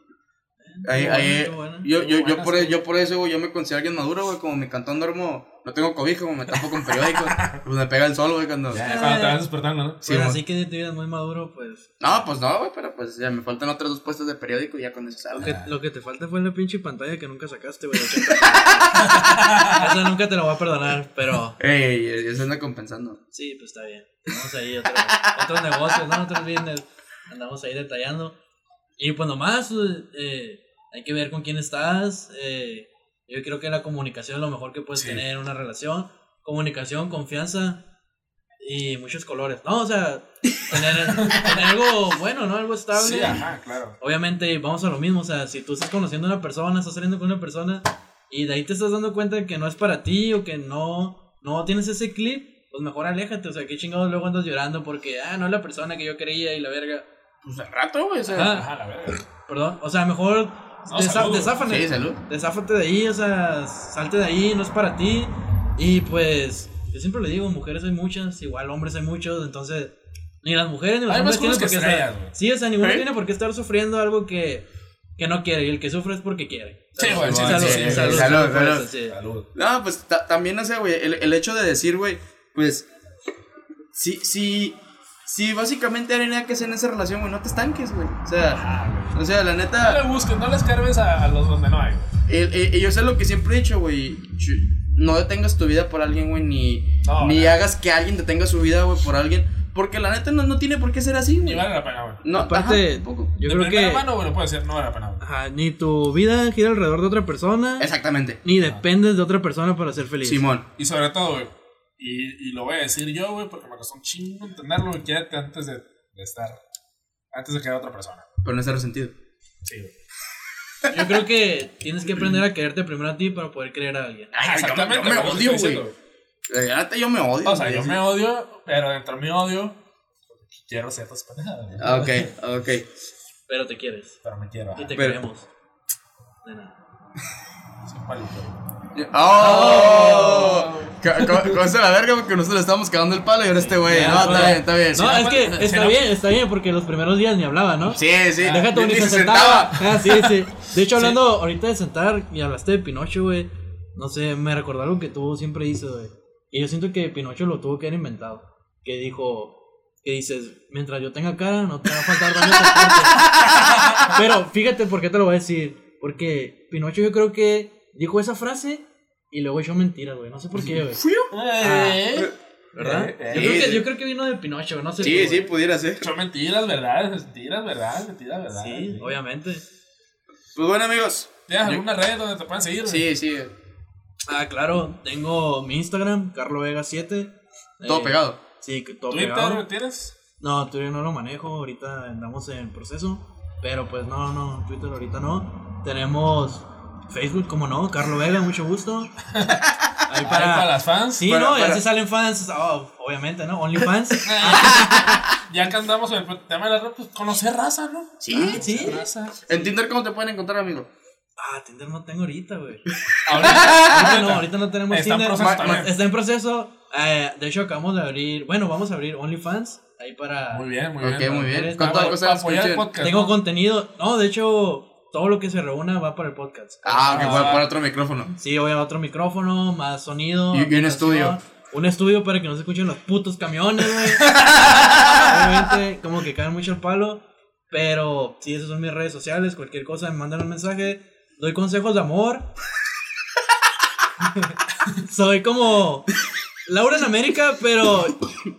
Ahí,
Qué
ahí,
bueno, qué bueno.
yo, yo, yo,
buenas,
por, e,
güey.
yo por eso, güey, yo me considero alguien maduro, güey. Como mi cantón duermo, no tengo cobijo, como me tapo con periódicos. pues me pega el sol, güey, cuando.
Ya, cuando te vas despertando, ¿no?
Sí,
Pues
güey.
así que te vieras muy maduro, pues.
No, pues no, güey, pero pues ya me faltan otras dos puestas de periódico y ya con eso
Lo
salgo.
que, lo que te falta fue la pinche pantalla que nunca sacaste, güey. de 80. Esa nunca te la voy a perdonar, pero
Ey, ya se anda compensando.
sí, pues está bien. Vamos ahí, otro, otros negocios, ¿no? Otros business. Andamos ahí detallando. Y pues nomás, eh, hay que ver con quién estás. eh, yo creo que la comunicación es lo mejor que puedes
Sí.
tener en una relación. Comunicación, confianza y muchos colores. No, o sea, tener, tener algo bueno, ¿no? Algo estable.
Sí, ajá, claro.
Obviamente, vamos a lo mismo. O sea, si tú estás conociendo a una persona, estás saliendo con una persona y de ahí te estás dando cuenta de que no es para ti o que no, no tienes ese clip, pues mejor aléjate. O sea, qué chingados luego andas llorando porque, ah, no es la persona que yo creía y la verga.
Pues al rato, güey, o sea.
Ajá,
Ajá, la verga.
perdón. O sea, mejor
No,
desa-
saludos.
desáfate.
Sí, salud.
Desáfate de ahí, o sea, salte de ahí, no es para ti. Y pues, yo siempre le digo, mujeres hay muchas, igual hombres hay muchos, entonces, ni las mujeres ni los
Hay más
hombres tienen por
culos
qué
que
estar.
estrellas, güey.
Sí, o sea, ninguno
¿Eh?
tiene por qué estar sufriendo algo que, que no quiere, y el que sufre es porque quiere.
Sí, güey, sí,
Salud,
sí, sí,
salud,
sí,
salud,
salud,
salud por
salud.
eso, sí.
Salud.
No, pues ta- también, no sé, güey, el, el hecho de decir, güey, pues, si, si, si básicamente hay nada que hacer en esa relación, güey, no te estanques, güey. O sea,
Ah, güey.
o sea, la
No
neta,
le busques, no le escarbes a, a los donde no hay, güey.
el- el- Eh, yo sé lo que siempre he dicho, güey, ch- no detengas tu vida por alguien, güey, ni,
No,
ni
güey.
hagas que alguien detenga su vida, güey, por alguien, porque la neta no, no tiene por qué ser así,
Ni
güey.
vale la pena, güey.
No,
Aparte,
ajá, tampoco.
Yo
de
creo
primera
que
mano, bueno, puede ser, no vale la pena, güey.
ajá, ni tu vida gira alrededor de otra persona,
Exactamente,
ni dependes de otra persona para ser feliz.
Simón.
Y sobre todo, güey, y, y lo voy a decir yo, güey, porque me costó un chingo entenderlo, güey, quédate antes de, de estar, antes de quedar otra persona.
Pero no es el sentido.
Sí, güey.
Yo creo que tienes que aprender a quererte primero a ti para poder creer a alguien.
Ay, yo-
Exactamente,
yo me
güey, lo que
odio,
estoy
güey.
diciendo,
Eh, La neta yo me odio.
O sea,
güey,
yo
así.
me odio, pero dentro de mi odio, quiero ciertas pendejadas, güey.
Ah, Ok, ok.
Pero te quieres.
Pero me quiero, ajá.
Y te
Pero-
queremos. De nada.
Ah.
Soy ah, palito, güey.
¡Oh! Ca- co- Cosa la verga porque nosotros le estábamos cagando el palo y ahora este güey.
Ya,
no, está
ahora-
bien, está bien.
No,
sí.
es que
se
está
la-
bien, está bien, porque los primeros días ni hablaba, ¿no?
Sí, sí.
Deja tu
Ni
ni se sentaba. Ah, sí, sí. De hecho, hablando ahorita de sentar, y hablaste de Pinocho, güey. No sé, me recordó algo que tú siempre dices, güey. Y yo siento que Pinocho lo tuvo que haber inventado. Que dijo, que dices, mientras yo tenga cara, no te va a faltar daño por parte". Pero fíjate por qué te lo voy a decir. Porque Pinocho yo creo que dijo esa frase y luego echó mentiras, güey. No sé por qué, güey.
Eh,
¿Verdad?
Yo creo, que, yo creo que vino de Pinocho, no sé. tú,
Sí,
güey.
sí, pudiera ser.
Son mentiras, ¿verdad? Mentiras, ¿verdad? Mentiras, ¿verdad?
Sí, obviamente.
Pues bueno, amigos.
¿Tienes alguna red donde te puedan seguir?
Sí, sí.
Ah, claro, tengo mi Instagram, carlovega7.
Todo
Eh,
pegado.
Sí, que todo
¿Twitter
pegado.
tienes?
No, Twitter no lo manejo, ahorita andamos en proceso. Pero pues no, no, Twitter ahorita no. Tenemos Facebook, como no, Carlo Vega, mucho gusto. Ahí
Ahí para
para.
las fans.
Sí,
Para-
no, ya
para-
se salen fans, oh, obviamente, ¿no? OnlyFans.
Ya que andamos en el tema de la red, pues conocer raza, ¿no?
Sí,
sí.
Raza.
En Tinder, ¿cómo te pueden encontrar, amigo?
Ah, Tinder no tengo ahorita, güey.
Ahorita,
Ahorita Ah, no, ahorita no tenemos
Está en
Tinder.
proceso
Ma-
también.
ma- Está en proceso. Eh, de hecho, acabamos de abrir. Bueno, vamos a abrir OnlyFans. Ahí para.
Muy bien, muy
Ok,
bien.
muy bien.
eres-
¿Cuántas
Para-
cosas
para apoyar el
escuchen?
podcast.
Tengo
¿no?
contenido. No, de hecho, todo lo que se reúna va para el podcast.
Ah, que
Ah.
voy a poner otro micrófono.
Sí, voy a otro micrófono, más sonido.
Y- y un
ambientación,
estudio.
Un estudio para que no se escuchen los putos camiones, güey. Obviamente, como que caen mucho el palo. Pero sí, esas son mis redes sociales. Cualquier cosa, me mandan un mensaje. Doy consejos de amor. Soy como Laura en América, pero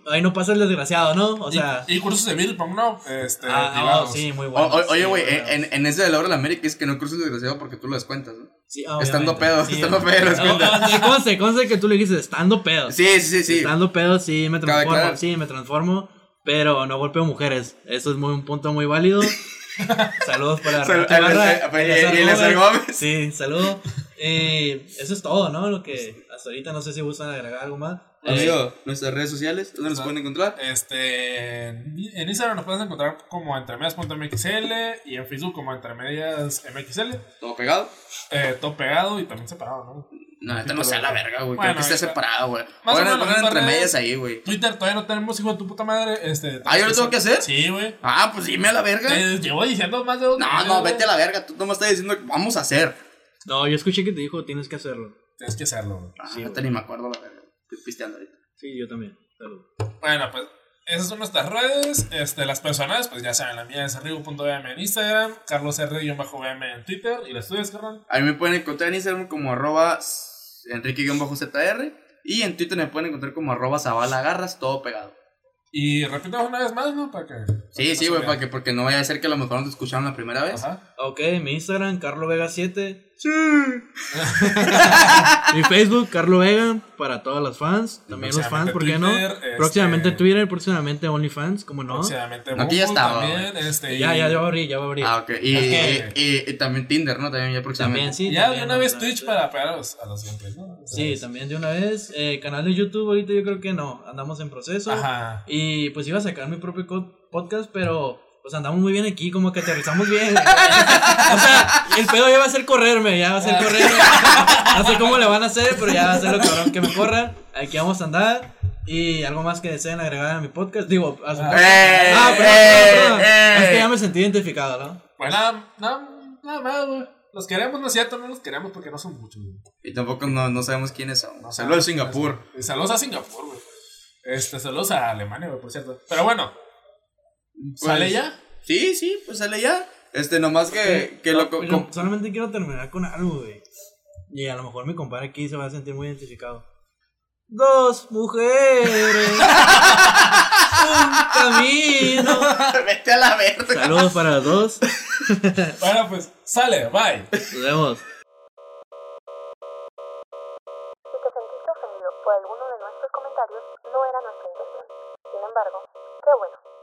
ahí no pasa el desgraciado, ¿no? O
Y-
sea.
Y, cursos de Bill, por no, este,
ah, ah,
privados.
sí, muy
O-
bueno.
o-
sí,
oye, güey,
bueno.
en, en ese de la hora de la América es que no cruces desgraciado porque tú lo descuentas, ¿no?
Sí, obviamente.
Estando pedo,
Sí,
estando pedo, las
No,
cuentas.
no, sí, conste, conste que tú le dijiste estando pedo.
Sí, sí, sí, sí.
Estando pedo, sí, me
Cabe
transformo.
aclarar.
Sí, me transformo. Pero no golpeo mujeres. Eso es muy, un punto muy válido. saludos para
Sal-
Renato Ibarra,
eh, eh,
Eleazar
eh, Eleazar Gómez.
Sí, saludos. Eh, eso es todo, ¿no? Lo que hasta ahorita no sé si gustan agregar algo más. Eh,
Amigo, nuestras redes sociales, ¿dónde nos pueden encontrar?
Este, en Instagram nos puedes encontrar como entremedias.mxl y en Facebook como entremediasmxl.
¿Todo pegado?
Eh, todo pegado y también separado, ¿no?
No, esta no sea la verga, güey.
Bueno,
Creo que está
ahí está.
separado, güey.
o
Bueno,
menos
poner
las
entre
redes.
medias ahí, güey.
Twitter todavía no tenemos hijo de tu puta madre. Este,
Ah, ¿yo lo tengo que hacer?
Sí, güey.
Ah, pues dime a la verga.
Te llevo diciendo más de dos
No,
meses,
no,
güey.
vete a la verga. Tú no me estás diciendo que vamos a hacer.
No, yo escuché que te dijo tienes que hacerlo.
Tienes que hacerlo, güey.
Ah, ahorita ni me acuerdo la verga. Estoy pisteando ahorita.
Sí, yo también. Saludos.
Bueno, pues esas son nuestras redes. Este, las personas, pues ya saben, la mía es rigo.vm en Instagram, carlosr-vm en Twitter y las tuyas, carnal.
A mí me pueden encontrar en Instagram como arroba enrique-zr y en Twitter me pueden encontrar como arroba zabalagarras, todo pegado.
Y repitamos una vez más, ¿no? Para que.
Sí, sí, güey, para que, porque no vaya a ser que a lo mejor no te escucharon la primera vez.
Ajá.
Ok, mi Instagram, CarloVega7. Sí. mi Facebook, Carlo Vega, para todas las fans. También los fans,
Próximamente
¿por qué no?
Twitter, este-
Próximamente Twitter, próximamente OnlyFans, como no.
Próximamente
No, aquí ya
Bumble
estaba,
También, este,
Ya,
y-
ya, ya va a abrir, ya va a abrir.
Ah, ok. Y,
Ok.
y- y- y también Tinder, ¿no? También ya
también,
próximamente.
sí.
Ya
también,
de una
o
vez
sea,
Twitch para pegar a los, a los gameplays, ¿no? O sea,
Sí, también de una vez. Eh, canal de YouTube, ahorita yo creo que no. Andamos en proceso.
Ajá.
Y pues iba a sacar mi propio co- podcast, pero pues andamos muy bien aquí, como que aterrizamos bien. o sea, el pedo ya va a ser correrme, ya va a ser correrme. No sé cómo le van a hacer, pero ya va a ser lo cabrón que me corran. Aquí vamos a andar. Y algo más que deseen agregar a mi podcast. Digo, a su
¡Eh!
Ah, perdón,
¡Eh!
perdón, perdón.
¡Eh!
Es que ya me sentí identificado, ¿no?
Pues nada, nada, nada más, güey. Los queremos, no es cierto, no los queremos porque no son muchos, güey.
Y tampoco no, no sabemos quiénes son.
No
Saludos a
sabemos.
Singapur.
Y saludos a Singapur, güey. Este, saludos a Alemania, güey, por cierto. Pero bueno, ¿sale
Pues,
ya?
Sí, sí, pues sale ya. Este, nomás que, que lo... co-
Oigan,
co-
Eh, solamente quiero terminar con algo, güey. Y a lo mejor mi compadre aquí se va a sentir muy identificado. Dos mujeres. un camino.
Vete a la verga.
Saludos para los dos.
Bueno, pues, sale, bye.
Nos vemos.
Si te sentiste ofendido por alguno de nuestros comentarios, no era nuestra intención. Sin embargo, qué bueno